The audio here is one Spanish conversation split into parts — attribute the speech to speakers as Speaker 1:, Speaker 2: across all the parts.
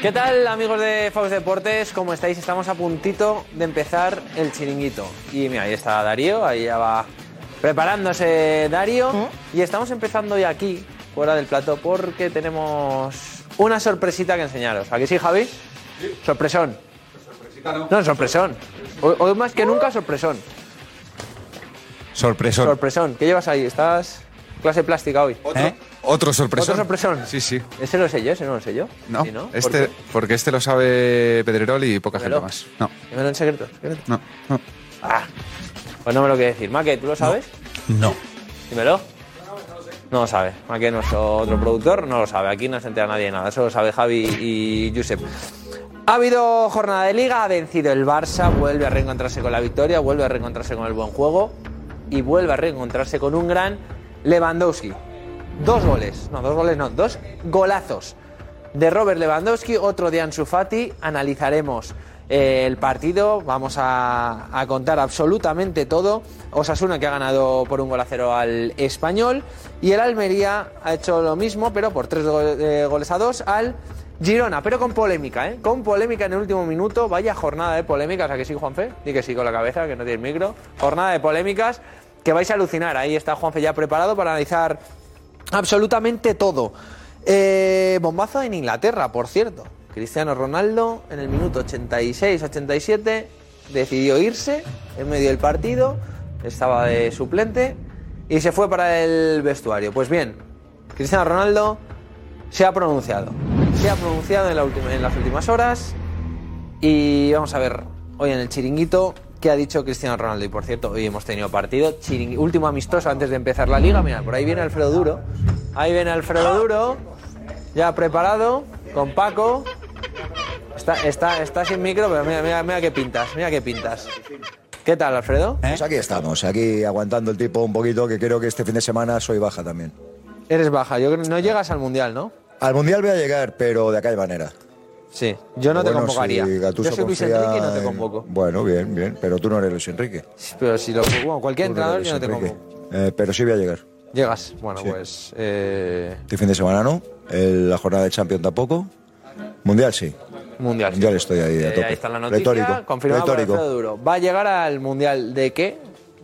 Speaker 1: ¿Qué tal amigos de Fox Deportes? ¿Cómo estáis? Estamos a puntito de empezar el chiringuito. Y mira, ahí está Darío, ahí ya va preparándose Darío. Y estamos empezando ya aquí, fuera del plato, porque tenemos una sorpresita que enseñaros. ¿Aquí sí, Javi? Sorpresón. No, sorpresón. Hoy, hoy más que nunca, sorpresón.
Speaker 2: Sorpresón.
Speaker 1: Sorpresón. ¿Qué llevas ahí? ¿Estás clase plástica hoy?
Speaker 2: ¿Eh? Otro sorpresón.
Speaker 1: ¿Otro sorpresón?
Speaker 2: Sí, sí.
Speaker 1: ¿Ese lo sé yo? ¿Ese no lo sé yo?
Speaker 2: No,
Speaker 1: ¿Sí, no? ¿Por
Speaker 2: este,
Speaker 1: qué?
Speaker 2: porque este lo sabe Pedrerol y poca gente
Speaker 1: Dímelo.
Speaker 2: más. No,
Speaker 1: Dímelo en secreto. en secreto.
Speaker 2: no, no.
Speaker 1: Ah, pues no me lo quiere decir. Maque, ¿tú lo sabes?
Speaker 3: No.
Speaker 1: Dímelo. No lo sabe. Maque, nuestro otro productor, no lo sabe. Aquí no se entera nadie de nada. Eso lo sabe Javi y Josep. Ha habido jornada de liga, ha vencido el Barça, vuelve a reencontrarse con la victoria, vuelve a reencontrarse con el buen juego y vuelve a reencontrarse con un gran Lewandowski. Dos goles, no, dos goles no, dos golazos de Robert Lewandowski, otro de Ansu Fati. Analizaremos eh, el partido, vamos a, a contar absolutamente todo. Osasuna que ha ganado por un gol a cero al español y el Almería ha hecho lo mismo, pero por tres go- eh, goles a dos al Girona, pero con polémica, ¿eh? Con polémica en el último minuto. Vaya jornada de polémicas, ¿a que sí, Juanfe? Di que sí con la cabeza, que no tiene micro. Jornada de polémicas que vais a alucinar. Ahí está Juanfe ya preparado para analizar absolutamente todo. Eh, bombazo en Inglaterra, por cierto. Cristiano Ronaldo en el minuto 86-87 decidió irse en medio del partido, estaba de suplente y se fue para el vestuario. Pues bien, Cristiano Ronaldo se ha pronunciado. Se ha pronunciado en, la última- en las últimas horas y vamos a ver hoy en el chiringuito qué ha dicho Cristiano Ronaldo. Y por cierto, hoy hemos tenido partido, chiring- último amistoso antes de empezar la liga. Mira, por ahí viene Alfredo Duro. Ahí viene Alfredo Duro, ya preparado, con Paco. Está, está, está sin micro, pero mira, mira, mira qué pintas, mira qué pintas. ¿Qué tal, Alfredo?
Speaker 4: Pues
Speaker 2: ¿Eh?
Speaker 4: aquí estamos, aquí aguantando el tipo un poquito, que creo que este fin de semana soy baja también.
Speaker 1: Eres baja, yo creo- no llegas al Mundial, ¿no?
Speaker 4: Al Mundial voy a llegar, pero de aquella manera.
Speaker 1: Sí, yo no te
Speaker 4: Bueno,
Speaker 1: convocaría.
Speaker 4: si
Speaker 1: yo
Speaker 4: Gattuso
Speaker 1: soy Luis
Speaker 4: confía
Speaker 1: Enrique y no te
Speaker 4: en-
Speaker 1: convoco.
Speaker 4: Bueno, bien, bien, pero tú no eres Luis Enrique. Tú
Speaker 1: Pero si lo bueno, cualquier
Speaker 4: no
Speaker 1: entrenador
Speaker 4: eres
Speaker 1: yo no te
Speaker 4: Luis
Speaker 1: convoco.
Speaker 4: Enrique. Eh, pero sí voy a llegar.
Speaker 1: Llegas, bueno,
Speaker 4: Sí.
Speaker 1: pues eh,
Speaker 4: Este fin de semana no, el- la jornada de Champions tampoco. Mundial sí.
Speaker 1: mundial. sí.
Speaker 4: Mundial estoy ahí a
Speaker 1: Eh,
Speaker 4: tope.
Speaker 1: Ahí está la noticia,
Speaker 4: Retórico,
Speaker 1: confirmado por
Speaker 4: retórico.
Speaker 1: Alfredo Duro. ¿Va a llegar al mundial de qué?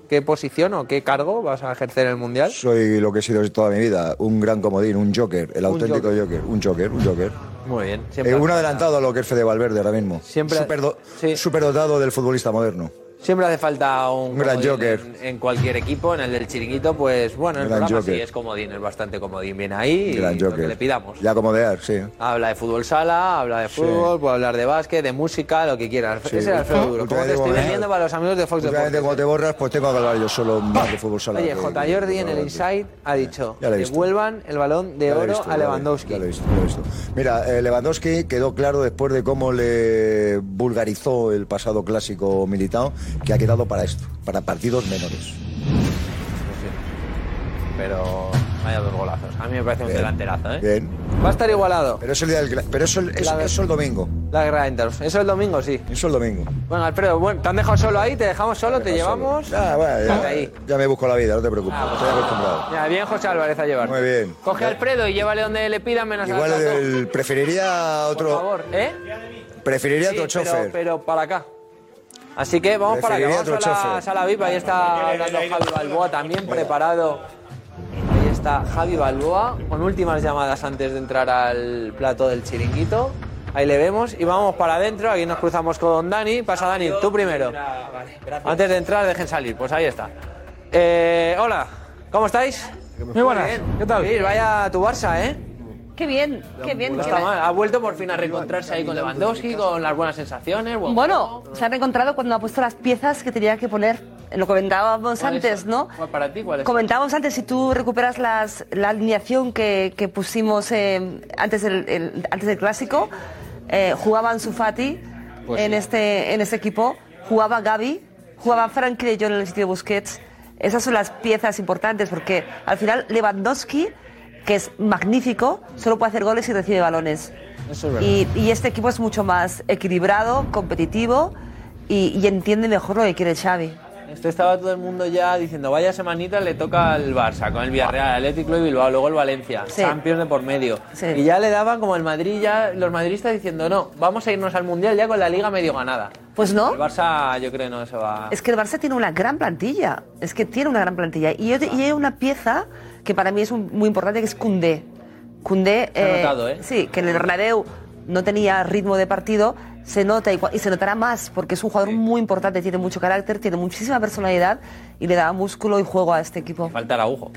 Speaker 1: ¿Qué posición o qué cargo vas a ejercer en el mundial?
Speaker 4: Soy lo que he sido toda mi vida, un gran comodín, un joker, el auténtico
Speaker 1: joker.
Speaker 4: joker. un joker, un joker.
Speaker 1: Muy bien. Siempre,
Speaker 4: Eh, un adelantado a lo que es Fede Valverde ahora mismo.
Speaker 1: Siempre-
Speaker 4: Superdo-
Speaker 1: sí.
Speaker 4: Superdotado del futbolista moderno.
Speaker 1: siempre hace falta un,
Speaker 4: Un gran
Speaker 1: comodín
Speaker 4: joker.
Speaker 1: En, en cualquier equipo, en el del chiringuito, pues bueno, en el
Speaker 4: Gran
Speaker 1: programa sí
Speaker 4: joker.
Speaker 1: es comodín, es bastante comodín. Viene ahí y
Speaker 4: Gran
Speaker 1: lo
Speaker 4: Joker.
Speaker 1: que le pidamos.
Speaker 4: Ya acomodear, sí.
Speaker 1: Habla de fútbol sala, habla de fútbol, puede hablar de básquet, de música, lo que quiera. Ese es Alfredo Duro. Como te
Speaker 4: Últimamente
Speaker 1: estoy
Speaker 4: como-
Speaker 1: vendiendo para los amigos de Fox
Speaker 4: Obviamente,
Speaker 1: Deportes.
Speaker 4: cuando te borras, pues tengo que hablar yo solo más de fútbol sala.
Speaker 1: Oye,
Speaker 4: que-
Speaker 1: J.
Speaker 4: que-
Speaker 1: Jordi en
Speaker 4: que-
Speaker 1: el Inside
Speaker 4: eh.
Speaker 1: ha dicho,
Speaker 4: Ya lo he visto.
Speaker 1: devuelvan el balón de
Speaker 4: Ya lo he
Speaker 1: oro
Speaker 4: visto, ya
Speaker 1: a
Speaker 4: lo he-
Speaker 1: Lewandowski.
Speaker 4: ya lo he visto, ya lo he visto. Mira, eh, Lewandowski quedó claro después de cómo le vulgarizó el pasado clásico militado que ha quedado para esto, para partidos menores.
Speaker 1: Pero vaya dos golazos. A mí me parece un
Speaker 4: Bien.
Speaker 1: delanterazo, ¿eh?
Speaker 4: Bien.
Speaker 1: Va a estar igualado.
Speaker 4: Pero es el día del cla- Pero eso, eso-
Speaker 1: La-
Speaker 4: eso el domingo.
Speaker 1: La guerra de Internos. Eso el domingo, sí.
Speaker 4: Eso el domingo.
Speaker 1: Bueno, Alfredo, bueno, te han dejado solo ahí, te dejamos solo, te
Speaker 4: Solo.
Speaker 1: llevamos.
Speaker 4: Ah, bueno,
Speaker 1: Date
Speaker 4: ya,
Speaker 1: ahí. Ah,
Speaker 4: ya me busco la vida, no te preocupes. Estoy acostumbrado.
Speaker 1: Ya, bien José Álvarez a llevar.
Speaker 4: Muy bien.
Speaker 1: Coge a Alfredo y llévale donde le pidan menos
Speaker 4: Igual
Speaker 1: al gato.
Speaker 4: el- preferiría
Speaker 1: Por
Speaker 4: otro.
Speaker 1: favor, ¿eh?
Speaker 4: Preferiría otro
Speaker 1: Sí, pero-
Speaker 4: chofer.
Speaker 1: pero para acá. Así que vamos para acá,
Speaker 4: Preferiría
Speaker 1: vamos a la
Speaker 4: otro chofer.
Speaker 1: sala VIP, ahí está hablando Javi Balboa, también preparado. Ahí está Javi Balboa, con últimas llamadas antes de entrar al plato del chiringuito. Ahí le vemos y vamos para adentro, aquí nos cruzamos con Dani. Pasa Dani, tú primero. Antes de entrar, dejen salir, pues ahí está. Eh, hola, ¿cómo estáis?
Speaker 5: Muy buenas,
Speaker 1: Bien.
Speaker 5: ¿qué tal?
Speaker 1: Sí, vaya tu Barça, ¿eh?
Speaker 6: Qué bien, qué bien.
Speaker 1: No
Speaker 6: qué
Speaker 1: está
Speaker 6: bien.
Speaker 1: mal, ha vuelto por fin a reencontrarse ahí con Lewandowski, con las buenas sensaciones. buen
Speaker 6: Bueno, se han encontrado cuando ha puesto las piezas que tenía que poner. Lo comentábamos
Speaker 1: ¿Cuál es?
Speaker 6: antes, ¿no?
Speaker 1: ¿Cuál para ti? ¿Cuál es?
Speaker 6: Comentábamos antes, si tú recuperas las- la alineación que, que pusimos eh, antes, del, el- antes del clásico, eh, jugaba Ansu Fati
Speaker 1: Pues
Speaker 6: en, este, en este equipo, jugaba Gaby, jugaba Frankie de Jong en el sitio de Busquets. Esas son las piezas importantes porque al final Lewandowski, que es magnífico, solo puede hacer goles y recibe balones.
Speaker 1: Eso es verdad.
Speaker 6: Y, y este equipo es mucho más equilibrado, competitivo y, y entiende mejor lo que quiere Xavi.
Speaker 1: Esto Este estaba todo el mundo ya diciendo, vaya semanita le toca al Barça, con el Villarreal, Atlético y Bilbao, luego el Valencia,
Speaker 3: Sí.
Speaker 1: Champions de por medio. Y ya le daban como el Madrid, ya los madridistas diciendo, no, vamos a irnos al Mundial ya con la liga medio ganada.
Speaker 6: Pues no.
Speaker 1: El Barça yo creo no se va...
Speaker 6: Es que el Barça tiene una gran plantilla. Es que tiene una gran plantilla. Y, yo te- y hay una pieza que para mí es un- muy importante, que es Cundé. Cundé.
Speaker 1: Se ha notado, ¿eh?
Speaker 6: Sí, que en el Bernabéu no tenía ritmo de partido, se nota y, cua- y se notará más, porque es un jugador muy importante, tiene mucho carácter, tiene muchísima personalidad y le da músculo y juego a este equipo.
Speaker 1: Falta Araujo.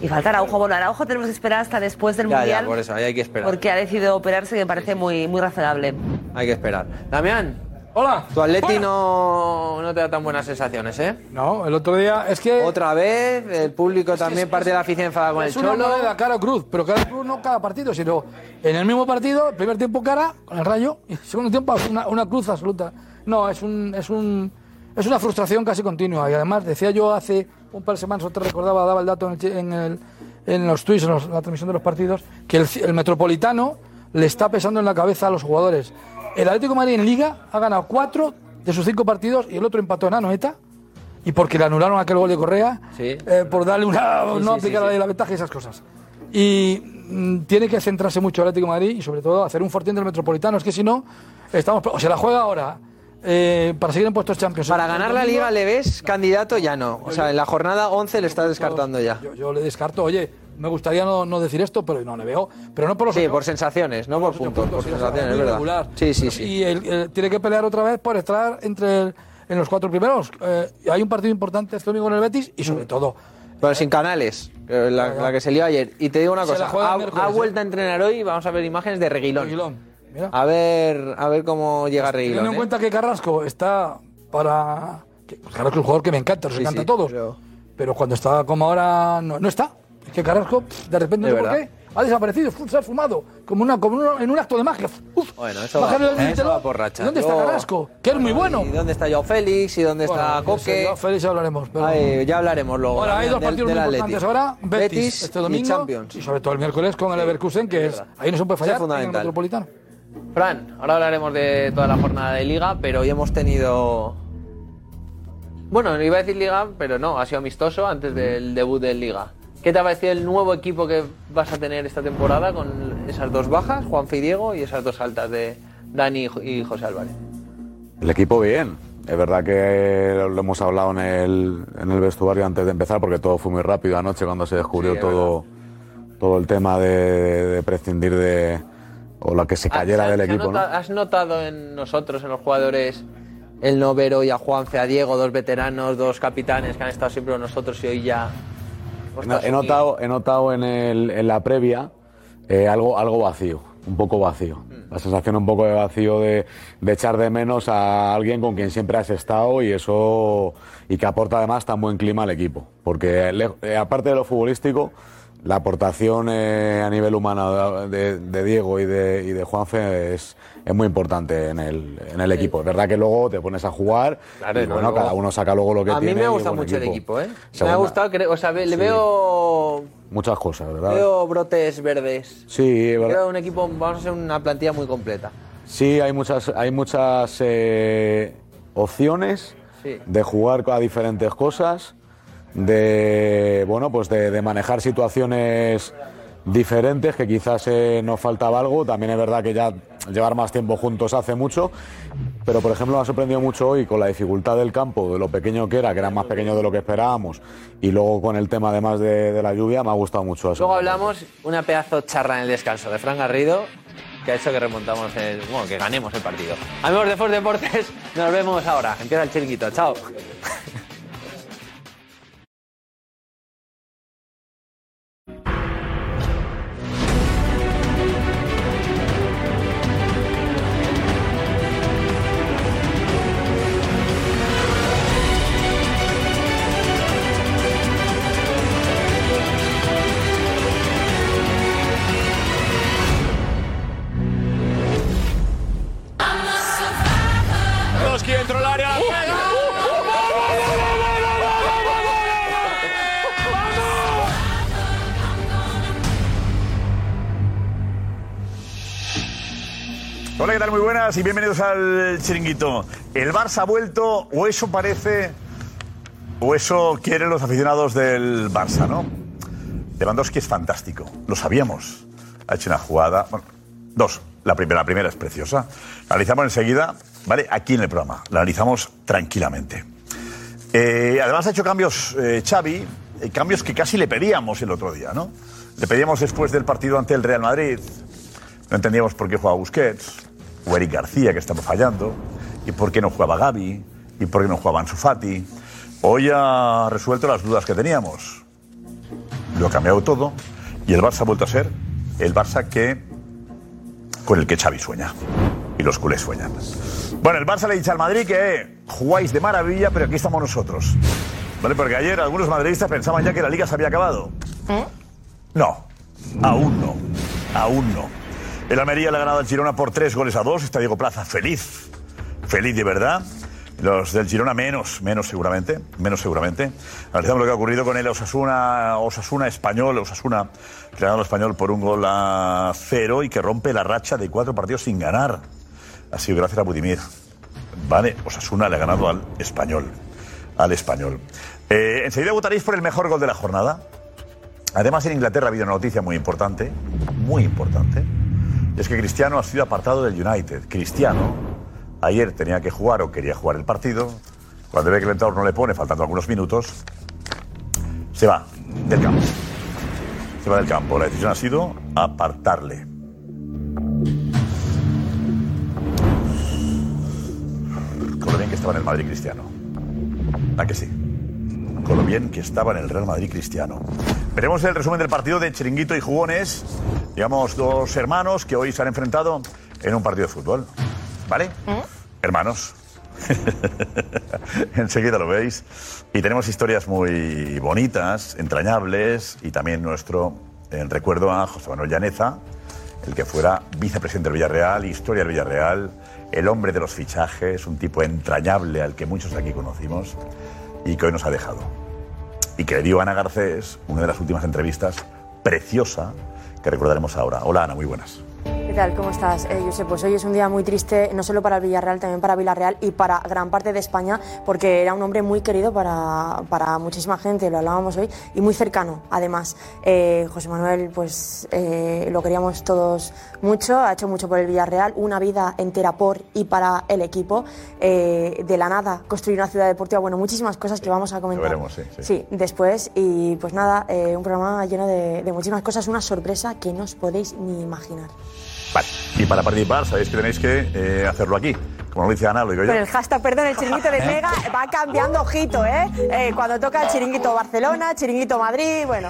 Speaker 6: Y falta Araujo. Bueno, Araujo tenemos que esperar hasta después del
Speaker 1: Ya,
Speaker 6: Mundial.
Speaker 1: ya, por eso, ahí hay que esperar.
Speaker 6: Porque ha decidido operarse, que me parece muy, muy razonable.
Speaker 1: Hay que esperar. Damián. Hola. Tu Atleti no, no te da tan buenas sensaciones, ¿eh?
Speaker 5: No, el otro día es que...
Speaker 1: Otra vez, el público también parte de la afición enfadada con el
Speaker 5: Es una
Speaker 1: Cholo.
Speaker 5: moneda cara o cruz, pero cara o cruz no cada partido, sino en el mismo partido, el primer tiempo cara, con el rayo, y el segundo tiempo una, una cruz absoluta. No, es un, es un es una frustración casi continua. Y además, decía yo hace un par de semanas, o te recordaba, daba el dato en, el chi- en, el- en los tweets, en los- la transmisión de los partidos, que el, ci- el Metropolitano le está pesando en la cabeza a los jugadores. El Atlético de Madrid en Liga ha ganado cuatro de sus cinco partidos y el otro empató en Anoeta. Y porque le anularon aquel gol de Correa,
Speaker 1: Sí.
Speaker 5: eh, por darle una.
Speaker 1: Sí,
Speaker 5: no
Speaker 1: sí,
Speaker 5: aplicar
Speaker 1: sí,
Speaker 5: la
Speaker 1: sí.
Speaker 5: ley de la ventaja y esas cosas. Y mm, tiene que centrarse mucho el Atlético de Madrid y sobre todo hacer un fortín del Metropolitano. Es que si no, estamos. O se la juega ahora eh, para seguir en puestos Champions.
Speaker 1: Para ganar la liga le ves candidato ya no. O sea, en la jornada 11 le estás descartando ya.
Speaker 5: Yo, yo le descarto, oye, me gustaría no, no decir esto, pero no le veo. Pero no por los
Speaker 1: Sí, por sensaciones, no por puntos, por sensaciones, es verdad.
Speaker 5: irregular.
Speaker 1: Sí, sí, sí.
Speaker 5: Y él, eh, tiene que pelear otra vez por estar entre el- en los cuatro primeros. Eh, hay un partido importante este domingo en el Betis y sobre todo.
Speaker 1: Pero sin canales, eh, la, la que se lió ayer. Y te digo una
Speaker 5: Se
Speaker 1: cosa,
Speaker 5: la juega el
Speaker 1: ha,
Speaker 5: miércoles,
Speaker 1: ha
Speaker 5: ¿eh?
Speaker 1: vuelto a entrenar hoy, vamos a ver imágenes de Reguilón.
Speaker 5: Reguilón, mira.
Speaker 1: A ver, a ver cómo llega
Speaker 5: Teniendo
Speaker 1: Reguilón.
Speaker 5: en
Speaker 1: ¿eh?
Speaker 5: cuenta que Carrasco está para. que- pues Carrasco es un jugador que me encanta, nos
Speaker 1: Sí,
Speaker 5: encanta
Speaker 1: sí,
Speaker 5: a todos.
Speaker 1: pero-
Speaker 5: Pero... cuando está como ahora, no, no está. Es que Carrasco, pff, de repente,
Speaker 1: Es
Speaker 5: no sé por
Speaker 1: verdad.
Speaker 5: qué, ha desaparecido, uf, se ha fumado. Como, una, como una- en un acto de magia. Uf,
Speaker 1: Bueno, eso va,
Speaker 5: bájale el
Speaker 1: eso
Speaker 5: dintel.
Speaker 1: va por racha.
Speaker 5: ¿Dónde está
Speaker 1: Luego-
Speaker 5: Carrasco? Que es muy bueno.
Speaker 1: ¿Y dónde está Joao Félix? ¿Y dónde está
Speaker 5: Bueno,
Speaker 1: Coque?
Speaker 5: eso ya, Félix, ya hablaremos. Pero...
Speaker 1: Ay, ya hablaremos luego.
Speaker 5: Ahora hay
Speaker 1: Damián,
Speaker 5: dos
Speaker 1: del-
Speaker 5: partidos
Speaker 1: del
Speaker 5: muy
Speaker 1: Atleti.
Speaker 5: importantes ahora. Betis,
Speaker 1: Betis
Speaker 5: este domingo.
Speaker 1: y Champions.
Speaker 5: y sobre todo el miércoles con el Leverkusen, que es, ahí no se
Speaker 1: Eso
Speaker 5: puede
Speaker 1: es
Speaker 5: fallar. en el
Speaker 1: fundamental.
Speaker 5: Metropolitano.
Speaker 1: Fran, ahora hablaremos de toda la jornada de liga, pero hoy hemos tenido... Bueno, iba a decir liga, pero no, ha sido amistoso antes del debut de liga. ¿Qué te ha parecido el nuevo equipo que vas a tener esta temporada con esas dos bajas, Juanfe y Diego, y esas dos altas de Dani y José Álvarez?
Speaker 7: El equipo bien. Es verdad que lo hemos hablado en el, en el vestuario antes de empezar, porque todo fue muy rápido anoche cuando se descubrió
Speaker 1: Sí, es
Speaker 7: todo, todo el tema de, de prescindir de. o la que se cayera
Speaker 1: Ah, ¿se-
Speaker 7: del
Speaker 1: se ha
Speaker 7: equipo. ¿no?
Speaker 1: nota- ¿Has notado en nosotros, en los jugadores, el Novero y a Juanfe, a Diego, dos veteranos, dos capitanes que han estado siempre con nosotros y hoy ya...
Speaker 7: He no- He notado, he notado en, el- en la previa eh, algo, algo vacío, un poco vacío.
Speaker 1: Mm.
Speaker 7: La sensación un poco de vacío de, de echar de menos a alguien con quien siempre has estado y eso y que aporta además tan buen clima al equipo. Porque le- eh, aparte de lo futbolístico, la aportación eh, a nivel humano de, de- de Diego y de, y de Juanfe es, es muy importante en el, en el equipo. Es verdad que luego te pones a jugar
Speaker 1: Claro,
Speaker 7: y
Speaker 1: no,
Speaker 7: bueno,
Speaker 1: luego-
Speaker 7: cada uno saca luego lo que
Speaker 1: a mí
Speaker 7: tiene.
Speaker 1: me ha
Speaker 7: y
Speaker 1: gustado
Speaker 7: buen
Speaker 1: mucho el equipo, ¿eh? Me ha
Speaker 7: Segunda-
Speaker 1: gustado, creo- o sea, ve- le veo,
Speaker 7: Muchas cosas, ¿verdad?
Speaker 1: veo brotes verdes.
Speaker 7: Sí, es verdad.
Speaker 1: Creo un equipo, vamos a ser una plantilla muy completa.
Speaker 7: Sí, hay muchas, hay muchas eh, opciones
Speaker 1: Sí.
Speaker 7: de jugar a diferentes cosas, de bueno, pues de, de manejar situaciones diferentes que quizás eh, nos faltaba algo. También es verdad que ya llevar más tiempo juntos hace mucho, pero por ejemplo me ha sorprendido mucho hoy con la dificultad del campo, de lo pequeño que era, que era más pequeño de lo que esperábamos, y luego con el tema además de, de la lluvia me ha gustado mucho. eso.
Speaker 1: Luego hablamos una pedazo charla en el descanso de Fran Garrido, que ha hecho que remontamos el. Bueno, que ganemos el partido. Amigos de Fox Deportes, nos vemos ahora. Empieza el chiringuito, chao.
Speaker 8: Broski dentro del
Speaker 9: Uh,
Speaker 8: área. la pega.
Speaker 10: Hola, ¿qué tal? Muy buenas y bienvenidos al Chiringuito. El Barça ha vuelto, o eso parece,
Speaker 3: O eso quieren los aficionados del Barça, ¿no? Lewandowski es fantástico, lo sabíamos. Ha hecho una jugada, bueno, dos. La primera, la primera es preciosa. La analizamos enseguida, ¿vale? Aquí en el programa, la analizamos tranquilamente. Eh, además ha hecho cambios eh, Xavi, eh, cambios que casi le pedíamos el otro día, ¿no? Le pedíamos después del partido ante el Real Madrid, no entendíamos por qué jugaba Busquets, o Eric García, que estaba fallando, y por qué no jugaba Gaby, y por qué no jugaba Ansu Fati. Hoy ha resuelto las dudas que teníamos. Lo ha cambiado todo, y el Barça ha vuelto a ser el Barça que, con el que Xavi sueña, y los culés sueñan. Bueno, el Barça le dice al Madrid que eh, jugáis de maravilla, pero aquí estamos nosotros. ¿Vale? Porque ayer algunos madridistas pensaban ya que la liga se había acabado. No, aún no, aún no. El Almería le ha ganado al Girona por tres goles a dos. Está Diego Plaza feliz, feliz de verdad. Los del Girona menos, menos seguramente, menos seguramente. Analizamos lo que ha ocurrido con el Osasuna, Osasuna español, Osasuna que le ha ganado al español por un gol a cero y que rompe la racha de cuatro partidos sin ganar. Ha sido gracias a Budimir. Vale, Osasuna le ha ganado al español, al español. Eh, enseguida votaréis por el mejor gol de la jornada. Además, en Inglaterra ha habido una noticia muy importante, muy importante. Y es que Cristiano ha sido apartado del United. Cristiano ayer tenía que jugar o quería jugar el partido. Cuando ve que el entrenador no le pone, faltando algunos minutos, se va del campo. Se va del campo. La decisión ha sido apartarle. Con lo bien que estaba en el Madrid Cristiano. ¿A que sí? Con lo bien que estaba en el Real Madrid Cristiano. Veremos el resumen del partido de Chiringuito y Jugones. Digamos, dos hermanos que hoy se han enfrentado en un partido de fútbol. ¿Vale? Hermanos. Enseguida lo veis. Y tenemos historias muy bonitas, entrañables, y también nuestro eh, recuerdo a José Manuel Llaneza, el que fuera vicepresidente del Villarreal, historia del Villarreal, el hombre de los fichajes, un tipo entrañable al que muchos de aquí conocimos y que hoy nos ha dejado. Y que le dio a Ana Garcés una de las últimas entrevistas preciosa que recordaremos ahora. Hola Ana, muy buenas.
Speaker 8: ¿Qué tal? ¿Cómo estás, eh, Josep? Pues hoy es un día muy triste, no solo para el Villarreal, también para Villarreal y para gran parte de España, porque era un hombre muy querido para, para muchísima gente, lo hablábamos hoy, y muy cercano, además. Eh, José Manuel, pues eh, lo queríamos todos mucho, ha hecho mucho por el Villarreal, una vida entera por y para el equipo, eh, de la nada, construir una ciudad deportiva, bueno, muchísimas cosas que vamos a
Speaker 9: uh.
Speaker 8: comentar.
Speaker 3: veremos, sí, sí.
Speaker 8: después, y pues nada, eh, un programa lleno de, de muchísimas cosas, una sorpresa que no os podéis ni imaginar.
Speaker 3: Vale. Y para participar, sabéis que tenéis que eh, hacerlo aquí. Como lo dice Ana, lo digo yo.
Speaker 8: Pero el hashtag, perdón, el chiringuito de Mega va cambiando, ojito, ¿eh? Eh, Cuando toca el chiringuito Barcelona, chiringuito Madrid, bueno.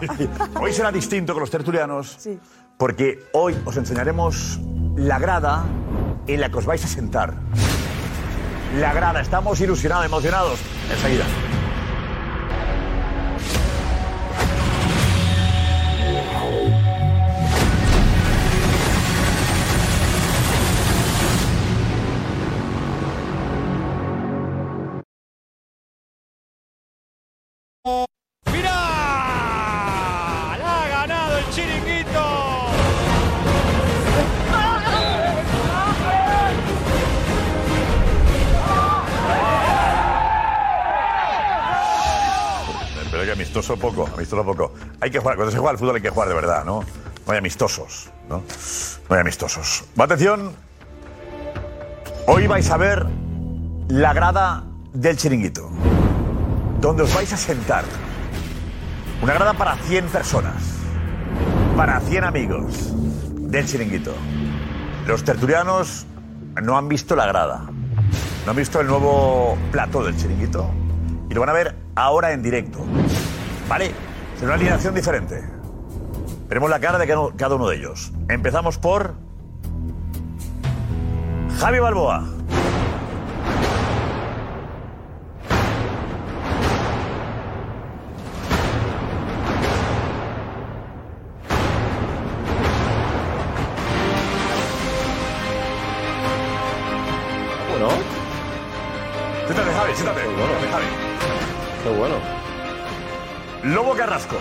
Speaker 3: Hoy será distinto con los tertulianos, porque hoy os enseñaremos la grada en la que os vais a sentar. La grada, estamos ilusionados, emocionados. Enseguida.
Speaker 10: ¡La ha ganado el chiringuito!
Speaker 3: Pero que amistoso poco, amistoso poco. Hay que jugar, cuando se juega al fútbol hay que jugar de verdad, ¿no? No hay amistosos, ¿no? No hay amistosos. Va, Atención, hoy vais a ver la grada del chiringuito, donde os vais a sentar. Una grada para 100 personas, para 100 amigos del chiringuito. Los tertulianos no han visto la grada, no han visto el nuevo plato del chiringuito y lo van a ver ahora en directo. ¿Vale? Será una alineación diferente. Veremos la cara de cada- cada uno de ellos. Empezamos por Javi Balboa.
Speaker 11: Bueno,
Speaker 3: Siéntate, Javi, siéntate. Siéntate, Javi.
Speaker 11: qué bueno.
Speaker 3: Lobo Carrasco.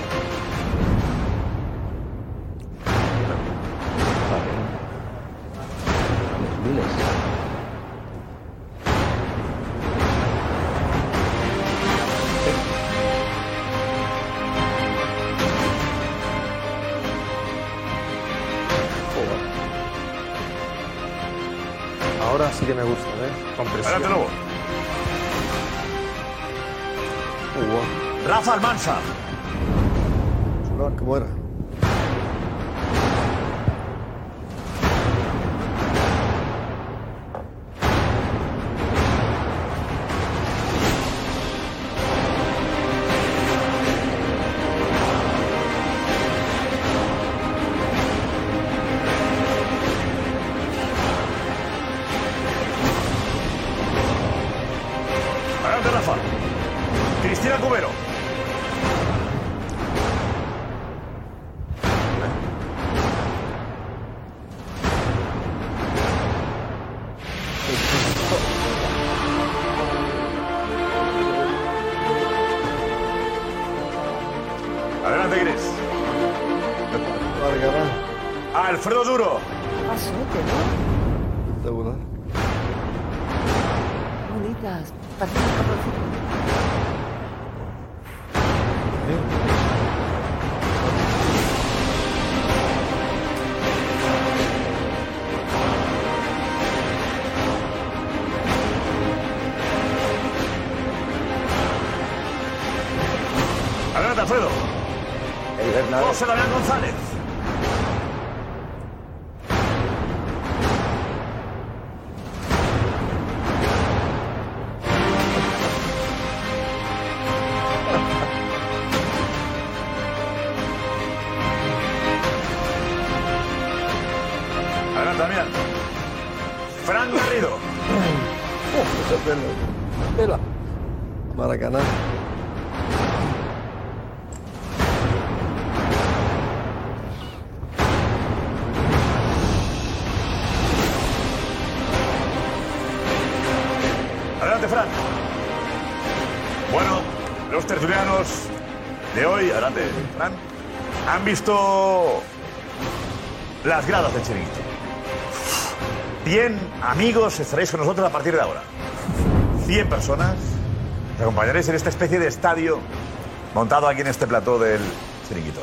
Speaker 11: Ahora sí que me gusta, ¿ves? Con presión.
Speaker 3: Adelante, Lobo. Rafa Almansa.
Speaker 4: ¿Cómo era?
Speaker 3: Adelante, Rafa. Cristina Cubero. Adelante, Gris. Alfredo Duro.
Speaker 6: Bonitas. Partidas por fin.
Speaker 3: Adelante, Alfredo. José Damián González. Adelante, Damián. Fran Garrido.
Speaker 5: Pela.
Speaker 12: Maracaná.
Speaker 3: Adelante, Fran. Bueno, los tertulianos de hoy, adelante, Fran, han visto las gradas del chiringuito. Bien, amigos, estaréis con nosotros a partir de ahora. 100 personas os acompañaréis en esta especie de estadio montado aquí en este plató del chiringuito.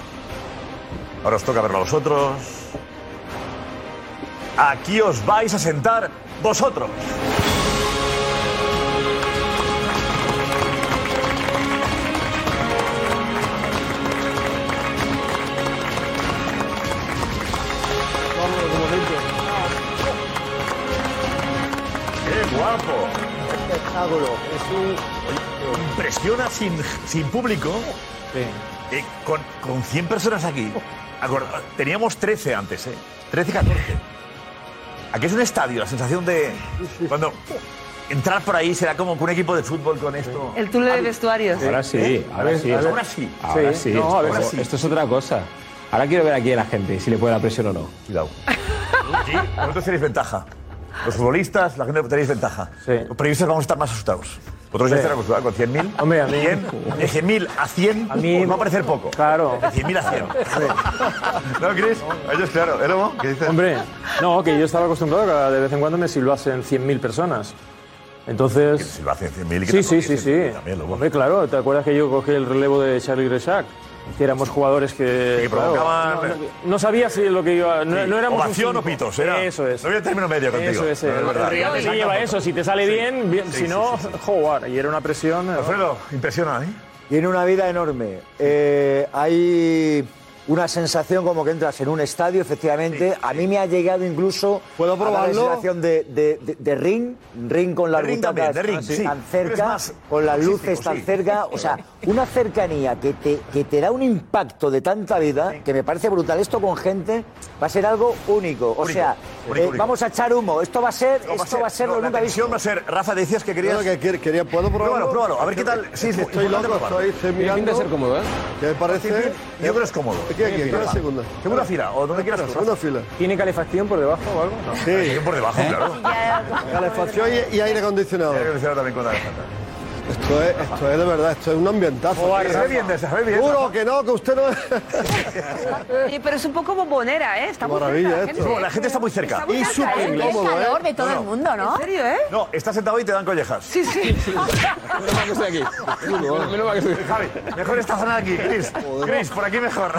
Speaker 3: Ahora os toca verlo a vosotros. Aquí os vais a sentar vosotros. ¡Qué guapo!
Speaker 12: Espectáculo. Es un.
Speaker 3: Impresiona sin, sin público. Eh, con, con 100 personas aquí. Acorda- teníamos 13 antes, ¿eh? 13, 14. Aquí es un estadio, la sensación de. Cuando. Entrar por ahí será como un equipo de fútbol con esto.
Speaker 6: El túnel
Speaker 1: Ah,
Speaker 6: de vestuarios.
Speaker 11: Ahora sí,
Speaker 6: ¿Eh?
Speaker 11: ahora,
Speaker 3: A ver,
Speaker 11: sí.
Speaker 3: a ver. Ahora sí.
Speaker 11: Ahora
Speaker 3: Sí.
Speaker 11: sí.
Speaker 3: No, a ver,
Speaker 11: Esto-
Speaker 3: sí.
Speaker 11: Esto es otra cosa. Ahora quiero ver aquí a la gente, si le puede la presión o no.
Speaker 3: Cuidado. Sí, vosotros tenéis ventaja. Los futbolistas, la gente tenéis ventaja. Los periodistas vamos a estar más asustados. Vosotros ya
Speaker 11: Sí.
Speaker 3: estarán acostubrados con 100.000.
Speaker 11: Hombre, a mí-
Speaker 3: 100, de 100.000 a 100
Speaker 11: A mí-
Speaker 3: va a parecer poco.
Speaker 11: Claro.
Speaker 3: De 100.000 a 100. ¿No, Chris? A ellos, claro. ¿Eh, Lobo? ¿Qué dices?
Speaker 13: Hombre, no, que yo estaba acostumbrado a que de vez en cuando me silbasen 100.000 personas. Entonces. ¿Que
Speaker 3: silbasen 100.000
Speaker 13: Sí, sí, sí, sí. Hombre, claro, ¿te acuerdas que yo cogí el relevo de Charlie Resac? Que éramos jugadores que.
Speaker 3: Que
Speaker 13: claro,
Speaker 3: provocaban.
Speaker 13: no, no- no sabía si lo que iba. No,
Speaker 3: Sí,
Speaker 13: no éramos. un
Speaker 3: Ovación o
Speaker 13: cinco.
Speaker 3: pitos, era.
Speaker 13: Eso es.
Speaker 3: No había término medio contigo.
Speaker 13: Eso es.
Speaker 3: No,
Speaker 13: eh.
Speaker 3: es verdad.
Speaker 13: El rival
Speaker 3: Sí,
Speaker 13: lleva
Speaker 3: sí,
Speaker 13: eso. Si te sale bien, bien.
Speaker 3: Sí,
Speaker 13: si
Speaker 3: sí,
Speaker 13: no, jugar. Y era una presión. eh,
Speaker 3: Alfredo, impresiona, ¿eh?
Speaker 12: Tiene una vida enorme. Eh, hay una sensación como que entras en un estadio, efectivamente. A mí me ha llegado incluso
Speaker 3: ¿Puedo
Speaker 12: a dar
Speaker 3: probarlo?
Speaker 12: la sensación de, de- de- de ring, ring con las
Speaker 3: De ring
Speaker 12: butacas
Speaker 3: también, de ring, sí.
Speaker 12: tan
Speaker 3: Pero
Speaker 12: cerca,
Speaker 3: es más
Speaker 12: con las luces
Speaker 3: artístico,
Speaker 12: tan
Speaker 3: sí.
Speaker 12: cerca. O sea, una cercanía que te, que te da un impacto de tanta vida que me parece brutal. Esto con gente va a ser algo único. O
Speaker 3: Único,
Speaker 12: sea,
Speaker 3: único,
Speaker 12: eh,
Speaker 3: único.
Speaker 12: vamos a echar humo. Esto va a ser,
Speaker 3: No,
Speaker 12: esto va a ser
Speaker 3: no,
Speaker 12: lo
Speaker 3: la
Speaker 12: nunca visto.
Speaker 3: tensión va a ser. Rafa, decías que querías.
Speaker 12: Claro que
Speaker 3: que
Speaker 12: quería, ¿puedo
Speaker 3: Pruébalo, pruébalo. A ver qué tal. Sí, es
Speaker 12: Estoy
Speaker 3: importante
Speaker 12: loco,
Speaker 3: probarlo.
Speaker 12: estoy- estoy Tiene mirando. pinta de ser cómodo, ¿eh?
Speaker 3: Que me
Speaker 12: parece-
Speaker 3: Yo creo que es cómodo.
Speaker 12: Aquí, aquí, aquí, una segunda.
Speaker 3: Segunda fila, o donde quieras tú. Ah,
Speaker 12: Segunda fila.
Speaker 13: ¿Tiene calefacción por debajo o algo? No.
Speaker 3: Sí. Por debajo, claro.
Speaker 12: Calefacción y, y aire acondicionado.
Speaker 3: Aire acondicionado también con la garganta.
Speaker 14: Esto es, esto es de verdad, esto es un ambientazo.
Speaker 3: Joder,
Speaker 14: tío.
Speaker 3: se ve bien, se ve bien.
Speaker 14: Juro que no, que usted no es.
Speaker 6: Oye, pero es un poco bombonera, ¿eh? Está muy
Speaker 3: Maravilla
Speaker 6: cerca
Speaker 3: esto. No, la gente está muy cerca.
Speaker 6: muy
Speaker 3: Y
Speaker 6: cerca,
Speaker 3: súper
Speaker 6: ¿eh?
Speaker 3: inglés. Cómodo, ¿eh? No, no.
Speaker 6: mundo, ¿no? ¿En serio, eh?
Speaker 3: No, estás sentado ahí y te dan collejas.
Speaker 6: Sí, sí.
Speaker 3: Menos mal que estoy aquí. Menos mal que estoy aquí. Javi, mejor esta zona de aquí, Chris. Chris, por aquí mejor.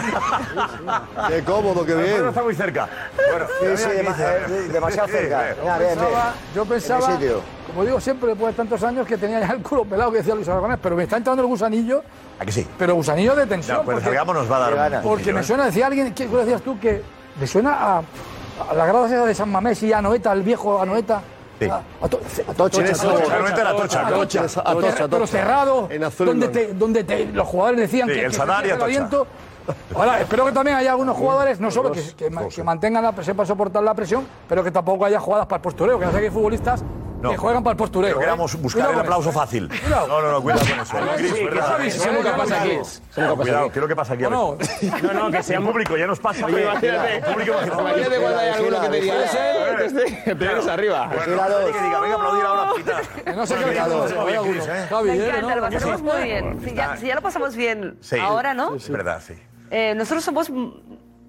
Speaker 14: Qué cómodo, qué
Speaker 3: bien. No está muy cerca. Bueno, mira,
Speaker 14: Sí, sí,
Speaker 3: mira,
Speaker 14: dema-
Speaker 3: mira.
Speaker 14: eh, demasiado
Speaker 3: Sí,
Speaker 14: cerca.
Speaker 3: eh.
Speaker 14: Mira, ve, ve.
Speaker 5: Pensaba- yo pensaba,
Speaker 14: En mi sitio.
Speaker 5: como digo siempre después de tantos años, que tenía ya el culo pelado, que decía Luis Aragonés, pero me está entrando el gusanillo,
Speaker 3: ¿A que sí?
Speaker 5: pero gusanillo de tensión.
Speaker 3: No, pues Salgamos nos va a dar un
Speaker 5: porque
Speaker 3: gusanillo,
Speaker 5: me
Speaker 3: ¿eh?
Speaker 5: suena, decía alguien, ¿qué decías tú? Que me suena a, a la grada esa de San Mamés y a Anoeta, el viejo Anoeta.
Speaker 3: Sí.
Speaker 5: Atocha,
Speaker 14: Atocha, Atocha. Realmente era Atocha.
Speaker 5: Atocha,
Speaker 14: Atocha, Atocha.
Speaker 5: Pero cerrado,
Speaker 14: En azul y
Speaker 5: donde,
Speaker 14: blanco.
Speaker 5: te, donde te- los jugadores decían
Speaker 14: Sí,
Speaker 5: que,
Speaker 14: el
Speaker 5: que
Speaker 14: Sadar y
Speaker 5: sentían el
Speaker 14: Atocha.
Speaker 5: aliento. Ahora, espero que también haya algunos jugadores, no solo que, que ma- que mantengan la presión para soportar la presión, pero que tampoco haya jugadas para el postureo, que no sé que hay futbolistas
Speaker 3: No.
Speaker 5: que juegan para el postureo.
Speaker 3: Pero
Speaker 5: ¿eh?
Speaker 3: queramos buscar
Speaker 5: Cuidado
Speaker 3: el
Speaker 5: con
Speaker 3: aplauso
Speaker 5: eso.
Speaker 3: fácil.
Speaker 5: Cuidado.
Speaker 3: No, no, no, cuidado con eso. ¿no, Chris?
Speaker 5: Sí, que
Speaker 3: ¿Verdad?
Speaker 5: eso avisa, Eso nunca eh, pasa aquí. cuidado. Eso nunca pasa
Speaker 3: Cuidado,
Speaker 5: aquí.
Speaker 3: ¿qué es lo que pasa aquí? a
Speaker 5: No,
Speaker 3: veces? no, que sea público, ya nos pasa.
Speaker 11: Oye,
Speaker 3: Oye,
Speaker 11: imagínate.
Speaker 3: público,
Speaker 11: Imagínate cuando hay alguno que te diga,
Speaker 3: Vigila.
Speaker 11: "Ese, este,
Speaker 3: Claro.
Speaker 11: peores arriba".
Speaker 3: Bueno, imagínate que diga, venga, aplaudir ahora, pita.
Speaker 5: No sé
Speaker 3: Bueno,
Speaker 5: qué
Speaker 3: mira,
Speaker 5: le
Speaker 3: lo
Speaker 5: pasa,
Speaker 3: hacemos bien,
Speaker 5: vaya
Speaker 3: Chris,
Speaker 5: uno.
Speaker 3: ¿eh?
Speaker 5: Javi,
Speaker 6: Me
Speaker 5: ¿eh?
Speaker 6: encanta,
Speaker 5: ¿no?
Speaker 6: lo pasamos muy bien. Si ya, si ya lo pasamos bien ahora, ¿no?
Speaker 3: Es verdad, sí.
Speaker 6: Eh, nosotros somos m-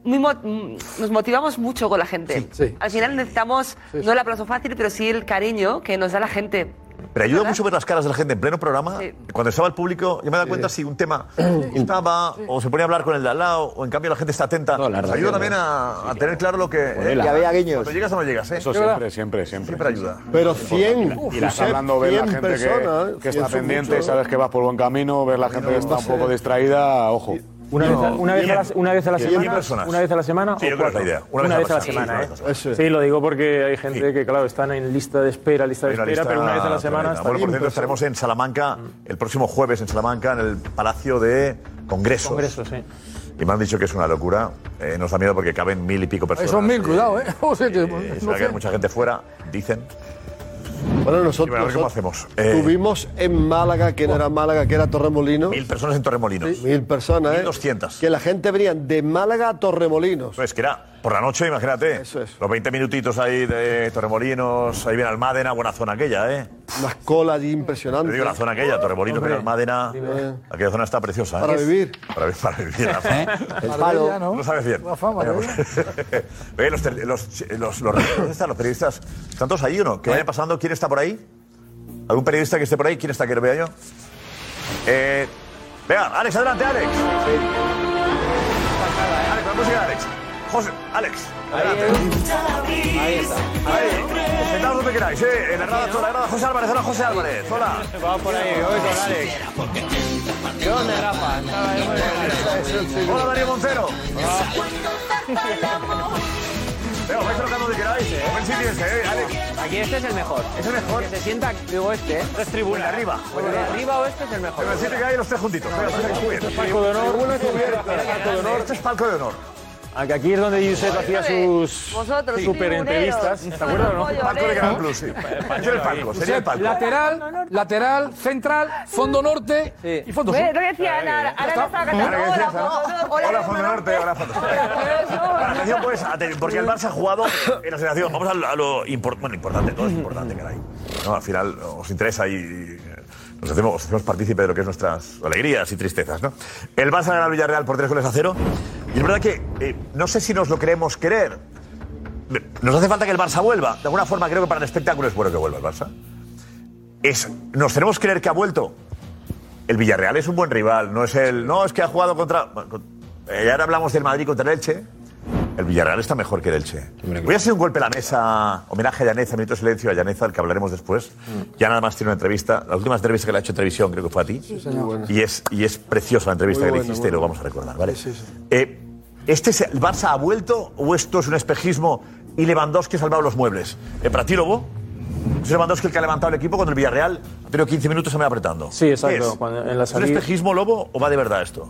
Speaker 6: muy mo- m- nos motivamos mucho con la gente. Al final necesitamos no el aplauso fácil, pero sí el cariño que nos da la gente.
Speaker 3: Pero ayuda mucho ver las caras de la gente en pleno programa. Cuando estaba el público, yo me daba cuenta si un tema estaba o se ponía a hablar con el de al lado o en cambio la gente está atenta. Nos
Speaker 7: verdad
Speaker 3: ayuda
Speaker 7: que
Speaker 3: también
Speaker 7: no.
Speaker 3: a, a tener claro lo que...
Speaker 4: eh,
Speaker 7: Ponela. Y había guiños.
Speaker 3: Cuando llegas o no llegas, ¿eh?
Speaker 7: Eso siempre, siempre, siempre.
Speaker 3: Siempre ayuda.
Speaker 14: Pero 100.
Speaker 7: Y la está hablando, ver la gente que- que, está pendiente, sabes que vas por buen camino, ver la gente que está un poco distraída, ojo.
Speaker 13: Una, vez, a- una, vez a la, una vez a la
Speaker 7: Bien.
Speaker 13: semana.
Speaker 7: Bien personas.
Speaker 13: Una vez a la semana.
Speaker 7: Sí, yo
Speaker 13: o
Speaker 7: creo que
Speaker 13: cuatro.
Speaker 7: es la idea.
Speaker 13: Una, vez a la semana, ¿eh? Sí, lo digo porque hay gente que, claro, están en lista de espera, lista de
Speaker 3: Pero
Speaker 13: espera,
Speaker 3: la lista
Speaker 13: pero una vez a la semana.
Speaker 3: tremenda. Bueno, por cierto, estaremos en Salamanca el próximo jueves en Salamanca, en el Palacio de Congresos.
Speaker 13: Congresos, sí.
Speaker 3: Y me han dicho que es una locura. Eh, nos da miedo porque caben mil y pico personas.
Speaker 5: Son mil, cuidado, ¿eh? O sea que-
Speaker 3: Eh, se
Speaker 5: no
Speaker 3: va a quedar
Speaker 5: sé.
Speaker 3: mucha gente fuera, dicen.
Speaker 14: Bueno, nosotros.
Speaker 3: Y bueno, a ver cómo hacemos. Eh,
Speaker 14: Tuvimos en Málaga, que no era Málaga, que era Torremolinos. Mil
Speaker 3: personas en Torremolinos.
Speaker 14: mil personas, ¿eh?
Speaker 3: 200.
Speaker 14: Que la gente venía de Málaga a Torremolinos.
Speaker 3: Pues que era por la noche, imagínate. Los 20 minutitos ahí de Torremolinos, ahí viene Almádena, buena zona aquella, ¿eh?
Speaker 14: Unas colas
Speaker 3: Te
Speaker 14: impresionantes.
Speaker 3: digo la zona aquella, Torremolinos,
Speaker 14: Hombre.
Speaker 3: pero Almádena. Aquella zona está preciosa. ¿eh?
Speaker 14: Para vivir.
Speaker 3: Para, vi- para vivir.
Speaker 14: ¿Eh? El palo.
Speaker 3: ¿no? Lo sabes bien.
Speaker 14: La fama,
Speaker 3: Venga, pues. Oye, los, tel- los, los, los periodistas, los periodistas, ¿están todos ahí o
Speaker 11: Eh.
Speaker 3: no? ¿Qué vaya pasando? ¿Quién está por ahí? ¿Algún periodista que esté por ahí? ¿Quién está que lo vea yo? Eh, venga, Alex, adelante, Alex. Alex, la música de Alex. José, Alex, adelante. Ahí está. Ahí, sentados donde queráis, eh. En la grada, toda la grada. José Álvarez, hola, José Álvarez. Hola.
Speaker 11: Vamos por ahí, voy con Alex. ¿Qué onda, Rafa? Estaba ahí con Alex.
Speaker 3: Hola, Darío Montero. Venga, vais tocando donde queráis. Buen sitio este, eh, Alex.
Speaker 11: Aquí este es el mejor.
Speaker 3: Es el mejor.
Speaker 11: Que se sienta, digo, este. Tres tribunas.
Speaker 3: arriba.
Speaker 11: El de arriba o este es el mejor.
Speaker 3: Pero el sitio que hay los tres juntitos. Venga, pues, muy bien.
Speaker 13: Palco de honor.
Speaker 3: Palco de honor. Este es palco de honor.
Speaker 13: Aunque aquí es donde Josep hacía sus
Speaker 6: Vosotros,
Speaker 13: super entrevistas. ¿Te acuerdas o no?
Speaker 3: Palco de Canal Plus, sí. Este es el palco, sería el palco.
Speaker 5: ¿Eh? Lateral, lateral, central, fondo norte y fondo sur.
Speaker 6: Ve, lo que decía Ana, ahora no estaba cantando.
Speaker 3: Ahora que
Speaker 6: Hola,
Speaker 3: decías, ¿no?
Speaker 6: Fondo Norte, hola,
Speaker 3: Hola, Fondo Norte, hola, Fondo Norte. Bueno, Atención, pues, aten- porque el Barça ha jugado en la sensación. Vamos a lo, a lo impor- bueno, importante, todo es importante, caray. No, al final os interesa y- y nos hacemos, os hacemos partícipe de lo que es nuestras alegrías y tristezas, ¿no? El Barça gana al Villarreal por tres goles a cero. Y es verdad que eh, no sé si nos lo queremos querer. Nos hace falta que el Barça vuelva. De alguna forma creo que para el espectáculo es bueno que vuelva el Barça. Es, nos tenemos que creer que ha vuelto. El Villarreal es un buen rival, no es el. No, es que ha jugado contra. eh, ahora hablamos del Madrid contra el Elche. El Villarreal está mejor que el Elche. Voy a hacer un golpe a la mesa, homenaje a Llaneza, minuto de silencio a Llaneza, al que hablaremos después. Ya nada más tiene una entrevista, la última entrevista que le ha hecho en televisión, creo que fue a ti. Y es, y es preciosa la entrevista
Speaker 14: Muy
Speaker 3: que le
Speaker 14: buena,
Speaker 3: hiciste,
Speaker 14: buena.
Speaker 3: lo vamos a recordar, ¿vale? Eh, ¿Este es el Barça ha vuelto o esto es un espejismo y Lewandowski ha salvado los muebles? Eh, ¿Para ti, Lobo? Es Lewandowski el que ha levantado el equipo cuando el Villarreal ha tenido 15 minutos se me apretando.
Speaker 13: Sí,
Speaker 3: ¿Qué
Speaker 13: exacto,
Speaker 3: es?
Speaker 13: cuando- en la
Speaker 3: ¿Es un
Speaker 13: salida-
Speaker 3: espejismo, Lobo, o va de verdad esto?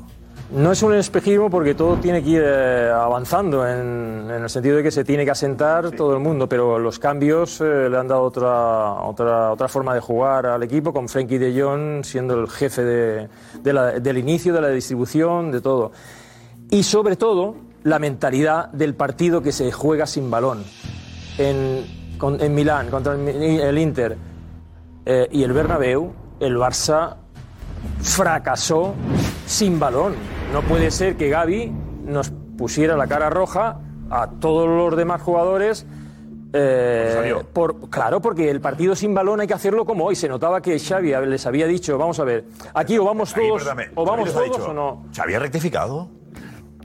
Speaker 13: No es un espejismo porque todo tiene que ir eh, avanzando en, en el sentido de que se tiene que asentar todo el mundo, pero los cambios eh, le han dado otra, otra, otra forma de jugar al equipo, con Frenkie de Jong siendo el jefe de- de la- del inicio, de la distribución, de todo. Y sobre todo, la mentalidad del partido que se juega sin balón. En, con- en Milán, contra el, Mi- el Inter eh, y el Bernabéu, el Barça fracasó sin balón. No puede ser que Gaby nos pusiera la cara roja a todos los demás jugadores. eh, por, claro, porque el partido sin balón hay que hacerlo como hoy. Se notaba que Xavi les había dicho, vamos a ver, aquí o vamos
Speaker 3: Aquí,
Speaker 13: todos,
Speaker 3: perdóname,
Speaker 13: o vamos
Speaker 3: Xavi les ha
Speaker 13: todos
Speaker 3: dicho,
Speaker 13: o no.
Speaker 3: ¿Xavi ha rectificado?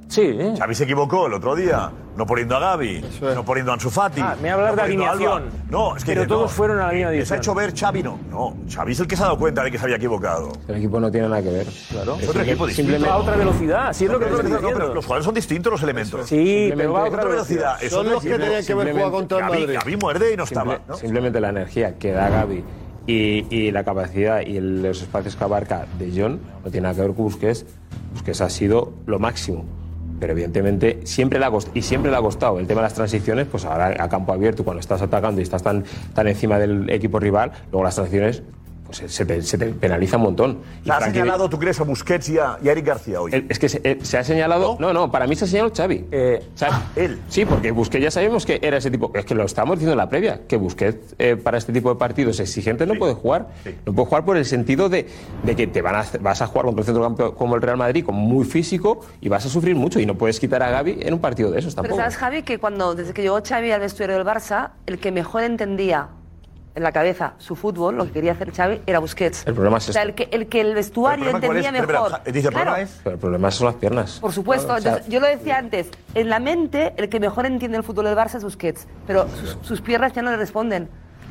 Speaker 13: Sí. ¿eh?
Speaker 3: Xavi se equivocó el otro día, no poniendo a Gaby, no poniendo a Ansu Fati.
Speaker 13: Ah, me hablas
Speaker 3: no
Speaker 13: de
Speaker 3: poniendo a Alba.
Speaker 13: alineación.
Speaker 3: No, es que
Speaker 13: Pero
Speaker 3: dice,
Speaker 13: todos
Speaker 3: no, eh,
Speaker 13: fueron a la misma
Speaker 3: Les ha
Speaker 13: dirección.
Speaker 3: hecho ver Xavi, no. No, Xavi es el que se ha dado cuenta de que se había equivocado.
Speaker 7: El equipo no tiene nada que ver. Claro.
Speaker 3: Es otro equipo distinto.
Speaker 13: simplemente- Va a otra velocidad, sí, es lo que
Speaker 3: No,
Speaker 13: estoy
Speaker 3: no,
Speaker 13: diciendo.
Speaker 3: pero los jugadores son distintos los elementos.
Speaker 13: Sí, pero va a
Speaker 3: Es
Speaker 13: otra velocidad.
Speaker 3: es
Speaker 13: Son
Speaker 3: otro
Speaker 13: los que
Speaker 3: equipo.
Speaker 13: tenían que haber jugado contra el
Speaker 3: Gavi-
Speaker 13: Madrid.
Speaker 3: Gavi muerde y no
Speaker 15: Simple-
Speaker 3: estaba. ¿no?
Speaker 15: Simplemente la energía que da Gaby y, y la capacidad y el- los espacios que abarca de John no tiene nada que ver con Busquets. Busquets ha sido lo máximo. Pero evidentemente siempre le ha costado, y siempre le ha costado el tema de las transiciones, pues ahora a campo abierto, cuando estás atacando y estás tan, tan encima del equipo rival, luego las transiciones pues se, se pe- se te penaliza un montón.
Speaker 3: O
Speaker 15: Y
Speaker 3: sea, ha
Speaker 15: Frankie-
Speaker 3: señalado, ¿tú crees, a Busquets y a, y a Eric García hoy?
Speaker 15: el- Es que se, eh, se ha señalado. No, Eh, ah, no, para mí se ha señalado Xavi. O sea, Sí, porque Busquets ya sabemos que era ese tipo. Es que lo estábamos diciendo en la previa, que Busquets eh, para este tipo de partidos exigentes no puede jugar. No puede jugar por el sentido de, de que te van a, hacer- vas a jugar contra un centrocampo como el Real Madrid, con muy físico, y vas a sufrir mucho. Y no puedes quitar a Gaby en un partido de esos
Speaker 6: Pero
Speaker 15: tampoco.
Speaker 6: sabes, Javi, que cuando desde que llegó Xavi al vestuario del Barça, el que mejor entendía en la cabeza su fútbol, lo que quería hacer Xavi, era Busquets.
Speaker 15: El problema es este.
Speaker 6: O sea,
Speaker 15: esto.
Speaker 6: el que el, que el vestuario entendía mejor. Claro,
Speaker 15: Pero el problema son las piernas.
Speaker 6: Por supuesto,
Speaker 15: Claro, o sea,
Speaker 6: Entonces, yo lo decía antes, en la mente el que mejor entiende el fútbol del Barça es Busquets, pero sus, sus piernas ya no le responden.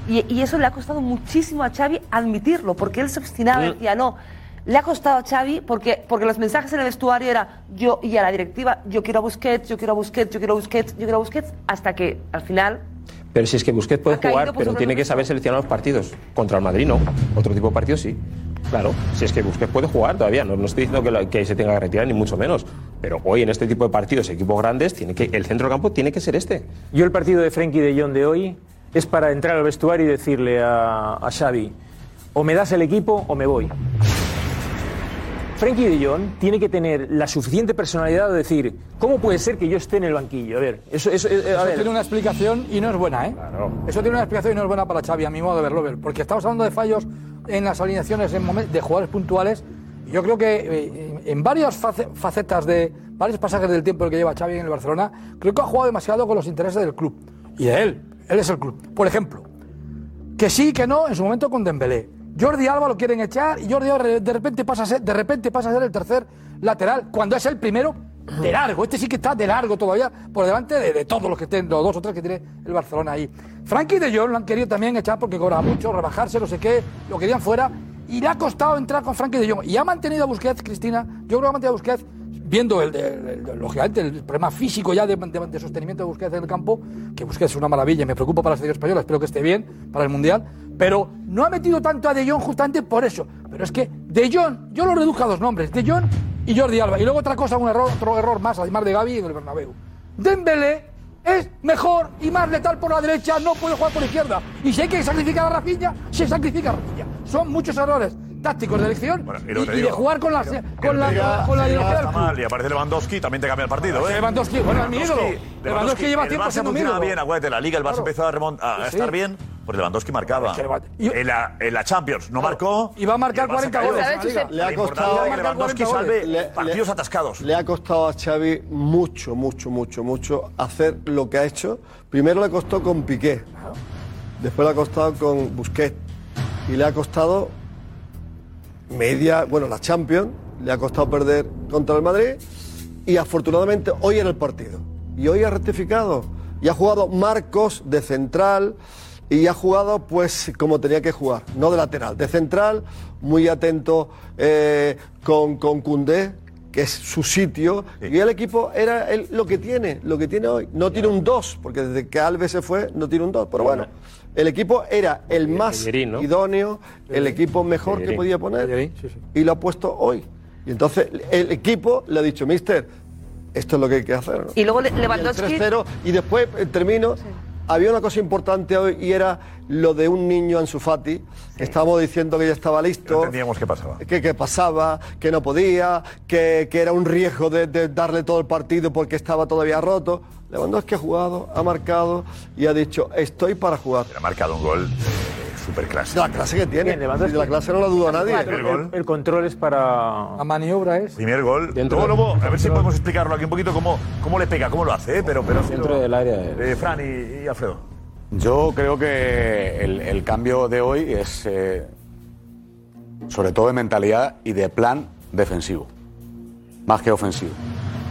Speaker 6: Y, y eso le ha costado muchísimo a Xavi admitirlo, porque él se obstinaba,
Speaker 15: Mm.
Speaker 6: decía no. Le ha costado a Xavi porque, porque los mensajes en el vestuario era yo y a la directiva, yo quiero a Busquets, yo quiero a Busquets, yo quiero a Busquets, yo quiero a Busquets, hasta que al final
Speaker 15: Pero si es que Busquets puede
Speaker 6: Ha caído
Speaker 15: jugar,
Speaker 6: por
Speaker 15: pero
Speaker 6: su
Speaker 15: tiene
Speaker 6: propio
Speaker 15: que saber seleccionar los partidos. Contra el Madrid no, otro tipo de partidos sí. Claro, si es que Busquets puede jugar todavía, no, no estoy diciendo que, lo- que se tenga que retirar ni mucho menos. Pero hoy en este tipo de partidos, equipos grandes, tiene que, el centro campo tiene que ser este.
Speaker 13: Yo el partido de Frenkie de Jong de hoy es para entrar al vestuario y decirle a, a Xavi, o me das el equipo o me voy. Frenkie de Jong tiene que tener la suficiente personalidad de decir, ¿cómo puede ser que yo esté en el banquillo? A ver, eso, eso, eh, a
Speaker 5: Eso
Speaker 13: ver.
Speaker 5: tiene una explicación y no es buena, ¿eh? Eso tiene una explicación y no es buena para Xavi, a mi modo de verlo, ver, porque estamos hablando de fallos en las alineaciones en momen- de jugadores puntuales. y Yo creo que eh, en varias face- facetas de varios pasajes del tiempo que lleva Xavi en el Barcelona, creo que ha jugado demasiado con los intereses del club y de él. Él es el club. Por ejemplo, que sí, que no, en su momento con Dembélé. Jordi Alba lo quieren echar y Jordi Alba de repente pasa a ser, de repente pasa a ser el tercer lateral cuando es el primero de largo. Este sí que está de largo todavía por delante de, de todos los que estén, los dos o tres que tiene el Barcelona ahí. Frankie de Jong lo han querido también echar porque cobraba mucho, rebajarse, no sé qué, lo querían fuera y le ha costado entrar con Frankie de Jong. Y ha mantenido a Busquets, Cristina, yo creo que ha mantenido a Busquets viendo el, el- el- lógicamente el problema físico ya de, de- de sostenimiento de Busquets en el campo, que Busquets es una maravilla, y me preocupa para la selección española, espero que esté bien para el Mundial, pero no ha metido tanto a De Jong justamente por eso. Pero es que De Jong, yo lo reduzco a dos nombres, De Jong y Jordi Alba. Y luego otra cosa, un error, otro error más, además de Gaby en el Bernabéu. Dembélé es mejor y más letal por la derecha, no puede jugar por izquierda. Y si hay que sacrificar a Rafinha, se sacrifica a Rafinha. Son muchos errores tácticos de elección
Speaker 3: y lo que te
Speaker 5: y, y de
Speaker 3: digo.
Speaker 5: jugar con la,
Speaker 3: Pero
Speaker 5: con la,
Speaker 3: te digo,
Speaker 5: con la
Speaker 3: te digo,
Speaker 5: ideología del
Speaker 3: está mal, y aparece Lewandowski, también te cambia el partido, ¿eh?
Speaker 5: Lewandowski, bueno, es mi ídolo. Lewandowski lleva
Speaker 3: el
Speaker 5: tiempo
Speaker 3: Barça
Speaker 5: siendo mi
Speaker 3: funcionaba
Speaker 5: ídolo.
Speaker 3: bien, acuérdate, la Liga, el Barça empezó a, remont- a
Speaker 5: Sí, sí.
Speaker 3: estar bien, pues Lewandowski marcaba. en, la, en la Champions no marcó.
Speaker 5: Y va a marcar
Speaker 3: el Barça
Speaker 5: 40
Speaker 3: cayó.
Speaker 5: goles.
Speaker 14: Le ha
Speaker 3: Lo importante
Speaker 14: costado
Speaker 3: es que Lewandowski salve partidos atascados.
Speaker 14: Le ha costado a Xavi mucho, mucho, mucho, mucho hacer lo que ha hecho. Primero le costó con Piqué, después le ha costado con Busquets y le ha costado media, bueno, la Champions, le ha costado perder contra el Madrid y afortunadamente hoy era el partido. Y hoy ha rectificado y ha jugado Marcos de central y ha jugado pues como tenía que jugar, no de lateral, de central, muy atento eh, con, con Koundé, que es su sitio, y el equipo era el- lo que tiene, lo que tiene hoy. No tiene un 2, porque desde que Alves se fue no tiene un 2, pero bueno, el equipo era el más
Speaker 15: Pellerín, ¿no?
Speaker 14: idóneo, el equipo mejor que
Speaker 15: Pellerín.
Speaker 14: podía poner, y lo ha puesto hoy. Y entonces el equipo le ha dicho, mister, esto es lo que hay que hacer. ¿no?".
Speaker 6: Y luego Le-
Speaker 14: el
Speaker 6: Lewandowski-
Speaker 14: 3-0, y después eh, termino. Había una cosa importante hoy y era lo de un niño Ansu Fati. que Estábamos diciendo que ya estaba listo. No entendíamos
Speaker 3: qué pasaba.
Speaker 14: Que, que pasaba, que no podía, que, que era un riesgo de, de darle todo el partido porque estaba todavía roto. Lewandowski ha jugado, ha marcado y ha dicho, estoy para jugar.
Speaker 3: Ha marcado un gol eh, superclase.
Speaker 14: De la clase que tiene.
Speaker 13: Bien, Lewandowski.
Speaker 14: Si de la clase no la duda nadie.
Speaker 13: El, el control es para. La
Speaker 5: maniobra es.
Speaker 3: Primer gol.
Speaker 13: Dentro
Speaker 3: Luego,
Speaker 13: del-
Speaker 3: luego, a ver si podemos explicarlo aquí un poquito cómo, cómo le pega, cómo lo hace, ¿eh? pero, pero ha sido-
Speaker 7: Dentro del área.
Speaker 3: Eh, Fran y, y Alfredo.
Speaker 7: Yo creo que el, el cambio de hoy es eh, sobre todo de mentalidad y de plan defensivo, más que ofensivo.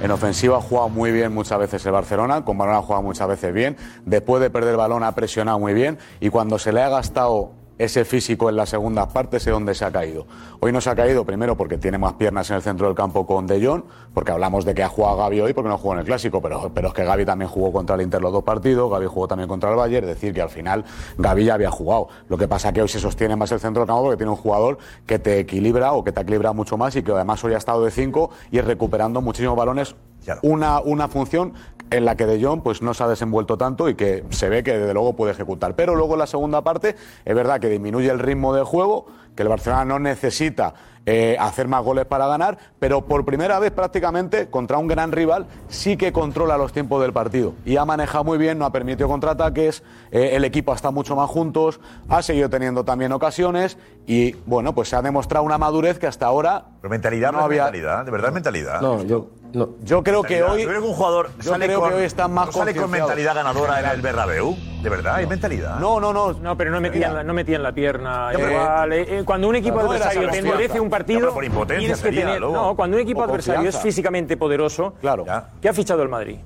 Speaker 7: En ofensiva ha jugado muy bien muchas veces el Barcelona, con balón ha jugado muchas veces bien, después de perder el balón ha presionado muy bien y cuando se le ha gastado ese físico en las segundas partes es donde se ha caído. Hoy no se ha caído primero porque tiene más piernas en el centro del campo con De Jong, porque hablamos de que ha jugado Gaby hoy porque no jugó en el Clásico, pero, pero es que Gaby también jugó contra el Inter los dos partidos, Gaby jugó también contra el Bayern, es decir, que al final Gaby ya había jugado. Lo que pasa que hoy se sostiene más el centro del campo porque tiene un jugador que te equilibra o que te equilibra mucho más y que además hoy ha estado de 5 y recuperando muchísimos balones. Una, una función en la que De Jong pues, no se ha desenvuelto tanto y que se ve que desde luego puede ejecutar. Pero luego en la segunda parte es verdad que disminuye el ritmo de juego, que el Barcelona no necesita eh, hacer más goles para ganar, pero por primera vez prácticamente contra un gran rival sí que controla los tiempos del partido. Y ha manejado muy bien, no ha permitido contraataques, eh, el equipo está mucho más juntos, ha seguido teniendo también ocasiones y bueno, pues se ha demostrado una madurez que hasta ahora...
Speaker 3: Pero mentalidad,
Speaker 7: no
Speaker 3: no
Speaker 7: había...
Speaker 3: mentalidad, de verdad es mentalidad.
Speaker 7: No, yo, Ah, yo creo que
Speaker 3: Mentalidad.
Speaker 7: hoy...
Speaker 3: Yo creo que un jugador
Speaker 7: yo
Speaker 3: sale
Speaker 7: creo
Speaker 3: con,
Speaker 7: que hoy están más
Speaker 3: no sale con
Speaker 7: concienciados.
Speaker 3: mentalidad ganadora en el Bernabéu, de verdad, hay mentalidad.
Speaker 7: No, no, no.
Speaker 13: No, pero no metían, la, no metían la pierna.
Speaker 3: Ya, pero-
Speaker 13: igual. Eh, eh, cuando un equipo
Speaker 3: No era
Speaker 13: adversario
Speaker 3: esa
Speaker 13: te
Speaker 3: confianza.
Speaker 13: endurece un partido,
Speaker 3: Ya, pero por impotencia
Speaker 13: tienes que
Speaker 3: sería,
Speaker 13: tener.
Speaker 3: luego.
Speaker 13: No, cuando un equipo
Speaker 3: O
Speaker 13: adversario
Speaker 3: confianza.
Speaker 13: es físicamente poderoso,
Speaker 7: claro.
Speaker 13: ¿qué ha fichado el Madrid?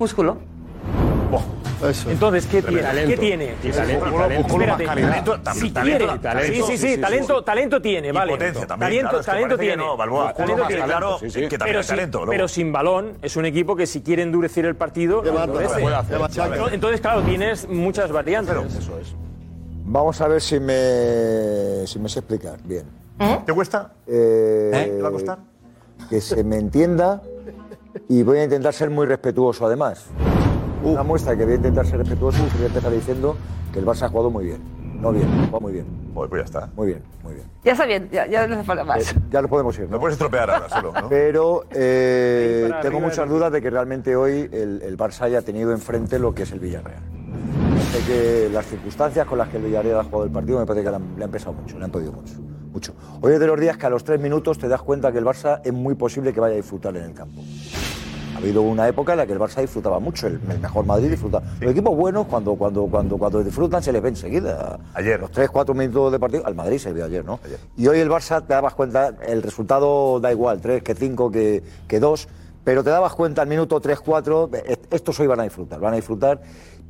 Speaker 13: Músculo. Entonces, ¿qué tiene?
Speaker 15: Talento.
Speaker 13: ¿Qué tiene?
Speaker 15: Y talento, y talento.
Speaker 13: Espérate,
Speaker 15: Talento,
Speaker 13: talento,
Speaker 15: también,
Speaker 13: si
Speaker 15: talento,
Speaker 13: quiere.
Speaker 15: talento.
Speaker 13: Sí, sí,
Speaker 15: Sí, sí,
Speaker 13: sí,
Speaker 15: sí.
Speaker 13: talento, talento tiene,
Speaker 15: Y
Speaker 13: vale.
Speaker 15: potencia también,
Speaker 13: talento,
Speaker 15: claro, es que
Speaker 13: talento
Speaker 15: parece que
Speaker 13: tiene.
Speaker 15: no, Balboa,
Speaker 13: Talento
Speaker 15: Balboa,
Speaker 13: tiene.
Speaker 15: claro, sí, sí. que también
Speaker 13: Pero,
Speaker 15: hay
Speaker 13: sin,
Speaker 15: talento, luego.
Speaker 13: pero sin balón es un equipo que si quiere endurecer el partido, lo
Speaker 14: Levanta,
Speaker 13: endurece.
Speaker 14: puede hacer.
Speaker 13: Entonces, entonces, claro, tienes muchas variantes.
Speaker 7: eso es.
Speaker 4: Vamos a ver si me, si me sé explicar bien.
Speaker 3: ¿Te cuesta?
Speaker 4: Eh,
Speaker 3: ¿Eh? ¿Te va a costar?
Speaker 4: Que se me entienda y voy a intentar ser muy respetuoso además.
Speaker 3: Uh.
Speaker 4: Una muestra que voy a intentar ser respetuoso y voy a empezar diciendo que el Barça ha jugado muy bien. No bien, va muy bien.
Speaker 3: Pues ya está.
Speaker 4: Muy bien, muy bien.
Speaker 6: Ya está bien, ya, ya no hace falta más.
Speaker 4: Eh, ya lo podemos ir. No,
Speaker 3: puedes estropear ahora solo, ¿no?
Speaker 4: Pero eh,
Speaker 6: Ahí para
Speaker 4: tengo
Speaker 6: arriba
Speaker 4: muchas dudas de que realmente hoy el, el Barça haya tenido enfrente lo que es el Villarreal. Me parece que las circunstancias con las que el Villarreal ha jugado el partido me parece que le han, le han pesado mucho, le han podido mucho, mucho. Hoy es de los días que a los tres minutos te das cuenta que el Barça es muy posible que vaya a disfrutar en el campo. Ha habido una época en la que el Barça disfrutaba mucho, el, el mejor Madrid disfrutaba. Los equipos buenos, cuando, cuando, cuando, cuando disfrutan, se les ve enseguida. Ayer. Los 3, 4 minutos de partido, al Madrid se vio ayer, ¿no? Y hoy el Barça, te dabas cuenta, el resultado da igual, 3 que 5 que, que 2, pero te dabas cuenta al minuto 3, 4, estos hoy van a disfrutar, van a disfrutar.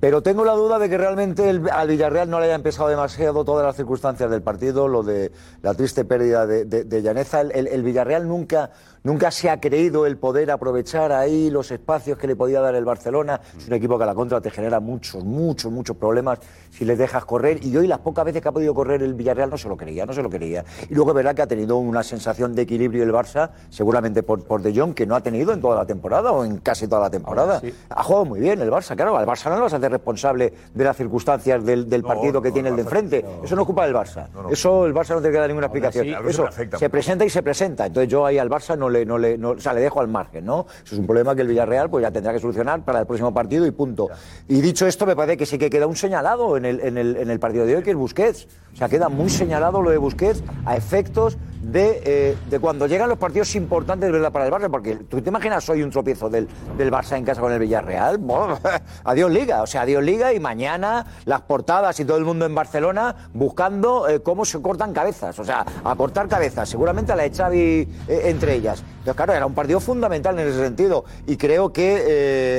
Speaker 4: Pero tengo la duda de que realmente el- al Villarreal no le haya empezado demasiado todas las circunstancias del partido, lo de la triste pérdida de, de, de Llaneza. El, el- el Villarreal nunca, nunca se ha creído el poder aprovechar ahí los espacios que le podía dar el Barcelona. Es un equipo que a la contra te genera muchos, muchos, muchos problemas si le dejas correr. Y hoy las pocas veces que ha podido correr el Villarreal no se lo creía, no se lo creía. Y luego es verdad que ha tenido una sensación de equilibrio el Barça, seguramente por, por De Jong, que no ha tenido en toda la temporada o en casi toda la temporada. Ha jugado muy bien el Barça, claro. Al Barça no lo vas a hacer responsable de las circunstancias del, del partido que tiene el de enfrente. Eso no es culpa del Barça. Eso el Barça no tiene que dar ninguna explicación.
Speaker 3: así, algo se
Speaker 4: Eso,
Speaker 3: le afecta
Speaker 4: se presenta y se presenta. Entonces yo ahí al Barça no le, no le, no- o sea, le dejo al margen, ¿no? Eso es un problema que el Villarreal pues ya tendrá que solucionar para el próximo partido y punto. Y dicho esto, me parece que sí que queda un señalado en el, en el, en el partido de hoy, que es Busquets. O sea, queda muy señalado lo de Busquets a efectos de, eh, de cuando llegan los partidos importantes, ¿verdad?, para el Barça. Porque tú te imaginas hoy un tropiezo del, del Barça en casa con el Villarreal. Bueno, adiós Liga. O sea, adiós Liga y mañana las portadas y todo el mundo en Barcelona buscando eh, cómo se cortan cabezas. O sea, a cortar cabezas. Seguramente a la de Xavi eh, entre ellas. Entonces, claro, era un partido fundamental en ese sentido. Y creo que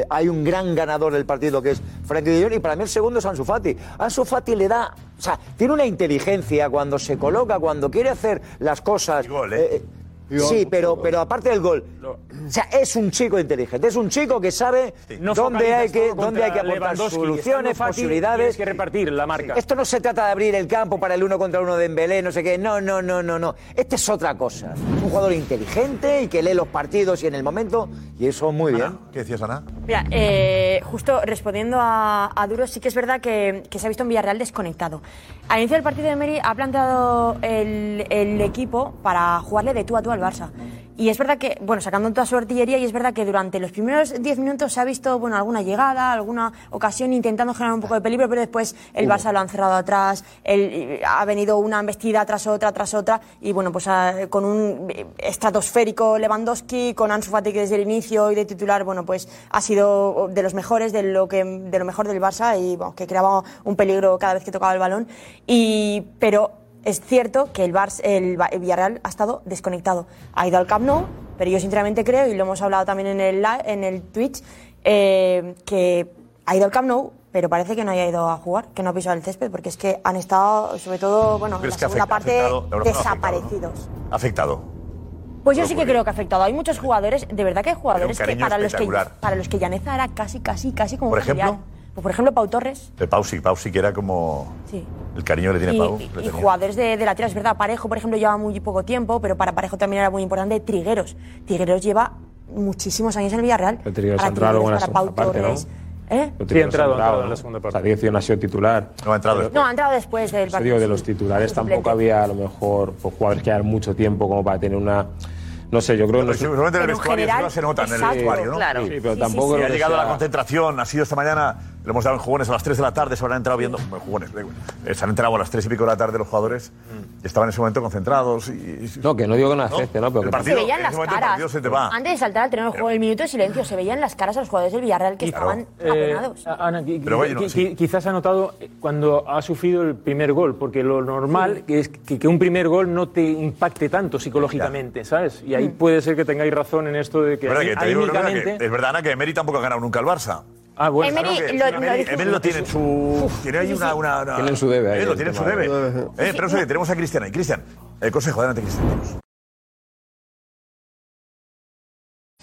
Speaker 4: eh, hay un gran ganador del partido que es Frankie de Jong. Y para mí el segundo es Ansu Fati. Ansu Fati le da... O sea, tiene una inteligencia cuando se coloca, cuando quiere hacer las cosas... eh, eh,
Speaker 14: Y gol,
Speaker 4: sí,
Speaker 14: mucho
Speaker 4: pero, pero aparte del gol, o sea, es un chico inteligente, es un chico que sabe
Speaker 13: No
Speaker 4: dónde, hay
Speaker 13: focalizas
Speaker 4: que,
Speaker 13: todo
Speaker 4: dónde hay que
Speaker 13: contra
Speaker 4: aportar
Speaker 13: Lewandowski.
Speaker 4: soluciones,
Speaker 13: Estando Fati,
Speaker 4: posibilidades.
Speaker 13: Tienes que repartir la marca.
Speaker 4: Esto no se trata de abrir el campo para el uno contra uno de Embelé, no sé qué. No, no, no, no, no. Este es otra cosa. Es un jugador inteligente y que lee los partidos y en el momento. Y eso muy bien.
Speaker 3: ¿Qué decías, Ana?
Speaker 8: Mira, eh, justo respondiendo a, a Duro, sí que es verdad que, que se ha visto en Villarreal desconectado. Al inicio del partido de Emery ha planteado el, el equipo para jugarle de tú a tú al Barça. Y es verdad que, bueno, sacando toda su artillería, y es verdad que durante los primeros 10 minutos se ha visto, bueno, alguna llegada, alguna ocasión intentando generar un poco de peligro, pero después el
Speaker 16: Hubo.
Speaker 8: Barça lo han cerrado atrás, el- ha venido una embestida tras otra, tras otra, y bueno, pues ah, con un eh, estratosférico Lewandowski, con Ansu Fati que desde el inicio y de titular, bueno, pues ha sido de los mejores, de lo, que, de lo mejor del Barça, y vamos, que creaba un peligro cada vez que tocaba el balón, y, pero es cierto que el, Barça- el, Ba- el Villarreal ha estado desconectado. Ha ido al Camp Nou, pero yo sinceramente creo, y lo hemos hablado también en el, li- en el Twitch, eh, que ha ido al Camp Nou, pero parece que no haya ido a jugar, que no ha pisado el césped, porque es que han estado, sobre todo, bueno, en la
Speaker 3: ¿Crees que
Speaker 8: segunda
Speaker 3: afecta-
Speaker 8: parte,
Speaker 3: afectado? La verdad no ha afectado, ¿no?
Speaker 8: desaparecidos.
Speaker 3: Afectado.
Speaker 8: Pues yo sí que creo que ha afectado. Hay muchos jugadores, de verdad que hay jugadores que
Speaker 3: cariño
Speaker 8: para los que,
Speaker 3: espectacular.
Speaker 8: para los que Llaneza era casi, casi, casi como
Speaker 3: ¿Por
Speaker 8: un familiar.
Speaker 3: ejemplo?
Speaker 8: Pues, por ejemplo, Pau Torres.
Speaker 3: De Pausi, Pausi que era como
Speaker 8: Sí.
Speaker 3: el cariño que le tiene
Speaker 8: y,
Speaker 3: Pau.
Speaker 8: y-
Speaker 3: le
Speaker 8: y
Speaker 3: tenía.
Speaker 8: jugadores de, de la tierra, es verdad, Parejo, por ejemplo, lleva muy poco tiempo, pero para Parejo también era muy importante Trigueros. Trigueros lleva muchísimos años en el Villarreal.
Speaker 15: Pero Trigueros
Speaker 8: Para
Speaker 15: ha entrado
Speaker 8: Trigueros,
Speaker 15: en la
Speaker 8: para Pau
Speaker 15: segunda parte, ¿no?
Speaker 8: Torres. ¿Eh?
Speaker 15: Sí, ha entrado, ha entrado en la segunda parte. O sea, Diez no ha sido titular.
Speaker 3: No ha entrado.
Speaker 8: No, ha entrado después del
Speaker 15: Eso
Speaker 8: partido.
Speaker 15: digo, de los titulares tampoco había a lo mejor pues, jugadores que hayan mucho tiempo como para tener una. No sé, yo creo que. No,
Speaker 3: Sí, seguramente en el vestuario eso no se nota en el vestuario, ¿no?
Speaker 15: Sí, pero tampoco.
Speaker 3: Si
Speaker 15: creo
Speaker 3: ha
Speaker 15: que
Speaker 3: llegado a la
Speaker 15: sea-
Speaker 3: concentración, ha sido esta mañana, le hemos dado en jugones a las 3 de la tarde, se habrán entrado viendo. Bueno, jugones, da igual. Eh, se han entrado a las 3 y pico de la tarde los jugadores y estaban en ese momento concentrados.
Speaker 15: Mm. no, que no digo que no afecte, ¿no?
Speaker 3: el
Speaker 15: Pero que-
Speaker 8: Se
Speaker 3: partido,
Speaker 8: veían
Speaker 3: en
Speaker 8: las
Speaker 3: ese momento el partido
Speaker 8: caras.
Speaker 3: se te va.
Speaker 8: Antes de saltar al terreno del juego del minuto de silencio, se veían las caras a los jugadores del Villarreal que estaban apenados.
Speaker 16: Eh, Ana, qui-
Speaker 3: Pero bueno,
Speaker 16: qui-
Speaker 3: sí.
Speaker 16: qui- quizás ha notado eh, cuando ha sufrido el primer gol, porque lo normal es que, que un primer gol no te impacte tanto psicológicamente, ¿sabes? Y ahí puede ser que tengáis razón en esto de que,
Speaker 3: Es verdad Mm. que, te digo una cosa, que
Speaker 16: anímicamente-
Speaker 3: es verdad, Ana, que Emery tampoco ha ganado nunca el Barça.
Speaker 16: Ah, bueno.
Speaker 3: Claro que- Emery, Emery lo tiene en su. Tiene ahí una. una, una-
Speaker 15: Tiene en su debe ahí
Speaker 3: Eh, lo
Speaker 15: el
Speaker 3: tiene en su
Speaker 15: tema
Speaker 3: debe.
Speaker 15: de-
Speaker 3: Eh, pero eso que tenemos a Cristian ahí. Cristian, el consejo, adelante, Cristian. vamos.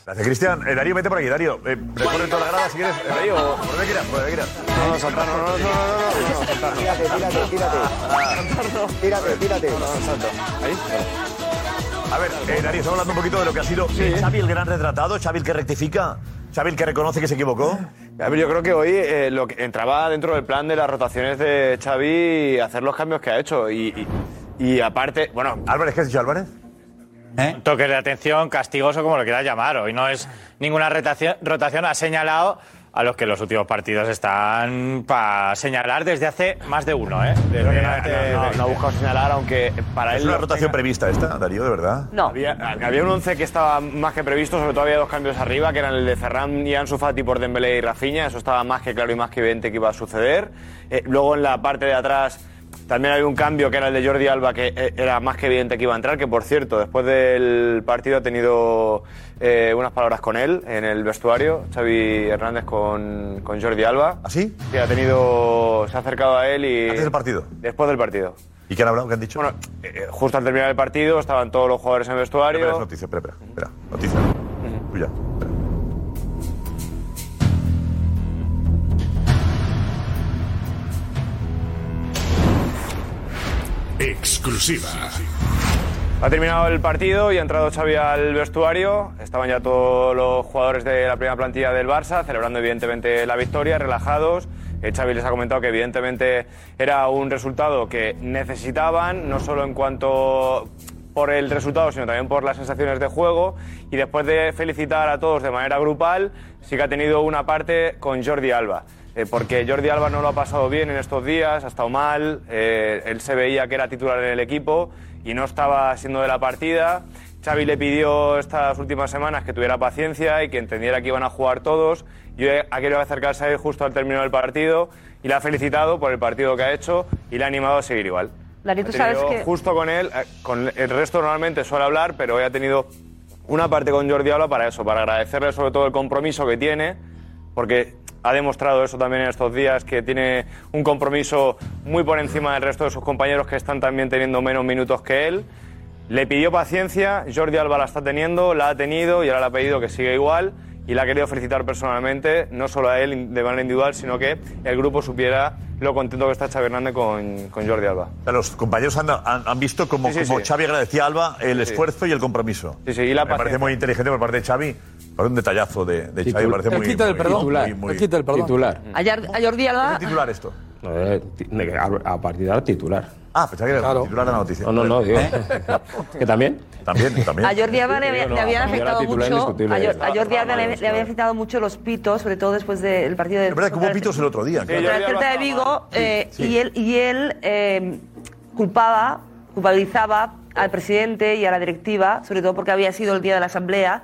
Speaker 3: Gracias, Cristian. Eh, Darío, vete por aquí, Darío. Eh, recorre toda la grada si quieres. Eh, Darío, por donde quieras, por donde quieras. No, no, no, no,
Speaker 12: Tírate, tírate, tírate. Tírate, tírate.
Speaker 3: A ver, eh, Darío, estamos hablando un poquito de lo que ha sido eh, Xavi el gran retratado, Xavi el que rectifica, Xavi el que reconoce que se equivocó.
Speaker 17: A ver, yo creo que hoy eh, lo que entraba dentro del plan de las rotaciones de Xavi hacer los cambios que ha hecho. Y, y, y aparte, bueno.
Speaker 3: Álvarez, ¿qué has dicho, Álvarez?
Speaker 18: Toques de atención, castigos o como lo quieras llamar. Hoy no es ninguna rotación, rotación. Ha señalado a los que los últimos partidos están para señalar desde hace más de uno. ¿eh? Desde hace
Speaker 17: no,
Speaker 18: 20.
Speaker 17: no ha buscado señalar, aunque para
Speaker 3: ¿Es
Speaker 17: él.
Speaker 3: una
Speaker 17: lo-
Speaker 3: rotación prevista esta, Darío, de verdad?
Speaker 17: No. Había, había un 11 que estaba más que previsto, sobre todo había dos cambios arriba, que eran el de Ferran y Ansu Fati por Dembélé y Rafinha, eso estaba más que claro y más que evidente que iba a suceder. Eh, luego en la parte de atrás también había un cambio que era el de Jordi Alba, que eh, era más que evidente que iba a entrar, que por cierto, después del partido ha tenido eh, unas palabras con él en el vestuario, Xavi Hernández con, con Jordi Alba.
Speaker 3: ¿Así?
Speaker 17: sí, ha tenido, se ha acercado a él y...
Speaker 3: ¿Ah, ¿Antes del partido?
Speaker 17: Después del partido.
Speaker 3: ¿Y qué han hablado? ¿Qué han dicho?
Speaker 17: Bueno, eh, justo al terminar el partido estaban todos los jugadores en el vestuario.
Speaker 3: Espera, espera, es noticia, espera, espera, espera, noticia. Tuya.
Speaker 19: Exclusiva.
Speaker 17: Ha terminado el partido y ha entrado Xavi al vestuario. Estaban ya todos los jugadores de la primera plantilla del Barça celebrando evidentemente la victoria, relajados. Eh, Xavi les ha comentado que evidentemente era un resultado que necesitaban, no solo en cuanto por el resultado, sino también por las sensaciones de juego. Y después de felicitar a todos de manera grupal, sí que ha tenido una parte con Jordi Alba. Eh, porque Jordi Alba no lo ha pasado bien en estos días, ha estado mal, eh, él se veía que era titular en el equipo y no estaba siendo de la partida. Xavi le pidió estas últimas semanas que tuviera paciencia y que entendiera que iban a jugar todos. Yo he- ha querido acercarse a él justo al término del partido y le ha felicitado por el partido que ha hecho y le ha animado a seguir igual.
Speaker 6: Lari, tú
Speaker 17: Ha
Speaker 6: sabes
Speaker 17: tenido
Speaker 6: que-
Speaker 17: Justo con él, eh, con el resto normalmente suele hablar, pero hoy ha tenido una parte con Jordi Alba para eso, para agradecerle sobre todo el compromiso que tiene, porque ha demostrado eso también en estos días, que tiene un compromiso muy por encima del resto de sus compañeros que están también teniendo menos minutos que él. Le pidió paciencia, Jordi Alba la está teniendo, la ha tenido y ahora le ha pedido que siga igual y la ha querido felicitar personalmente, no solo a él de manera individual, sino que el grupo supiera lo contento que está Xavi Hernández con, con Jordi Alba.
Speaker 3: O sea, los compañeros han, han- han visto como,
Speaker 17: Sí, sí,
Speaker 3: como
Speaker 17: sí.
Speaker 3: Xavi agradecía a Alba el
Speaker 17: Sí, sí.
Speaker 3: esfuerzo y el compromiso.
Speaker 17: Sí, sí, y la
Speaker 3: Me parece
Speaker 17: paciencia.
Speaker 3: muy inteligente por parte de Xavi. Parece un detallazo de, de Xavi.
Speaker 17: Titul-
Speaker 3: Parece
Speaker 17: El
Speaker 3: muy,
Speaker 17: quita del
Speaker 3: muy-
Speaker 17: perdón.
Speaker 3: muy-
Speaker 17: Titular,
Speaker 3: muy-
Speaker 17: el quita del perdón. Titular.
Speaker 6: A Yar- a Jordi Alba.
Speaker 3: titular esto?
Speaker 15: No, eh, ti- de que A a partir de ahora titular.
Speaker 3: Ah, pensaba que era el titular de la noticia. ¿Eh?
Speaker 15: No, no, no, digo. ¿Que también?
Speaker 3: También, también.
Speaker 6: A Jordi Alba le, había-
Speaker 15: No,
Speaker 6: le habían
Speaker 15: a mí era
Speaker 6: afectado
Speaker 15: titular
Speaker 6: mucho.
Speaker 15: indiscutible.
Speaker 6: A, Jor- a
Speaker 15: Ah,
Speaker 6: Jordi Alba le,
Speaker 15: vale,
Speaker 6: le habían afectado mucho los pitos, sobre todo después del partido de.
Speaker 3: Es verdad que hubo
Speaker 6: contra-
Speaker 3: pitos el otro día.
Speaker 6: contra el Celta de Vigo eh, y él, y él eh, culpaba, culpabilizaba al presidente y a la directiva, sobre todo porque había sido el día de la asamblea,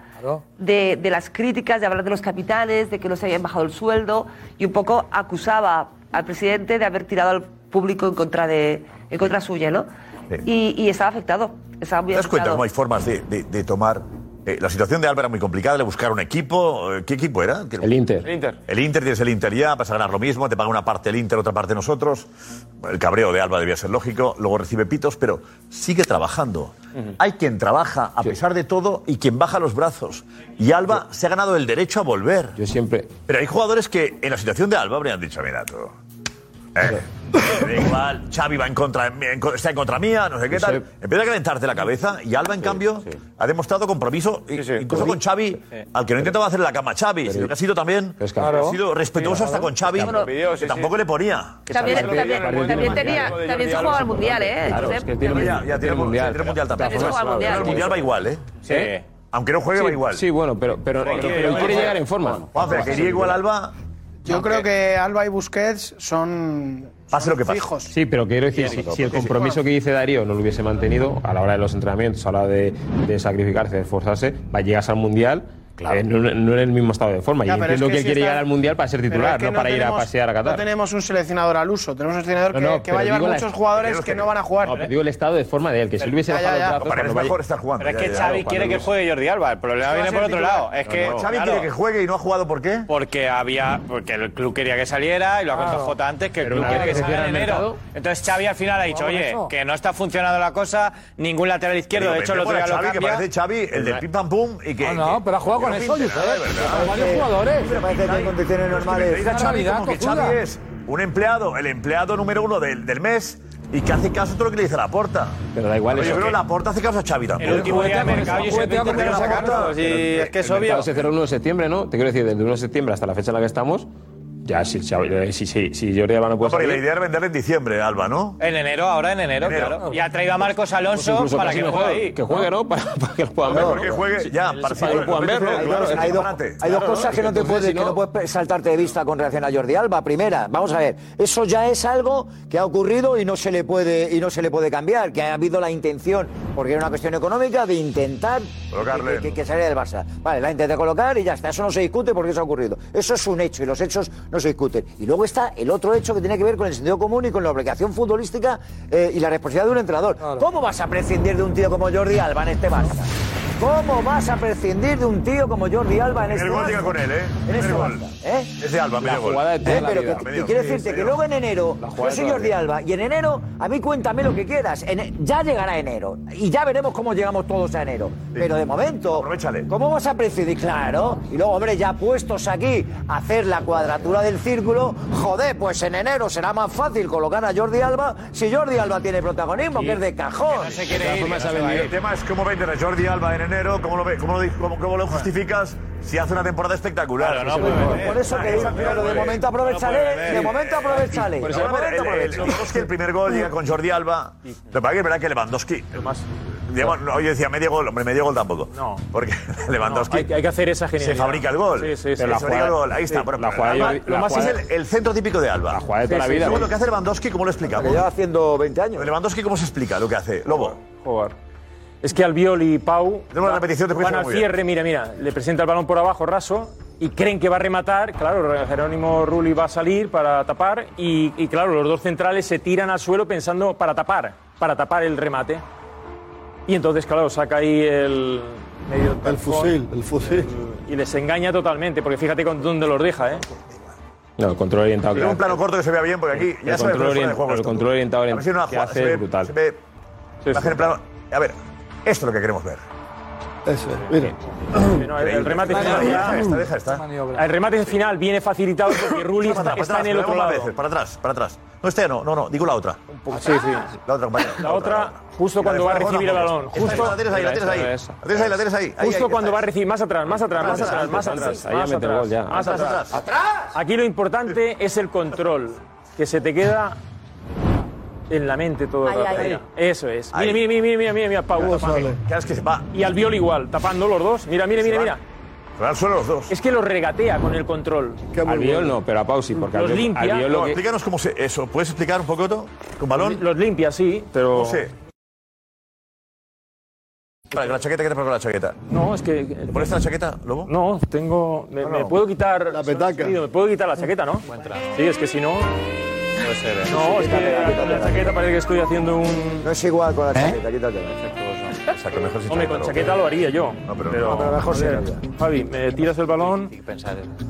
Speaker 6: de, de las críticas, de hablar de los capitanes, de que no se habían bajado el sueldo y un poco acusaba al presidente de haber tirado al público en contra de en contra suya, ¿no? Y, y estaba afectado, estaba muy
Speaker 3: ¿Te das cuenta
Speaker 6: afectado.
Speaker 3: cómo hay formas de, de- de tomar? eh, la situación de Alba era muy complicada, le buscar un equipo. eh, ¿Qué equipo era? El
Speaker 15: Inter.
Speaker 3: El Inter. tienes el Inter ya, vas a ganar lo mismo, te paga una parte el Inter, otra parte nosotros. El cabreo de Alba debía ser lógico, luego recibe pitos, pero sigue trabajando. Hay quien trabaja a pesar de todo y quien baja los brazos. Y Alba se ha ganado el derecho a volver.
Speaker 15: Yo siempre.
Speaker 3: Pero hay jugadores que en la situación de Alba habrían dicho, mira tú. eh, me da igual, Xavi va en contra, en co- está en contra mía, no sé qué tal. Empieza a calentarte la cabeza y Alba, en cambio, ha demostrado compromiso, i- incluso con Xavi, al que no intentaba hacer la cama a Xavi, sino que ha sido también
Speaker 15: es que- Claro.
Speaker 3: ha sido respetuoso
Speaker 15: Sí,
Speaker 3: hasta
Speaker 15: claro.
Speaker 3: con Xavi,
Speaker 15: Bueno,
Speaker 3: que
Speaker 15: sí, sí.
Speaker 3: tampoco le ponía.
Speaker 6: También,
Speaker 15: Aparte-
Speaker 6: también-
Speaker 15: aparte tiene
Speaker 6: también tenía- ¿eh?
Speaker 15: mundial.
Speaker 6: también se jugaba al mundial, ¿eh?
Speaker 15: Claro,
Speaker 6: Josep?
Speaker 15: es que tiene mundial.
Speaker 3: ya tiene mundial, tiene mundial también.
Speaker 15: También se juega al
Speaker 3: Pero el
Speaker 15: mundial.
Speaker 3: mundial va igual, ¿eh?
Speaker 15: Sí.
Speaker 3: Aunque no juegue,
Speaker 15: Sí,
Speaker 3: va igual.
Speaker 15: Sí, bueno, pero, pero,
Speaker 3: Pero
Speaker 15: pero,
Speaker 3: quiere-
Speaker 15: pero quiere
Speaker 3: igual.
Speaker 15: llegar en forma.
Speaker 3: Juanfe, que llegue igual Alba.
Speaker 20: Yo creo que Alba y Busquets son,
Speaker 3: Pase lo que
Speaker 20: son
Speaker 3: pase.
Speaker 20: fijos.
Speaker 15: Sí, pero quiero decir, si, si el compromiso que dice Darío no lo hubiese mantenido a la hora de los entrenamientos, a la hora de, de sacrificarse, de esforzarse, va llegas al Mundial eh, no, no en el mismo estado de forma.
Speaker 20: Ya,
Speaker 15: y
Speaker 20: pero
Speaker 15: entiendo que,
Speaker 20: es que
Speaker 15: él
Speaker 20: si
Speaker 15: quiere
Speaker 20: está-
Speaker 15: llegar al Mundial para ser titular,
Speaker 20: Pero es que
Speaker 15: no para ir a
Speaker 20: tenemos-
Speaker 15: pasear a Qatar.
Speaker 20: No tenemos un seleccionador al uso, tenemos un seleccionador
Speaker 15: No,
Speaker 20: que,
Speaker 15: no,
Speaker 20: que va a
Speaker 15: pero
Speaker 20: llevar
Speaker 15: digo la-
Speaker 20: muchos jugadores
Speaker 15: pero
Speaker 20: que
Speaker 15: digo-
Speaker 20: no van a jugar.
Speaker 15: No, pero digo el estado de forma de él, que si le hubiese
Speaker 20: Ya, ya,
Speaker 15: bajado
Speaker 20: ya.
Speaker 15: los brazos...
Speaker 20: Parece
Speaker 15: cuando
Speaker 20: mejor
Speaker 15: vaya-
Speaker 20: estar jugando,
Speaker 18: Pero es que Xavi quiere que juegue Jordi Alba. El problema viene por otro lado. Es que
Speaker 3: Xavi
Speaker 18: claro,
Speaker 3: quiere que juegue y no ha jugado, ¿por qué?
Speaker 18: Porque había, porque el club quería que saliera y lo ha contado Jota antes que el club
Speaker 15: una
Speaker 18: quiere
Speaker 15: vez
Speaker 18: que
Speaker 15: que se
Speaker 18: salga en
Speaker 15: cierra el
Speaker 18: enero. Entonces Xavi al final ha dicho,
Speaker 3: Vamos,
Speaker 18: oye,
Speaker 3: eso.
Speaker 18: que no está funcionando la cosa, ningún lateral izquierdo.
Speaker 3: Digo,
Speaker 18: De hecho, el
Speaker 3: vete
Speaker 18: otro
Speaker 3: por
Speaker 18: día
Speaker 3: a
Speaker 18: lo
Speaker 3: Xavi, que
Speaker 18: cambia.
Speaker 3: parece Xavi, el del pim pam pum. Y que,
Speaker 5: No, no,
Speaker 3: que-
Speaker 5: pero ha jugado
Speaker 3: que
Speaker 5: con
Speaker 3: no
Speaker 5: eso,
Speaker 3: pinte nada,
Speaker 5: Josep.
Speaker 3: de verdad.
Speaker 5: Con varios jugadores.
Speaker 3: Me
Speaker 12: parece que en condiciones
Speaker 3: Que
Speaker 12: normales.
Speaker 3: diga Xavi
Speaker 5: Navidad,
Speaker 3: como que
Speaker 5: cojuda.
Speaker 3: Xavi es un empleado, el empleado número uno del, del mes y que hace caso a todo lo que le dice la porta.
Speaker 15: Pero da igual
Speaker 3: Pero
Speaker 15: eso,
Speaker 3: yo creo
Speaker 15: que-
Speaker 3: que la porta hace caso a Xavi también.
Speaker 18: El último día de mercado y se
Speaker 3: Juguetea con
Speaker 18: intentaron
Speaker 3: esa
Speaker 18: sacarlo.
Speaker 20: pues,
Speaker 3: carta.
Speaker 18: Y es que es
Speaker 15: El mercado
Speaker 18: obvio.
Speaker 15: se cerró el 1 de septiembre, ¿no? Te quiero decir, desde el 1 de septiembre hasta la fecha en la que estamos, ya si, si, si, si- si Jordi Alba no
Speaker 3: No,
Speaker 15: puede
Speaker 3: porque la
Speaker 15: salir,
Speaker 3: idea era vender en diciembre, Alba, ¿no?
Speaker 18: En enero, ahora en enero,
Speaker 3: Enero.
Speaker 18: claro. Y ha traído a Marcos Alonso
Speaker 15: incluso
Speaker 18: para
Speaker 15: casi
Speaker 18: que
Speaker 15: mejor,
Speaker 18: juegue ahí.
Speaker 15: que juegue, ¿no? Para, para que lo puedan ver.
Speaker 3: Pero
Speaker 15: ¿no?
Speaker 3: que juegue ya,
Speaker 15: Sí,
Speaker 3: para
Speaker 15: para que puedan verlo.
Speaker 12: Hay
Speaker 15: claro,
Speaker 12: dos,
Speaker 15: es
Speaker 12: hay
Speaker 15: un
Speaker 12: dos-
Speaker 15: disparate.
Speaker 12: hay dos
Speaker 15: Claro,
Speaker 12: cosas que no, te
Speaker 15: entonces,
Speaker 12: puedes,
Speaker 15: si
Speaker 12: que no puedes saltarte de vista con relación a Jordi Alba. Primera, vamos a ver, eso ya es algo que ha ocurrido y no se le puede, y no se le puede cambiar, que ha habido la intención, porque era una cuestión económica, de intentar
Speaker 3: Colocarle,
Speaker 12: que, que- que saliera del Barça. Vale, la intenté colocar y ya está, eso no se discute porque eso ha ocurrido. Eso es un hecho y los hechos no se discuten. Y luego está el otro hecho que tiene que ver con el sentido común y con la obligación futbolística eh, y la responsabilidad de un entrenador. ¿Cómo vas a prescindir de un tío como Jordi Alba en este Barça? ¿Cómo vas a prescindir de un tío como Jordi Alba en
Speaker 3: El
Speaker 12: este
Speaker 3: gol llega
Speaker 12: Barça?
Speaker 3: con él, ¿eh?
Speaker 12: En este
Speaker 3: El gol.
Speaker 12: Barça, ¿eh?
Speaker 3: Es de
Speaker 12: La
Speaker 3: Alba, medio gol.
Speaker 12: jugada de toda
Speaker 3: Eh,
Speaker 12: la
Speaker 3: pero
Speaker 12: vida.
Speaker 3: que-
Speaker 12: Y
Speaker 3: medio.
Speaker 12: quiero
Speaker 3: Sí,
Speaker 12: decirte que
Speaker 3: medio.
Speaker 12: luego en enero, yo
Speaker 3: jugada
Speaker 12: soy
Speaker 3: de toda la
Speaker 12: Jordi Alba, y en enero, a mí cuéntame lo que quieras, en- e, ya llegará enero, y ya veremos cómo llegamos todos a enero. Pero de momento, ¿cómo vas a presidir? Claro, y luego, hombre, ya puestos aquí a hacer la cuadratura del círculo, joder, pues en enero será más fácil colocar a Jordi Alba si Jordi Alba tiene protagonismo, que es de cajón.
Speaker 3: El tema es cómo venden a Jordi Alba en enero, cómo lo, ve- cómo lo, di- cómo- cómo lo justificas si hace una temporada espectacular.
Speaker 18: Claro, no pues, puede vender.
Speaker 12: Por eso que digo, pero de momento aprovecharé, de momento aprovecharé.
Speaker 3: Por eso el primer gol llega con Jordi Alba. Lo que pasa es que es verdad que Lewandowski. Digamos, no, yo decía medio gol, hombre, medio gol tampoco.
Speaker 13: No.
Speaker 3: Porque Lewandowski.
Speaker 13: hay que- hay que hacer esa
Speaker 3: Se
Speaker 13: genialidad.
Speaker 3: fabrica el gol.
Speaker 13: Sí, sí, sí.
Speaker 3: Se
Speaker 13: Pero la
Speaker 3: fabrica el
Speaker 13: jugada-
Speaker 3: gol. Ahí está.
Speaker 13: sí,
Speaker 3: Bueno,
Speaker 13: la
Speaker 3: pero
Speaker 13: jugada
Speaker 3: lo
Speaker 13: yo-
Speaker 3: más-
Speaker 13: la
Speaker 3: lo más
Speaker 13: jugada-
Speaker 3: es el, el centro típico de Alba. La jugada
Speaker 15: de toda la vida.
Speaker 3: Lo que hace Lewandowski, ¿cómo lo explicamos?
Speaker 12: Lleva haciendo 20 años.
Speaker 3: Lewandowski, ¿cómo se explica lo que hace? Lobo.
Speaker 13: Jugar. Es que Albiol y Pau
Speaker 3: Tenemos la repetición, te
Speaker 13: van
Speaker 3: parece
Speaker 13: al
Speaker 3: muy bien.
Speaker 13: cierre, mira, mira, le presenta el balón por abajo raso y creen que va a rematar, claro, Jerónimo Rulli va a salir para tapar y, y claro, los dos centrales se tiran al suelo pensando para tapar, para tapar el remate. Y entonces, claro, saca ahí el medio
Speaker 14: El
Speaker 13: calzón
Speaker 14: fusil, el fusil.
Speaker 13: y les engaña totalmente, porque fíjate con dónde los deja, ¿eh?
Speaker 15: No, el control orientado.
Speaker 3: Tiene
Speaker 15: que
Speaker 3: un plano corto que se vea bien, porque aquí
Speaker 15: El
Speaker 3: ya sabes
Speaker 15: control
Speaker 3: que fuera de
Speaker 15: orient-
Speaker 3: juego
Speaker 15: el
Speaker 3: esto.
Speaker 15: control orientado
Speaker 3: A ver si una
Speaker 15: que
Speaker 3: jugada-
Speaker 15: hace
Speaker 3: se ve-
Speaker 15: es brutal.
Speaker 3: se ve- imagen en plano. A ver, esto es lo que queremos ver.
Speaker 14: Eso, mira.
Speaker 13: No, el, el remate final.
Speaker 3: Deja esta, deja esta.
Speaker 13: El remate final viene facilitado porque Rulli está,
Speaker 3: Para
Speaker 13: está
Speaker 3: atrás,
Speaker 13: en el
Speaker 3: lo
Speaker 13: otro
Speaker 3: vemos más
Speaker 13: lado.
Speaker 3: veces, para atrás, para atrás. No, este no, no, no, digo la otra.
Speaker 13: Sí, sí.
Speaker 3: La otra, compañero.
Speaker 13: La otra, justo
Speaker 3: Y la de
Speaker 13: cuando va a
Speaker 3: fuera,
Speaker 13: recibir el
Speaker 3: Juanjo.
Speaker 13: balón.
Speaker 3: Esta,
Speaker 13: Justo,
Speaker 3: esta, la tienes ahí, la tienes ahí. La tienes ahí, la tienes ahí. Ahí, ahí,
Speaker 13: Justo
Speaker 3: ahí
Speaker 13: cuando
Speaker 3: está.
Speaker 13: va a recibir, más atrás, más atrás, más atrás, más atrás.
Speaker 15: Ahí ya
Speaker 13: Más
Speaker 15: mete el gol, ya.
Speaker 13: atrás, más atrás. Aquí lo importante es el control, que se te queda en la mente todo el
Speaker 21: Ahí,
Speaker 13: rato.
Speaker 21: ahí. Ahí.
Speaker 13: Eso es. Mire, mire, mire, mira, mira, mira, Pau. Y al viol igual, tapando los dos. Mira, mira, mira, mira.
Speaker 3: Al suelo los dos.
Speaker 13: Es que los regatea con el control.
Speaker 15: Al viol no, pero a Pau sí, porque al
Speaker 13: Los
Speaker 15: viol-
Speaker 13: limpia.
Speaker 15: al viol lo
Speaker 13: No,
Speaker 15: que-
Speaker 3: Explícanos cómo se. Eso, ¿puedes explicar un poquito? ¿Con balón?
Speaker 13: Los limpia, sí, pero.
Speaker 3: No sé. Vale, con la chaqueta, ¿qué te pasa con la chaqueta?
Speaker 13: No, es que. ¿Te
Speaker 3: pones la chaqueta, Lobo?
Speaker 13: No, tengo. Me, me puedo quitar. La petaca. me puedo quitar la chaqueta, ¿no? Sí, es que si no.
Speaker 18: Puede ser, ¿eh?
Speaker 13: No, es que con la chaqueta parece que estoy haciendo un.
Speaker 4: No es igual con la
Speaker 22: ¿Eh?
Speaker 4: chaqueta, quítatela.
Speaker 3: O sea, que mejor si
Speaker 13: Hombre, con chaqueta lo haría yo. No, pero,
Speaker 4: No, pero mejor
Speaker 13: Joder, Javi, me tiras el balón.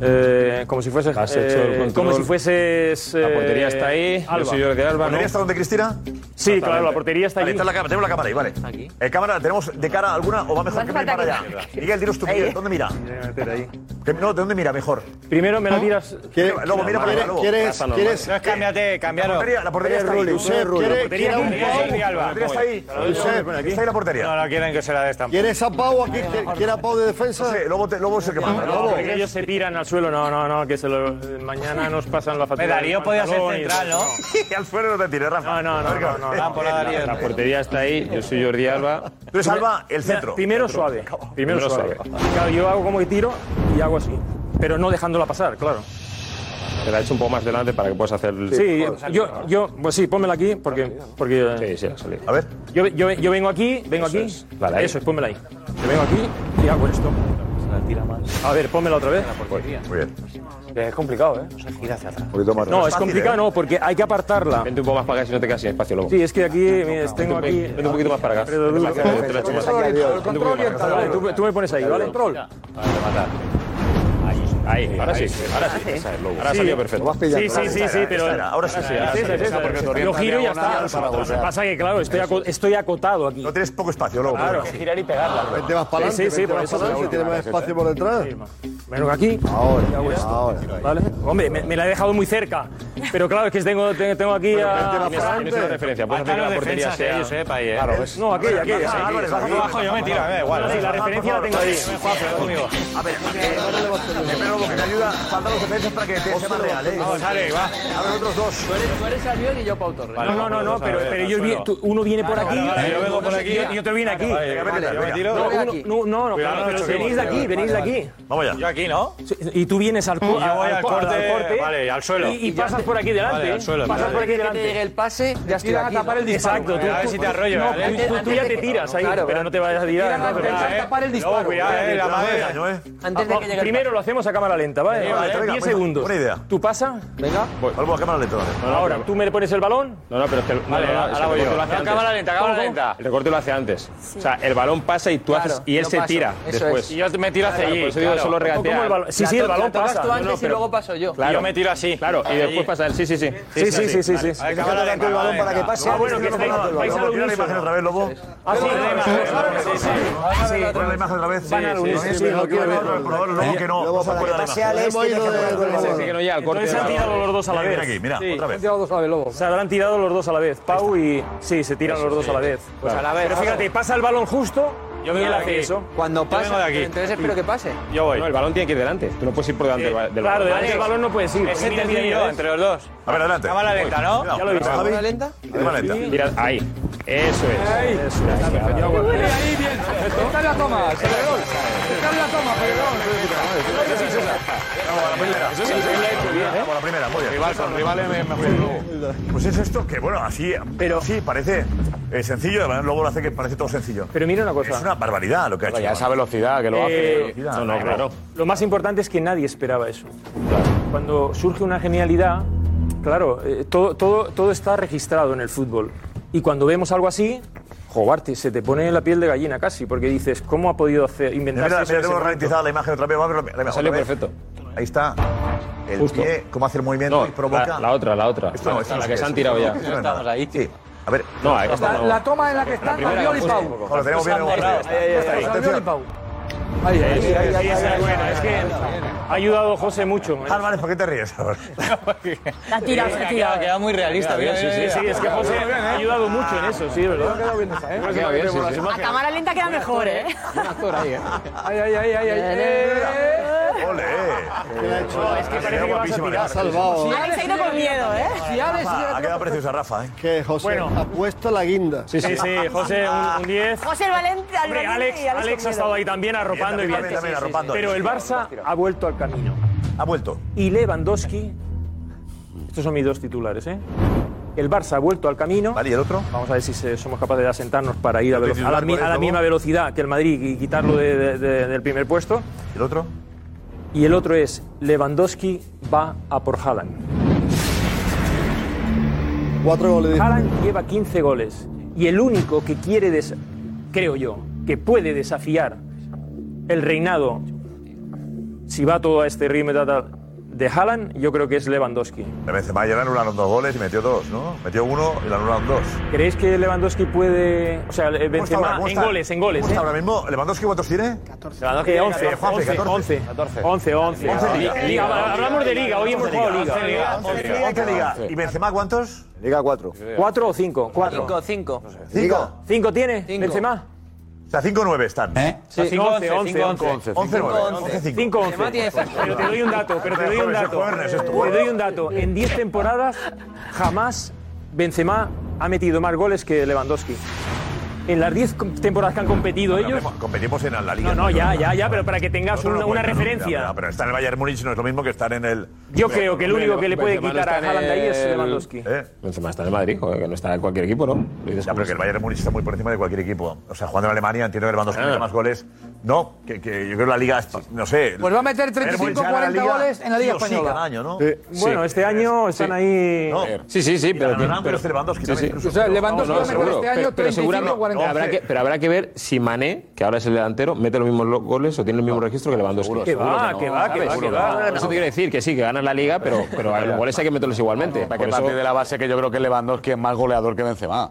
Speaker 13: eh, como si fuese. eh,
Speaker 15: Has hecho el control.
Speaker 13: Como si fueses.
Speaker 15: La
Speaker 13: eh,
Speaker 15: portería está ahí, yo
Speaker 13: Alba.
Speaker 15: soy Jordi Alba,
Speaker 3: ¿La
Speaker 15: ¿no?
Speaker 3: portería está donde, Cristina?
Speaker 13: Sí, claro, la portería está
Speaker 3: Vale,
Speaker 13: allí.
Speaker 3: está la, cámara- tenemos la cámara ahí, vale. Aquí. cámara, ¿la ¿tenemos de cara alguna o va mejor que mire para allá? Miguel, dinos tú, Miguel, ¿dónde mira? Que- No, ¿de dónde mira mejor?
Speaker 13: Primero me la tiras.
Speaker 3: ¿Quieres, Lobo, mira para allá, Lobo.
Speaker 18: No, es cámbiate, cámbialo.
Speaker 3: La portería, la portería está ahí.
Speaker 18: La portería está ahí, Jordi Alba.
Speaker 3: La portería está ahí. Está ahí la portería.
Speaker 18: No, no quieren que se la des tampoco.
Speaker 14: ¿Quieres a Pau aquí? ¿Quieres a Pau de defensa?
Speaker 3: No sé, Lobo, te- Lobo es el que
Speaker 13: No,
Speaker 3: manda.
Speaker 13: no, porque ellos se tiran al suelo. No, no, no, que se lo, mañana nos pasan la factura.
Speaker 18: Hombre, Darío
Speaker 13: del
Speaker 18: podía ser
Speaker 13: pantalón y-
Speaker 18: central, ¿no?
Speaker 3: Al suelo no te tires, Rafa.
Speaker 13: No, no, no, no, no.
Speaker 15: La, la portería está ahí, yo soy Jordi Alba.
Speaker 3: Tú eres Alba, el
Speaker 13: Mira,
Speaker 3: centro.
Speaker 13: Primero suave. Primero suave. Claro, yo hago como que tiro y hago así. Pero no dejándola pasar, claro.
Speaker 15: Te la he hecho un poco más delante para que puedas hacer el...
Speaker 13: Sí, yo, yo, pues sí, pónmela aquí porque. porque
Speaker 15: sí, sí, ha salido.
Speaker 3: A ver.
Speaker 13: Yo, yo, yo vengo aquí, vengo
Speaker 15: Eso
Speaker 13: aquí.
Speaker 15: es. Vale, ahí.
Speaker 13: Eso es, pónmela ahí. Yo vengo aquí y hago esto. A ver, pónmela otra vez.
Speaker 3: Muy bien.
Speaker 13: Es complicado, ¿eh?
Speaker 4: Un poquito más
Speaker 13: No, es
Speaker 15: fácil,
Speaker 13: complicado, no, porque hay que apartarla.
Speaker 15: Vente un poco más para acá si no te quedas sin espacio, Lobo.
Speaker 13: Sí, es que aquí, mira, tengo
Speaker 15: Vente
Speaker 13: aquí.
Speaker 15: un- Vente un poquito más para acá.
Speaker 13: Alfredo Duro.
Speaker 15: Vente más acá, te la echo más acá. Vente un poquito más acá.
Speaker 13: Vale, tú, tú me pones ahí, ¿vale?
Speaker 15: Ahí, ahora sí, ahora
Speaker 14: Ah,
Speaker 15: sí. Esa es, Lobo. Ahora ha salido perfecto.
Speaker 13: Sí, sí, sí, sí, pero.
Speaker 3: Ahora sí.
Speaker 13: Esa, esa, esa, esa,
Speaker 15: porque te
Speaker 13: Yo
Speaker 15: orienta
Speaker 13: giro y ya
Speaker 15: diagonal
Speaker 13: está.
Speaker 15: para
Speaker 13: Lo que
Speaker 15: voltear.
Speaker 13: pasa es que, claro, estoy, aco- estoy acotado aquí.
Speaker 3: No tienes poco espacio, Lobo.
Speaker 13: Claro,
Speaker 3: pero-
Speaker 13: girar y pegarla.
Speaker 14: Vente más para adelante.
Speaker 13: Sí, sí, por eso.
Speaker 14: Si tienes más espacio por detrás.
Speaker 13: Menos aquí.
Speaker 14: Ahora,
Speaker 13: ¿Vale? Hombre, me, me la he dejado muy cerca. Pero claro, es que tengo, tengo, tengo aquí a.
Speaker 15: Tienes- Tienes una referencia, puedes hacer
Speaker 18: Hasta
Speaker 15: que la
Speaker 18: los
Speaker 15: portería
Speaker 18: defensas de ellos,
Speaker 15: sea...
Speaker 18: eh, pa' ahí, eh.
Speaker 15: Claro, es...
Speaker 13: No, aquí, aquí. aquí.
Speaker 3: Álvarez, baja,
Speaker 18: Yo bajo, yo me tiro, a mí me da igual. eh.
Speaker 13: Sí, la referencia la tengo ahí.
Speaker 3: A ver, primero Lobo, que te ayuda. Falta los defensas para que te sea más real, ¿eh?
Speaker 18: Vamos, Ale, va.
Speaker 3: A ver, otros dos.
Speaker 9: Tú eres Albiol y yo Pau Torres.
Speaker 13: No, no, no, no, pero, pero ellos vienen- tú- uno viene por aquí
Speaker 18: vale, yo vengo por aquí.
Speaker 13: y otro viene aquí.
Speaker 18: Vale,
Speaker 3: Venga,
Speaker 18: yo me
Speaker 3: venga.
Speaker 18: tiro.
Speaker 13: No, uno- no, no, no,
Speaker 18: Cuidado,
Speaker 13: claro,
Speaker 18: no
Speaker 13: pero
Speaker 18: choquemos,
Speaker 13: venís de aquí,
Speaker 18: vale,
Speaker 13: venís de aquí.
Speaker 3: Vamos allá.
Speaker 18: Yo aquí, ¿no?
Speaker 13: Sí, Y tú vienes al, cu-
Speaker 18: yo voy al
Speaker 13: cu-
Speaker 18: corte, vale, al suelo.
Speaker 13: Y, y
Speaker 18: Y ya
Speaker 13: pasas
Speaker 18: te-
Speaker 13: por aquí delante.
Speaker 18: vale, al suelo,
Speaker 13: pasas
Speaker 18: vale.
Speaker 13: por aquí
Speaker 9: Que te llegue
Speaker 13: delante.
Speaker 9: el pase,
Speaker 13: Te
Speaker 9: ya estoy
Speaker 13: tiran
Speaker 9: aquí.
Speaker 13: a tapar el disparo.
Speaker 18: Exacto, tú-
Speaker 13: a ver
Speaker 18: tú-
Speaker 13: si te arrollo.
Speaker 18: no,
Speaker 13: ¿vale?
Speaker 18: tú-
Speaker 13: tú, tú ya te tiras ahí,
Speaker 9: Claro,
Speaker 13: pero no te vayas a tirar.
Speaker 9: Tiran
Speaker 13: no,
Speaker 9: al
Speaker 13: pero-
Speaker 9: defensa a tapar el disparo.
Speaker 18: No, cuidado, eh, la madre.
Speaker 3: Daño, ¿eh?
Speaker 9: Antes de que llegue
Speaker 13: Primero lo hacemos a cámara lenta, ¿vale?
Speaker 18: Venga,
Speaker 13: Vale,
Speaker 3: venga,
Speaker 13: 10
Speaker 3: buena-
Speaker 13: segundos.
Speaker 3: buena idea.
Speaker 13: Tú pasa,
Speaker 9: Venga.
Speaker 3: Vuelvo a cámara lenta, vale.
Speaker 13: ahora tú me pones el balón.
Speaker 15: No, no, pero es que el, no,
Speaker 13: Vale,
Speaker 15: no, no,
Speaker 13: ahora
Speaker 15: es que el
Speaker 13: voy yo.
Speaker 15: recorte lo hace
Speaker 13: No,
Speaker 15: antes.
Speaker 13: cámara lenta, cámara
Speaker 15: ¿Cómo, cómo?
Speaker 18: lenta.
Speaker 15: El recorte lo hace antes. O sea, el balón pasa y tú
Speaker 9: Claro,
Speaker 15: haces y él
Speaker 9: yo
Speaker 15: se
Speaker 9: paso,
Speaker 15: tira
Speaker 9: eso
Speaker 15: después.
Speaker 9: es. Y
Speaker 18: yo me tiro hacia
Speaker 15: Claro,
Speaker 18: allí,
Speaker 15: Por eso digo,
Speaker 18: claro.
Speaker 15: solo
Speaker 13: ¿O cómo
Speaker 15: regatea.
Speaker 13: el balón? Sí,
Speaker 9: La
Speaker 13: sí,
Speaker 9: to-
Speaker 13: el balón
Speaker 9: la tocas
Speaker 13: pasa.
Speaker 9: tú antes
Speaker 13: No, no,
Speaker 9: y
Speaker 13: pero-
Speaker 9: luego paso yo.
Speaker 15: Claro.
Speaker 18: Yo me tiro así.
Speaker 15: Claro, y después
Speaker 18: Ahí.
Speaker 15: pasa él. Sí, sí, sí. Ah,
Speaker 13: Sí, sí,
Speaker 15: así.
Speaker 13: sí, sí,
Speaker 15: Vale.
Speaker 13: sí.
Speaker 18: A ver,
Speaker 13: Ah,
Speaker 18: cámara lenta,
Speaker 14: el balón
Speaker 18: venga.
Speaker 14: para que pase.
Speaker 13: bueno, que
Speaker 14: Tienes
Speaker 13: estáis-
Speaker 14: balón.
Speaker 13: vais al
Speaker 3: Tira la imagen
Speaker 13: unísono.
Speaker 3: otra vez, Lobo.
Speaker 13: Ah, sí,
Speaker 18: Sí, sí.
Speaker 3: Tira la imagen otra vez.
Speaker 13: Van al unísono.
Speaker 14: Sí, sí, no quiero
Speaker 3: Por
Speaker 14: ver.
Speaker 3: favor, Lobo, que no. No se
Speaker 4: para que
Speaker 3: acuerda de la
Speaker 4: pase
Speaker 3: imagen.
Speaker 4: al este,
Speaker 14: Hemos ido
Speaker 4: deja
Speaker 14: de-
Speaker 4: que
Speaker 14: de-
Speaker 4: vuelva.
Speaker 15: Sí, sí, que no llega al corte.
Speaker 13: Entonces se han tirado los dos a la
Speaker 3: Ven
Speaker 13: vez.
Speaker 3: aquí, mira,
Speaker 13: Sí.
Speaker 3: otra vez.
Speaker 13: Se habrán tirado los dos a la vez. Pau y. Sí, se tiran los dos a la vez.
Speaker 18: Pues a la vez.
Speaker 13: Pero fíjate, pasa el balón justo.
Speaker 18: Yo
Speaker 13: y
Speaker 18: vengo
Speaker 13: él
Speaker 18: de
Speaker 13: hace
Speaker 18: aquí.
Speaker 13: eso.
Speaker 9: Cuando
Speaker 18: Yo vengo
Speaker 9: pasa,
Speaker 18: de aquí.
Speaker 9: entonces espero que pase.
Speaker 18: Yo voy.
Speaker 15: No, el balón tiene que ir delante. Tú no puedes ir por delante del ba- del
Speaker 13: Claro,
Speaker 15: balón.
Speaker 13: delante del balón no puedes ir.
Speaker 18: Es
Speaker 13: Mira, mira,
Speaker 18: entendido
Speaker 15: ¿eh?
Speaker 13: mira,
Speaker 18: entre los dos.
Speaker 3: A ver, adelante.
Speaker 18: Cámara lenta, ¿no?
Speaker 3: Cuidado.
Speaker 13: Ya lo he visto.
Speaker 3: Javi,
Speaker 9: ¿Una lenta?
Speaker 3: cámara lenta.
Speaker 15: Mira, ahí. Eso es.
Speaker 5: Ahí bien. Está en la toma, Pedrerol. Está en la toma, Pedrerol.
Speaker 3: Vamos a la primera. Vamos a la primera, muy bien.
Speaker 18: Rival con rivales me mejor
Speaker 3: Pues es esto que, bueno, así, pero sí, parece eh, sencillo, además luego lo hace que parece todo sencillo.
Speaker 13: Pero mira una
Speaker 3: es
Speaker 13: cosa.
Speaker 3: una barbaridad lo que ha hecho.
Speaker 7: Ya esa velocidad que lo hace.
Speaker 13: Eh,
Speaker 3: No,
Speaker 15: No,
Speaker 3: no,
Speaker 15: no, claro.
Speaker 13: Lo más importante es que nadie esperaba eso. Cuando surge una genialidad, claro, eh, todo, todo, todo está registrado en el fútbol. Y cuando vemos algo así, jugarte, se te pone la piel de gallina casi, porque dices, ¿cómo ha podido hacer,
Speaker 3: Mira,
Speaker 13: inventarse
Speaker 3: mira,
Speaker 13: eso en ese
Speaker 3: tengo
Speaker 13: momento?
Speaker 3: ralentizada la imagen otra vez. Vamos a verlo.
Speaker 15: Ha salido perfecto.
Speaker 3: Ahí está. El
Speaker 15: Justo.
Speaker 3: pie, cómo hace el movimiento
Speaker 15: No,
Speaker 3: y provoca.
Speaker 15: la, la otra, la otra.
Speaker 3: Esto no, esto no
Speaker 15: la
Speaker 3: es
Speaker 15: que se
Speaker 3: es,
Speaker 15: han tirado
Speaker 3: esto
Speaker 15: ya.
Speaker 3: no es, esto no es nada. Sí. A ver,
Speaker 15: No, esta
Speaker 5: La,
Speaker 15: no.
Speaker 5: la toma en la que están Albiol y Pau.
Speaker 3: no, lo tenemos bien.
Speaker 18: han borrado.
Speaker 3: Está, está, está,
Speaker 5: Albiol y
Speaker 3: atención.
Speaker 5: Pau. Ahí, ahí, ahí, ahí, ahí, ahí.
Speaker 13: Bueno, es que ha ayudado José mucho. ¿eh?
Speaker 3: Álvarez, ¿por qué te ríes ahora?
Speaker 8: La tira, se
Speaker 18: Ha
Speaker 8: tira.
Speaker 18: quedado muy realista.
Speaker 15: Mira,
Speaker 18: mira,
Speaker 15: bien, sí,
Speaker 18: mira,
Speaker 13: Sí,
Speaker 18: mira.
Speaker 13: es que José
Speaker 18: eh.
Speaker 13: ha ayudado
Speaker 18: Ah.
Speaker 13: mucho en eso, sí, ¿verdad?
Speaker 5: ¿eh?
Speaker 15: Ha quedado bien, sí, sí.
Speaker 8: A cámara lenta queda mejor, ¿eh?
Speaker 5: Ahí, ahí, ahí, ahí, ahí. Eh,
Speaker 3: ¡Ole!
Speaker 14: que la ha hecho.
Speaker 13: Parece que vas a tirar.
Speaker 14: Ha salvado.
Speaker 8: Alex se ha ido con miedo, ¿eh?
Speaker 5: especiales. y
Speaker 3: Rafa,
Speaker 5: de-
Speaker 3: ha quedado preciosa, Rafa. ¿eh?
Speaker 14: Que José ha puesto la guinda.
Speaker 3: Sí, sí, sí, Ah,
Speaker 13: José, un- un 10.
Speaker 14: José Valente,
Speaker 13: Hombre, Alex, Alex ha estado ahí también arropando y
Speaker 3: Bien, también,
Speaker 13: bien.
Speaker 3: también
Speaker 13: Sí, sí, sí.
Speaker 3: arropando.
Speaker 13: Pero el Barça ha vuelto al camino.
Speaker 3: Ha vuelto.
Speaker 13: Y Lewandowski. Estos son mis dos titulares, ¿eh? El Barça ha vuelto al camino.
Speaker 3: Vale, ¿y el otro?
Speaker 13: Vamos a ver si se- somos capaces de asentarnos para ir a,
Speaker 3: ¿El
Speaker 13: velo- a la,
Speaker 3: titular
Speaker 13: mi-
Speaker 3: cuál es,
Speaker 13: a la
Speaker 3: Lobo?
Speaker 13: misma velocidad que el Madrid y quitarlo de- de- de- del primer puesto.
Speaker 3: ¿El otro?
Speaker 13: Y el otro es Lewandowski va a por Haaland.
Speaker 14: Cuatro goles.
Speaker 13: Haaland lleva 15 goles. Y el único que quiere, des- creo yo, que puede desafiar el reinado, si va todo a este ritmo y tal, tal, de Haaland, yo creo que es Lewandowski.
Speaker 3: De Benzema ya le anularon dos goles y metió dos, ¿no? Metió uno y le anularon dos.
Speaker 13: ¿Creéis que Lewandowski puede.? O sea,
Speaker 3: ¿Cómo está ahora?
Speaker 13: Benzema
Speaker 3: ¿Cómo
Speaker 13: en
Speaker 3: está?
Speaker 13: goles, en goles.
Speaker 3: ¿Cómo está
Speaker 13: ¿eh?
Speaker 3: ahora mismo? ¿Lewandowski cuántos tiene? 14.
Speaker 13: Eh, 11, 11,
Speaker 3: 14.
Speaker 13: 11, 11, 11.
Speaker 3: Once liga.
Speaker 13: Liga, Hablamos de liga, hoy hemos jugado liga.
Speaker 3: Once liga. Once liga. ¿Y Benzema cuántos?
Speaker 4: Liga 4.
Speaker 13: ¿Cuatro o cinco? Cuatro.
Speaker 1: Cinco, cinco.
Speaker 3: ¿Cinco?
Speaker 13: ¿Cinco tiene? Benzema.
Speaker 3: O sea, 5-9 están. ¿Eh?
Speaker 13: Sí, 11, 11, 11.
Speaker 3: 11-9.
Speaker 13: 5, 11. pues, Pero te doy un dato, pero te doy un dato. Te doy un dato. En 10 temporadas jamás Benzema ha metido más goles que Lewandowski. En las 10 com- temporadas que han competido ellos.
Speaker 3: Competimos en la Liga.
Speaker 13: No, no, ya, ya, ya, pero para que tengas
Speaker 3: No, no,
Speaker 13: una,
Speaker 3: bueno,
Speaker 13: una
Speaker 3: no,
Speaker 13: referencia.
Speaker 3: ya, ya, pero estar en el Bayern Múnich no es lo mismo que estar en el.
Speaker 13: Yo creo que el
Speaker 15: Hombre,
Speaker 13: único que le puede
Speaker 15: Benzema no
Speaker 13: quitar a
Speaker 15: está en
Speaker 13: Haaland ahí es
Speaker 15: el-
Speaker 13: Lewandowski.
Speaker 3: ¿Eh?
Speaker 15: Benzema está en el Madrid, joder, que no está en cualquier equipo, ¿no? Lo dices
Speaker 3: Ya,
Speaker 15: como
Speaker 3: pero que el Bayern Múnich está muy por encima de cualquier equipo. O sea, jugando en Alemania, entiendo que Lewandowski
Speaker 15: Ah.
Speaker 3: mete más goles. No, que, que yo creo que la Liga, es- no sé.
Speaker 5: Pues va a meter
Speaker 3: Bayern Múnich
Speaker 5: 35,
Speaker 3: gana la
Speaker 5: 40
Speaker 3: Liga
Speaker 5: goles en la Liga
Speaker 3: sí o sí
Speaker 5: Española.
Speaker 3: cada año, ¿no?
Speaker 13: Bueno, este año están ahí.
Speaker 3: No.
Speaker 15: Sí, sí, sí,
Speaker 3: Y
Speaker 15: pero.
Speaker 3: la verdad,
Speaker 15: pero-
Speaker 3: pero es Lewandowski
Speaker 15: sí,
Speaker 3: también,
Speaker 15: sí.
Speaker 3: incluso. O sea, Lewandowski va a meter
Speaker 15: seguro.
Speaker 3: este año
Speaker 15: Pero- pero
Speaker 3: 35,
Speaker 15: seguro no.
Speaker 3: 40.
Speaker 15: Habrá que- Pero habrá que ver si Mané, que ahora es el delantero, mete los mismos lo- goles o tiene el mismo registro que Lewandowski.
Speaker 13: Que va, que va, que va, que va.
Speaker 15: Eso te quiere decir que sí, que ganas la liga, pero, pero a los goles hay que meterlos igualmente.
Speaker 7: Hay
Speaker 15: Por
Speaker 7: que
Speaker 15: eso-
Speaker 7: partir de la base que yo creo que Lewandowski es más goleador que Benzema.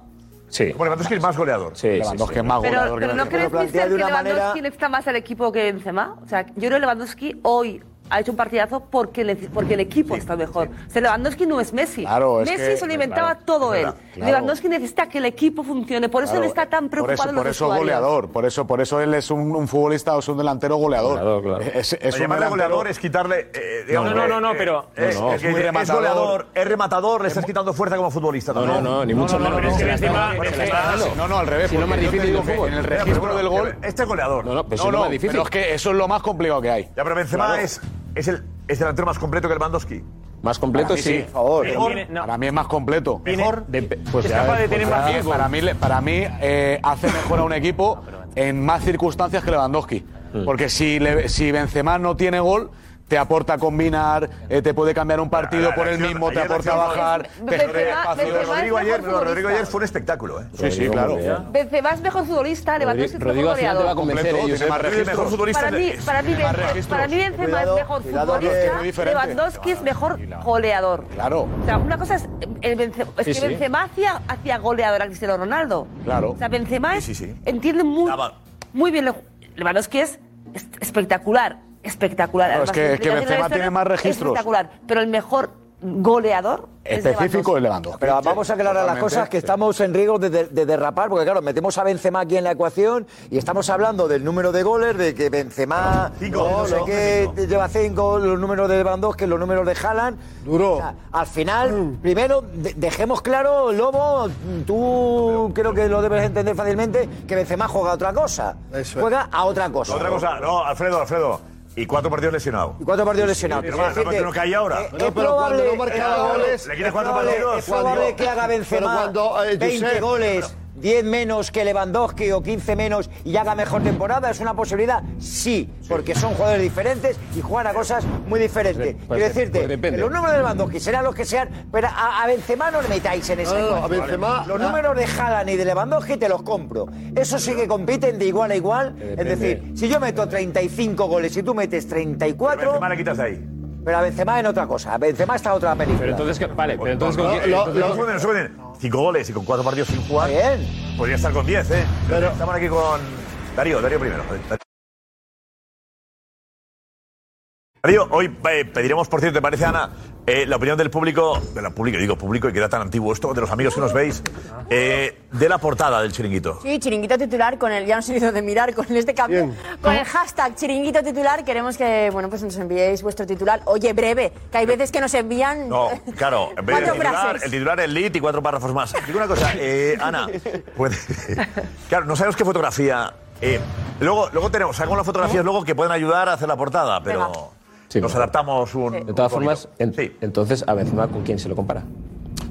Speaker 15: Sí.
Speaker 3: Bueno, Lewandowski es más goleador.
Speaker 15: Sí,
Speaker 7: Lewandowski es más
Speaker 6: Pero,
Speaker 7: goleador
Speaker 6: pero
Speaker 7: que
Speaker 6: ¿no crees,
Speaker 7: Benzema.
Speaker 6: Mister, que Lewandowski necesita más al equipo que Benzema? O sea, yo creo que Lewandowski hoy ha hecho un partidazo porque, le- porque el equipo está mejor. O sea, Lewandowski no es Messi.
Speaker 7: Claro, es
Speaker 6: Messi
Speaker 7: que-
Speaker 6: se lo inventaba
Speaker 7: claro,
Speaker 6: todo
Speaker 7: es
Speaker 6: él.
Speaker 7: verdad, claro.
Speaker 6: Lewandowski necesita que el equipo funcione. Por eso
Speaker 7: Claro,
Speaker 6: él está tan
Speaker 7: Por
Speaker 6: preocupado
Speaker 7: eso,
Speaker 6: en
Speaker 7: por
Speaker 6: los
Speaker 7: eso
Speaker 6: usuarios.
Speaker 7: goleador, por eso, por eso él es un, un futbolista o es un delantero goleador. Es, es un
Speaker 3: llamarle
Speaker 7: delantero-
Speaker 3: goleador es quitarle. eh, digamos,
Speaker 7: no, no,
Speaker 3: eh,
Speaker 7: no, pero-
Speaker 3: eh,
Speaker 7: No, no,
Speaker 3: es,
Speaker 7: es muy
Speaker 3: es
Speaker 7: rematador.
Speaker 3: goleador, es rematador, le estás quitando fuerza como futbolista.
Speaker 15: No, no, no, ni mucho menos.
Speaker 3: pero es que
Speaker 15: Se la está-
Speaker 3: Benzema-
Speaker 15: se la
Speaker 3: Benzema-
Speaker 15: está dando.
Speaker 7: No, no, al revés.
Speaker 15: Si no,
Speaker 7: porque
Speaker 15: más
Speaker 7: yo te
Speaker 15: difícil
Speaker 7: digo
Speaker 15: del
Speaker 7: que
Speaker 15: fútbol.
Speaker 7: En el
Speaker 15: Pero, pero
Speaker 7: registro
Speaker 3: bueno,
Speaker 7: del gol.
Speaker 3: Este es goleador.
Speaker 15: No, no, pero
Speaker 7: no,
Speaker 15: si no,
Speaker 7: no,
Speaker 15: más difícil.
Speaker 7: pero es que eso es lo más complicado que hay.
Speaker 3: Ya, pero Benzema
Speaker 7: Claro.
Speaker 3: es, es, el, es delantero más completo que Lewandowski.
Speaker 15: Más completo,
Speaker 7: Para mí
Speaker 15: sí.
Speaker 7: Por favor.
Speaker 15: Pero
Speaker 7: Mejor.
Speaker 15: tiene- no.
Speaker 7: Para mí es más completo.
Speaker 15: Mejor. Depe- pues
Speaker 7: Es
Speaker 15: ya
Speaker 7: capaz
Speaker 15: ves,
Speaker 7: de
Speaker 15: pues
Speaker 7: tener
Speaker 15: ya
Speaker 7: más
Speaker 15: ves.
Speaker 7: riesgo. Para mí, le- para mí eh, hace mejor a un equipo en más circunstancias que Lewandowski. Porque si, le- si Benzema no tiene gol, te aporta a combinar, eh, te puede cambiar un partido
Speaker 3: la
Speaker 7: por él
Speaker 3: acción-
Speaker 7: mismo, te
Speaker 3: ayer la
Speaker 7: aporta a
Speaker 3: acción-
Speaker 7: bajar, te genera
Speaker 6: Benzema-
Speaker 7: espacio.
Speaker 3: Lo de
Speaker 6: Benzema
Speaker 3: Rodrigo
Speaker 6: es mejor
Speaker 3: ayer, lo de Rodrigo
Speaker 6: futbolista.
Speaker 3: ayer fue un espectáculo, ¿eh?
Speaker 7: Sí, sí, claro.
Speaker 6: Benzema es mejor futbolista, Lewandowski es mejor
Speaker 15: Rodrigo al final te va a
Speaker 6: goleador.
Speaker 15: convencer.
Speaker 7: Completo,
Speaker 15: eh,
Speaker 7: tiene
Speaker 15: Josep.
Speaker 7: más registros. Mejor futbolista
Speaker 6: Para
Speaker 7: es-
Speaker 6: mí, para mí,
Speaker 7: más
Speaker 6: Benzema-
Speaker 7: registros.
Speaker 6: para mí Benzema es
Speaker 7: Cuidado,
Speaker 6: mejor
Speaker 7: cuidado, que es muy
Speaker 6: futbolista,
Speaker 7: diferente.
Speaker 6: Lewandowski es mejor goleador.
Speaker 7: Claro.
Speaker 6: O sea, una cosa es, eh, el Benzema, es
Speaker 7: Sí,
Speaker 6: que
Speaker 7: sí.
Speaker 6: Benzema hacía, hacía goleador a Cristiano Ronaldo.
Speaker 7: Claro.
Speaker 6: O sea, Benzema es-
Speaker 7: Sí, sí, sí.
Speaker 6: entiende muy, muy bien lo Lewandowski es es- espectacular, espectacular.
Speaker 7: Claro, es
Speaker 6: Además,
Speaker 7: que-
Speaker 6: la
Speaker 7: es que
Speaker 6: implicación de
Speaker 7: Benzema
Speaker 6: la
Speaker 7: tiene
Speaker 6: historia
Speaker 7: más
Speaker 6: es
Speaker 7: registros.
Speaker 6: Espectacular, pero el mejor goleador es
Speaker 7: Específico es Lewandowski.
Speaker 12: Pero vamos a aclarar las
Speaker 7: Totalmente.
Speaker 12: cosas que estamos en riesgo de, de- de derrapar, porque claro, metemos a Benzema aquí en la ecuación y estamos hablando del número de goles, de que Benzema
Speaker 3: Cinco,
Speaker 12: no,
Speaker 3: no,
Speaker 12: sé
Speaker 3: no,
Speaker 12: qué,
Speaker 3: cinco.
Speaker 12: lleva cinco, los números de Lewandowski, los números de Haaland. Duro. al final,
Speaker 3: Mm.
Speaker 12: primero, de- dejemos claro, Lobo, tú creo que lo debes entender fácilmente, que Benzema juega a otra cosa. juega a otra cosa.
Speaker 3: Otra cosa, no, Alfredo, Alfredo. Y cuatro partidos lesionados.
Speaker 12: Y cuatro partidos lesionados. Eh,
Speaker 3: Pero bueno, no, no, que hay ahora.
Speaker 12: Es probable, Eh,
Speaker 14: cuando no marcaba
Speaker 12: es probable-
Speaker 14: goles,
Speaker 3: Le quitas
Speaker 14: es
Speaker 3: cuatro
Speaker 14: probable-
Speaker 3: partidos.
Speaker 12: es probable que haga Benzema
Speaker 14: Pero cuando, eh,
Speaker 12: 20
Speaker 14: Josep,
Speaker 12: goles, 10 menos que Lewandowski o 15 menos y haga mejor temporada, ¿es una posibilidad? Sí, porque son jugadores diferentes y juegan a cosas muy diferentes.
Speaker 15: Pues
Speaker 12: Quiero
Speaker 15: de-
Speaker 12: decirte,
Speaker 15: pues depende.
Speaker 12: que los números de Lewandowski serán los que sean, pero a, a Benzema no le metáis en esa
Speaker 14: No, no, no, a
Speaker 12: ecuación.
Speaker 14: Benzema-
Speaker 12: Los números de Haaland y de Lewandowski te los compro. Eso sí que compiten de igual a igual. Es
Speaker 3: depende.
Speaker 12: decir, si yo meto 35 goles y tú metes 34...
Speaker 3: Pero Benzema le quitas de ahí.
Speaker 12: Pero a Benzema en otra cosa. Benzema está en otra película.
Speaker 15: Pero entonces, que- vale, pero entonces.
Speaker 3: No,
Speaker 15: ¿con quién-
Speaker 3: lo-
Speaker 15: entonces-
Speaker 3: lo- no se pueden. Cinco goles y con cuatro partidos sin jugar. Podría estar con diez, ¿eh? Pero estamos aquí con. Darío, Darío primero. Darío Darío, hoy eh, pediremos, por cierto, ¿te parece, Ana? eh, la opinión del público, de la público, digo público y queda tan antiguo esto, de los amigos que nos veis, eh, de la portada del chiringuito.
Speaker 8: Sí, chiringuito titular con el, ya nos he ido de mirar con este cambio,
Speaker 3: Bien.
Speaker 8: con el hashtag chiringuito titular queremos que, bueno, pues nos enviéis vuestro titular. Oye, breve, que hay veces que nos envían...
Speaker 3: No, claro, en vez de
Speaker 8: Cuatro
Speaker 3: titular,
Speaker 8: frases.
Speaker 3: el titular es lit y cuatro párrafos más. Digo una cosa, eh, Ana, puede- claro, no sabemos qué fotografía. eh, luego, luego tenemos, saco las fotografías luego que pueden ayudar a hacer la portada, pero
Speaker 8: Venga.
Speaker 3: nos adaptamos un.
Speaker 15: De todas formas, en- entonces a Benzema, ¿con quién se lo compara?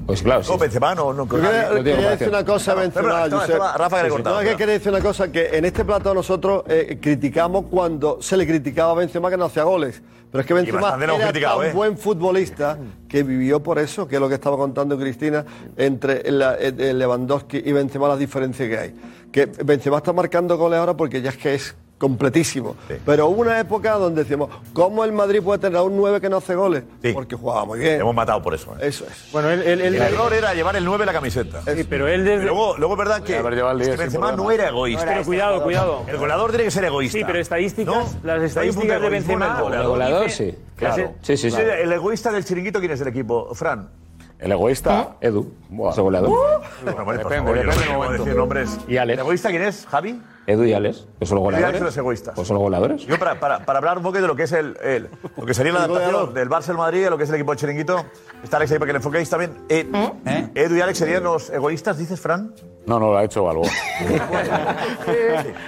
Speaker 15: Pues claro, sí.
Speaker 3: No, Benzema no, no
Speaker 15: creo
Speaker 14: Yo quería, quería decir una cosa, Benzema, Josep. Sí, sí. No, es que quería decir una cosa, que en este plato nosotros eh, criticamos cuando se le criticaba a Benzema que no hacía goles. Pero es que Benzema
Speaker 3: bastante lo hemos
Speaker 14: era
Speaker 3: criticado,
Speaker 14: tan
Speaker 3: ¿eh?
Speaker 14: buen futbolista que vivió por eso, que es lo que estaba contando Cristina, entre la- eh, eh, Lewandowski y Benzema, las diferencias que hay. Que Benzema está marcando goles ahora porque ya es que es completísimo. Pero hubo una época donde decíamos, ¿cómo el Madrid puede tener a un 9 que no hace goles? Porque jugaba muy bien.
Speaker 3: Hemos matado por eso. eh.
Speaker 14: Eso es.
Speaker 16: Bueno, él, él-
Speaker 3: El
Speaker 16: él-
Speaker 3: error era llevar el 9 en la camiseta.
Speaker 16: pero él desde-
Speaker 3: Luego, luego es verdad que,
Speaker 16: Haber llevado el
Speaker 3: es que
Speaker 16: 10 sin
Speaker 3: Benzema
Speaker 16: problema.
Speaker 3: no era egoísta.
Speaker 16: Pero cuidado, cuidado.
Speaker 3: El goleador tiene que ser egoísta.
Speaker 16: Sí, pero estadísticas,
Speaker 3: No,
Speaker 16: las
Speaker 3: hay
Speaker 16: estadísticas de
Speaker 3: un punto egoísmo en
Speaker 16: Benzema.
Speaker 15: El goleador,
Speaker 16: dice-
Speaker 15: sí. Claro. Sí, sí, sí.
Speaker 3: El egoísta del chiringuito, ¿quién es el equipo? Fran.
Speaker 7: El egoísta,
Speaker 3: ¿Ah?
Speaker 7: Edu, ese goleador.
Speaker 3: Bueno, vale, Uh. por
Speaker 7: Depende,
Speaker 3: favor, yo
Speaker 7: depende
Speaker 3: no
Speaker 7: del
Speaker 3: puedo
Speaker 7: momento.
Speaker 3: decir nombres.
Speaker 7: Y Alex.
Speaker 3: ¿El egoísta quién es? ¿Javi?
Speaker 15: Edu y Alex, que son los
Speaker 3: Edu y Alex
Speaker 15: goleadores.
Speaker 3: son los egoístas.
Speaker 15: Pues son los goleadores.
Speaker 3: Yo para, para- para hablar un poquito de lo que es el, el- lo que sería la
Speaker 15: El
Speaker 3: adaptación
Speaker 15: goleador.
Speaker 3: del Barça al Madrid, a lo que es el equipo del chiringuito. Está Alex ahí para que le enfoquéis también. Eh, Edu y Alex serían los egoístas, dices Fran.
Speaker 7: No, no, lo ha hecho Balboa.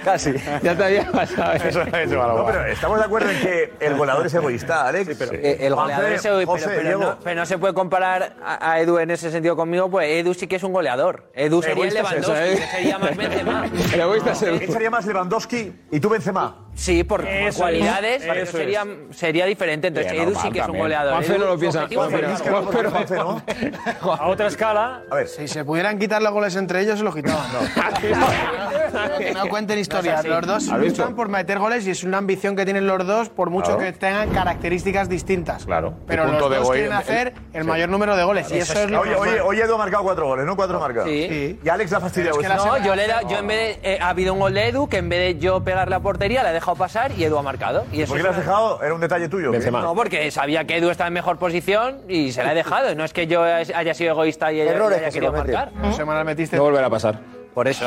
Speaker 3: Casi.
Speaker 15: Ya te había pasado.
Speaker 7: Eso lo ha hecho Balboa.
Speaker 3: No, pero estamos de acuerdo en que el goleador es egoísta, Alex. pero,
Speaker 23: Eh, El goleador es Edu, pero, pero no, pero no se puede comparar a, a Edu en ese sentido conmigo, pues Edu sí que es un goleador. Edu sería el
Speaker 3: Egoísta es eso,
Speaker 23: Lewandowski,
Speaker 3: ¿eh?
Speaker 23: que sería más Benzema.
Speaker 3: El egoísta es Edu. Él sería más Lewandowski y tú Benzema.
Speaker 23: Sí, por, por
Speaker 3: Eso
Speaker 23: cualidades,
Speaker 3: es,
Speaker 23: pero
Speaker 3: eso
Speaker 23: sería, sería diferente. Entonces,
Speaker 3: Bien,
Speaker 23: Edu
Speaker 3: normal
Speaker 23: sí que es un
Speaker 3: también.
Speaker 23: goleador.
Speaker 3: Juanfe
Speaker 23: Edu,
Speaker 3: no lo piensa.
Speaker 23: objetivo
Speaker 3: Juanfe,
Speaker 23: es
Speaker 3: ¿no? Juanfe no.
Speaker 23: goleador.
Speaker 16: A otra escala.
Speaker 3: A ver.
Speaker 20: Si se pudieran quitar los goles entre ellos, se los quitaban. No. que no cuenten historias.
Speaker 16: No es así.
Speaker 20: los dos
Speaker 16: ¿Has visto?
Speaker 20: luchan por meter goles y es una ambición que tienen los dos, por mucho
Speaker 16: Claro.
Speaker 20: que tengan características distintas.
Speaker 7: Claro.
Speaker 20: Pero
Speaker 7: El
Speaker 20: los
Speaker 7: punto
Speaker 20: dos
Speaker 7: de gol-
Speaker 20: quieren
Speaker 7: el-
Speaker 20: hacer el mayor número de goles. Y eso es lo
Speaker 3: Oye, oye, oye, Edu ha marcado cuatro goles, ¿no? Cuatro marcados. Y Alex la ha fastidiado.
Speaker 23: no, yo le he dado- yo en vez de, eh, ha habido un gol de Edu que en vez de yo pegar la portería la he dejado pasar y Edu ha marcado. Y eso
Speaker 3: ¿Por qué
Speaker 23: es
Speaker 3: lo has
Speaker 23: una-
Speaker 3: dejado? Era un detalle tuyo.
Speaker 23: No, porque sabía que Edu estaba en mejor posición y se la he dejado. No es que yo haya sido egoísta y haya, y haya querido marcar.
Speaker 20: No sé, Manuel, metiste.
Speaker 15: No volverá a pasar.
Speaker 23: Por eso.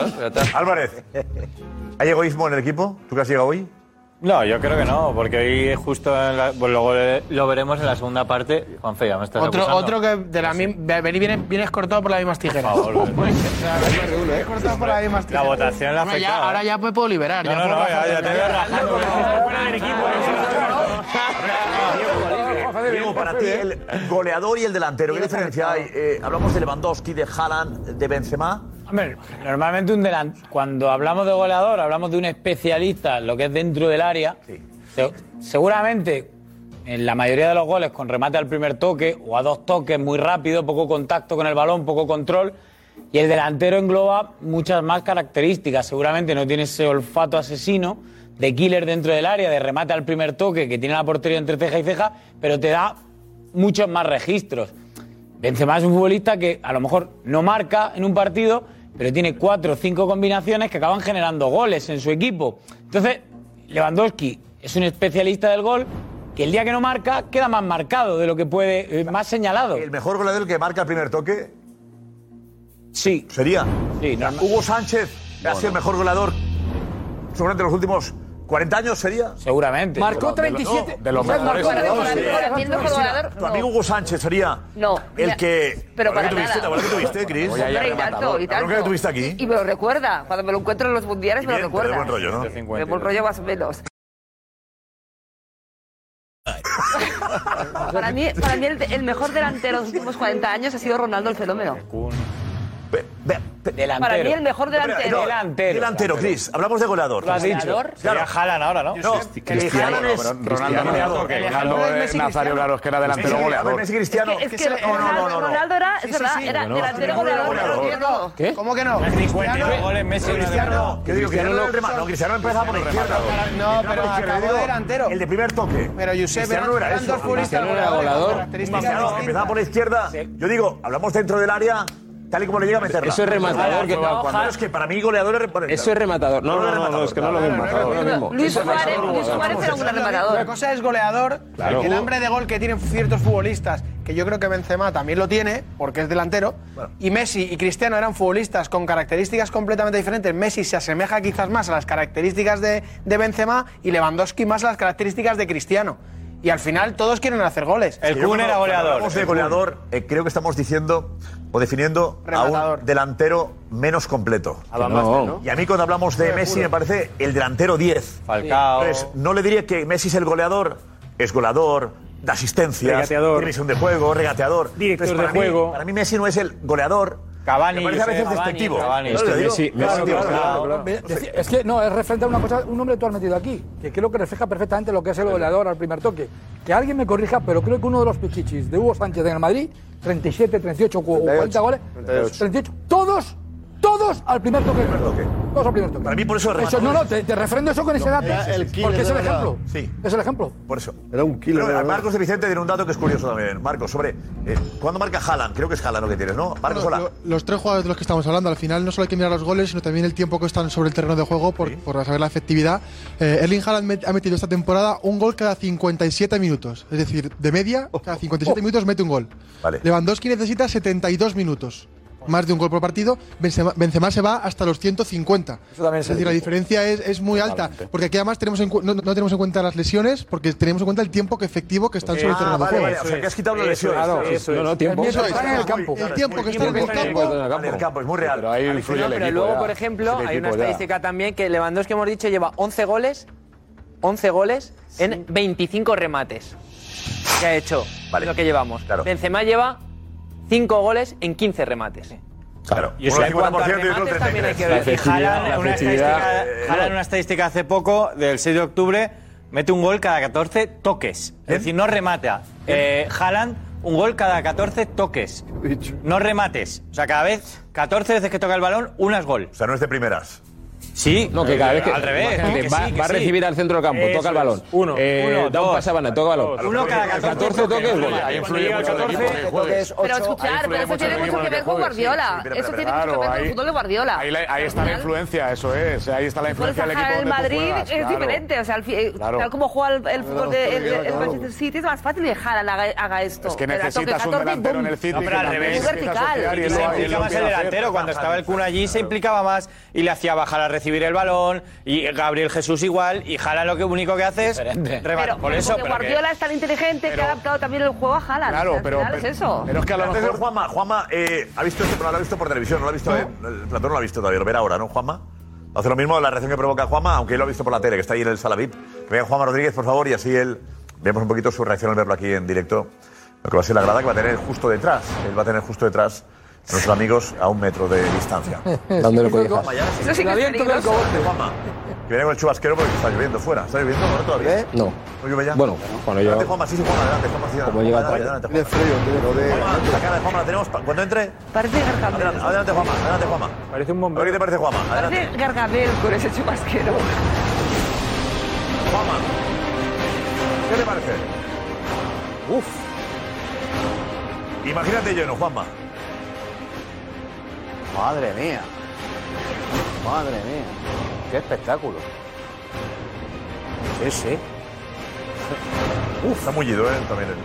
Speaker 3: Álvarez, ¿hay egoísmo en el equipo? ¿Tú que has llegado hoy?
Speaker 18: No, yo creo que no, porque hoy justo en la- pues luego eh, lo veremos en la segunda parte. Juanfe, ya me estás
Speaker 20: Otro,
Speaker 18: acusando.
Speaker 20: otro que de la mim- ve- vení, vienes, vienes cortado por las mismas tijeras.
Speaker 18: favor,
Speaker 20: Vienes cortado por las mismas
Speaker 18: La
Speaker 20: tijeras.
Speaker 18: votación la
Speaker 20: Bueno, ya-
Speaker 18: afecta.
Speaker 20: ahora ya me puedo liberar. ya
Speaker 18: No, no,
Speaker 20: puedo
Speaker 18: no,
Speaker 20: bajar
Speaker 18: ya, ya
Speaker 20: de-
Speaker 18: te veo rajando.
Speaker 3: Diego, para ti, el goleador y el delantero, ¿qué diferencia hay? Eh, hablamos de Lewandowski, de Haaland, de Benzema.
Speaker 24: Hombre, normalmente un delan- cuando hablamos de goleador, hablamos de un especialista en lo que es dentro del área. Se- seguramente en la mayoría de los goles con remate al primer toque o a dos toques muy rápido, poco contacto con el balón, poco control. Y el delantero engloba muchas más características. Seguramente no tiene ese olfato asesino de killer dentro del área, de remate al primer toque, que tiene la portería entre ceja y ceja, pero te da muchos más registros. Benzema es un futbolista que a lo mejor no marca en un partido, pero tiene cuatro o cinco combinaciones que acaban generando goles en su equipo. Entonces, Lewandowski es un especialista del gol que el día que no marca queda más marcado de lo que puede, eh, más señalado.
Speaker 3: ¿El mejor goleador que marca el primer toque?
Speaker 24: Sí.
Speaker 3: ¿Sería?
Speaker 24: Sí,
Speaker 3: Hugo Sánchez ha sido el mejor goleador seguramente en los últimos 40 años, ¿sería?
Speaker 24: Seguramente.
Speaker 3: No,
Speaker 5: Marcó
Speaker 3: de lo-
Speaker 5: 37.
Speaker 3: no, de los
Speaker 5: Marcó
Speaker 3: mejores
Speaker 5: 37.
Speaker 3: goleadores.
Speaker 6: Para mí el mejor goleador,
Speaker 3: Tu amigo Hugo Sánchez sería
Speaker 6: No,
Speaker 3: el
Speaker 6: mira,
Speaker 3: que.
Speaker 6: pero
Speaker 3: ¿Por qué
Speaker 6: para
Speaker 3: tuviste?
Speaker 6: nada.
Speaker 3: ¿Por qué tuviste, Chris?
Speaker 6: Hombre, y tanto, y
Speaker 3: ¿Por qué
Speaker 6: tanto.
Speaker 3: tuviste aquí?
Speaker 6: Y me lo recuerda. Cuando me lo encuentro en los mundiales, me lo
Speaker 3: Bien, pero
Speaker 6: recuerda.
Speaker 3: de buen rollo, ¿no?
Speaker 6: De buen rollo más o menos. para mí, para mí el, el mejor delantero de los últimos 40 años ha sido Ronaldo el fenómeno. Para mí el mejor delantero.
Speaker 3: delantero. Delantero, Chris. Hablamos de goleador.
Speaker 6: Lo has dicho. Goleador.
Speaker 3: Claro.
Speaker 18: Sería Haaland ahora, ¿no?
Speaker 3: No,
Speaker 18: Cristi-
Speaker 3: el
Speaker 18: Cristiano,
Speaker 3: Haaland es-
Speaker 18: Ronaldo,
Speaker 3: Cristiano,
Speaker 18: Ronaldo,
Speaker 3: goleador.
Speaker 18: que
Speaker 3: El
Speaker 18: Lallo
Speaker 3: Haaland es
Speaker 18: es
Speaker 3: Messi,
Speaker 18: Nazario
Speaker 3: Cristiano.
Speaker 18: Claros, que era
Speaker 3: Messi,
Speaker 18: delantero
Speaker 3: Cristiano.
Speaker 18: goleador.
Speaker 3: Messi, Cristiano.
Speaker 6: Es que, es que
Speaker 3: No, no, no,
Speaker 6: Ronaldo,
Speaker 3: no, no.
Speaker 6: Ronaldo era, es
Speaker 3: Sí, sí,
Speaker 6: verdad,
Speaker 3: sí.
Speaker 6: era
Speaker 3: Que no.
Speaker 6: delantero
Speaker 3: Goleador,
Speaker 6: goleador.
Speaker 3: goleador.
Speaker 20: ¿Qué? ¿Cómo que no?
Speaker 18: goles, Messi,
Speaker 3: Cristiano, que digo, Cristiano era el remate. No, Cristiano empezaba por la izquierda.
Speaker 20: No,
Speaker 3: Empezaba
Speaker 20: pero
Speaker 3: por la izquierda,
Speaker 20: acabó
Speaker 3: digo,
Speaker 20: delantero.
Speaker 3: El de primer toque.
Speaker 20: Pero Josep,
Speaker 3: Cristiano
Speaker 20: eran-
Speaker 3: no era
Speaker 20: eran
Speaker 3: eso.
Speaker 20: dos futbolistas Cristiano era goleadores con goleador. características
Speaker 3: Cristiano empezaba por la izquierda. Yo digo, hablamos dentro del área. tal y como le llega a meterla.
Speaker 15: Eso es rematador. que-
Speaker 3: No, claro, es que para mí goleador es rematador.
Speaker 15: Eso es rematador. No, no, no, no, es que no es lo mismo. no es lo mismo.
Speaker 20: Luis
Speaker 6: Suárez- Luis Suárez era un gran rematador.
Speaker 20: Una cosa es goleador,
Speaker 15: Claro.
Speaker 20: el hambre de gol que tienen ciertos futbolistas, que yo creo que Benzema también lo tiene, porque es delantero, y Messi y Cristiano eran futbolistas con características completamente diferentes. Messi se asemeja quizás más a las características de, de Benzema y Lewandowski más a las características de Cristiano. Y al final todos quieren hacer goles.
Speaker 3: Es que yo cuando- cuando hablamos de goleador, eh, creo que estamos diciendo o definiendo a un delantero menos completo.
Speaker 4: Ah,
Speaker 17: A Van Basten, ¿no?
Speaker 3: Y a mí cuando hablamos de
Speaker 17: Nueve
Speaker 3: Messi
Speaker 17: puros.
Speaker 3: me parece el delantero 10.
Speaker 17: Falcao.
Speaker 3: Entonces, no le diría que Messi es el goleador, es goleador, da asistencias,
Speaker 17: Regateador.
Speaker 3: tiene visión de juego, regateador.
Speaker 17: Director
Speaker 3: Entonces, para
Speaker 17: de
Speaker 3: mí-
Speaker 17: juego.
Speaker 3: para mí Messi no es el goleador.
Speaker 18: Cavani,
Speaker 3: me parece a
Speaker 18: Josep,
Speaker 3: veces
Speaker 18: Cavani,
Speaker 3: despectivo.
Speaker 18: Cavani.
Speaker 3: No,
Speaker 18: Es que
Speaker 3: lo digo.
Speaker 18: Messi-
Speaker 3: Claro,
Speaker 18: Messi-
Speaker 3: claro,
Speaker 18: claro,
Speaker 3: claro.
Speaker 5: Ve- deci- Es que no, es refleja una cosa, un nombre que tú has metido aquí, que creo que refleja perfectamente lo que es el goleador al primer toque. Que alguien me corrija, pero creo que uno de los pichichis de Hugo Sánchez en el Madrid, 37, 38 o 40 goles,
Speaker 3: 38.
Speaker 5: 38, todos, todos al primer toque. Todos al primer toque. Para
Speaker 3: mí por eso es
Speaker 5: No,
Speaker 3: rematador.
Speaker 5: no, te, te refrendo eso con ese
Speaker 3: No,
Speaker 5: dato,
Speaker 3: era el killer
Speaker 5: porque es
Speaker 3: de
Speaker 5: el
Speaker 3: verdad.
Speaker 5: ejemplo.
Speaker 3: Sí.
Speaker 5: Es el ejemplo.
Speaker 3: Por eso.
Speaker 14: Era un kilo.
Speaker 3: Pero, eh, Marcos de Vicente tiene un dato que es curioso también. Marcos, sobre. eh, ¿Cuándo marca Haaland? Creo que es Haaland lo que tienes, ¿no? Marcos, hola.
Speaker 2: Los tres jugadores de los que estamos hablando, al final no solo hay que mirar los goles, sino también el tiempo que están sobre el terreno de juego por, por saber la efectividad. Eh, Erling Haaland met- ha metido esta temporada un gol cada 57 minutos. Es decir, de media,
Speaker 3: Oh,
Speaker 2: cada 57 minutos mete un gol. Lewandowski necesita 72 minutos. Más de un gol por partido. Benzema, Benzema se va hasta los 150.
Speaker 14: también
Speaker 2: es
Speaker 14: es el
Speaker 2: decir, la
Speaker 14: tiempo.
Speaker 2: diferencia es, es muy alta.
Speaker 14: Totalmente.
Speaker 2: Porque aquí además tenemos en cu- no, no tenemos en cuenta las lesiones, porque tenemos en cuenta el tiempo que efectivo que están sobre el
Speaker 3: Ah,
Speaker 2: terreno de
Speaker 3: vale,
Speaker 2: juego.
Speaker 3: vale, o sea, que has quitado la
Speaker 2: Eso
Speaker 3: lesión.
Speaker 2: es, Claro, eso es. no, no, tiempo. Eso es, están en el campo. El tiempo que están en el campo.
Speaker 3: Vale, el campo, es muy real.
Speaker 7: Pero ahí
Speaker 3: Al
Speaker 7: influye
Speaker 3: final,
Speaker 7: el
Speaker 3: pero
Speaker 7: equipo.
Speaker 23: Luego,
Speaker 7: ya.
Speaker 23: por ejemplo,
Speaker 7: Es el
Speaker 23: hay una
Speaker 7: equipo ya.
Speaker 23: estadística también que Lewandowski, hemos dicho, lleva 11 goles, 11 goles en 25 remates que ha hecho lo que llevamos. Benzema lleva 5 goles en 15 remates.
Speaker 3: Claro.
Speaker 18: Y eso
Speaker 23: Uno
Speaker 18: en cuanto a
Speaker 23: 50% y otro
Speaker 18: remates también hay que
Speaker 23: 33.
Speaker 18: ver.
Speaker 23: La
Speaker 18: Y
Speaker 23: efectividad-
Speaker 18: Haaland,
Speaker 23: la
Speaker 18: una
Speaker 23: efectividad,
Speaker 18: estadística-
Speaker 23: eh,
Speaker 18: Haaland, una estadística hace poco, del 6 de octubre, mete un gol cada 14 toques. Es decir, no remata. Eh, Haaland, un gol cada 14 toques. No remates. O sea, cada vez, 14 veces que toca el balón, una es gol. O
Speaker 3: sea, no es de primeras.
Speaker 18: Sí,
Speaker 15: No, que cada vez que,
Speaker 18: al revés.
Speaker 15: imagínate,
Speaker 18: que
Speaker 15: va,
Speaker 18: sí, que
Speaker 15: va a
Speaker 18: sí.
Speaker 15: recibir al centro del campo,
Speaker 18: Eso
Speaker 15: toca el
Speaker 18: es.
Speaker 15: balón.
Speaker 18: Uno,
Speaker 15: Eh,
Speaker 18: uno,
Speaker 15: da un
Speaker 18: dos.
Speaker 15: pase a banda, toca balón.
Speaker 18: Uno cada 14
Speaker 15: 14 toques,
Speaker 18: toques,
Speaker 15: gol.
Speaker 18: gol. Ahí influye
Speaker 15: Cuando llega
Speaker 18: mucho el
Speaker 15: el
Speaker 18: equipo.
Speaker 15: 14,
Speaker 18: Juegues.
Speaker 6: Pero
Speaker 25: Ah,
Speaker 6: escuchar,
Speaker 25: influye
Speaker 6: pero eso
Speaker 25: mucho
Speaker 6: tiene
Speaker 25: el
Speaker 6: mucho
Speaker 25: equipo
Speaker 6: que
Speaker 25: en el
Speaker 6: ver
Speaker 25: que
Speaker 6: con
Speaker 25: juegues, sí,
Speaker 6: Guardiola.
Speaker 25: sí, pero-
Speaker 6: Eso
Speaker 25: pero
Speaker 6: tiene mucho que
Speaker 25: claro,
Speaker 6: ver con el
Speaker 25: ahí-
Speaker 6: fútbol de Guardiola.
Speaker 25: Ahí, la- ahí está la influencia, eso es. Ahí está la
Speaker 6: Por
Speaker 25: influencia del equipo. donde
Speaker 6: sacar Pues el
Speaker 25: tú
Speaker 6: Madrid
Speaker 25: juegas,
Speaker 6: es
Speaker 25: claro.
Speaker 6: diferente, o sea, al fi- eh,
Speaker 25: Claro.
Speaker 6: tal como juega el, el fútbol de el- el
Speaker 25: claro.
Speaker 6: Manchester City es más fácil que Haaland haga, haga esto.
Speaker 25: Es que
Speaker 6: Pero a toque
Speaker 25: necesitas un
Speaker 6: 14,
Speaker 25: delantero
Speaker 6: ¡bum!
Speaker 25: en el City.
Speaker 18: No, pero al revés.
Speaker 6: Es vertical.
Speaker 18: Y se implica más el delantero. Cuando estaba el Kun allí se implicaba más y le hacía bajar a recibir el balón. Y Gabriel Jesús igual. Y Jala lo que único que hace es rematar.
Speaker 6: Pero,
Speaker 18: Por eso, pero
Speaker 6: porque
Speaker 18: que-
Speaker 6: Guardiola es tan inteligente que ha adaptado también el juego a Haaland. O sea, al final es eso.
Speaker 3: Antes de Juanma, Juanma eh, ha visto este programa, lo ha visto por televisión, no lo ha visto, eh, el platón no lo ha visto todavía, lo verá ahora, ¿no, Juanma? Hace lo mismo la reacción que provoca Juanma, aunque él lo ha visto por la tele, que está ahí en el sala VIP. Que venga Juanma Rodríguez, por favor, y así él vemos un poquito su reacción al verlo aquí en directo. Lo que va a ser la grada que va a tener justo detrás. Él va a tener justo detrás a nuestros amigos a un metro de distancia.
Speaker 5: Dándole collejas.
Speaker 3: Juanma, ya,
Speaker 5: Eso sí que es Aliento del peligroso. cogote.
Speaker 3: Juanma, que viene con el chubasquero porque está lloviendo fuera. ¿Está lloviendo ahora todavía?
Speaker 22: ¿Eh? No.
Speaker 3: ¿No llueve ya?
Speaker 22: Bueno, cuando yo-
Speaker 3: Adelante, Juanma, sí, sí, Juanma, adelante, Juanma, sí,
Speaker 22: Como llega
Speaker 3: adelante,
Speaker 22: tarde.
Speaker 3: adelante, Juanma. Juanma, La cara de Juanma la tenemos pa- cuando entre.
Speaker 6: Parece
Speaker 3: Adelante, adelante, Juanma, adelante, Juanma. Parece un bombero. ¿Qué te parece, Juanma? Adelante.
Speaker 6: Parece Gargamel con ese chubasquero.
Speaker 3: Juanma. ¿Qué te parece? Uf. Imagínate lleno, Juanma.
Speaker 22: Madre mía. Madre mía. Qué espectáculo. Sí, sí.
Speaker 3: Uf. Está mullido, ¿eh? También él.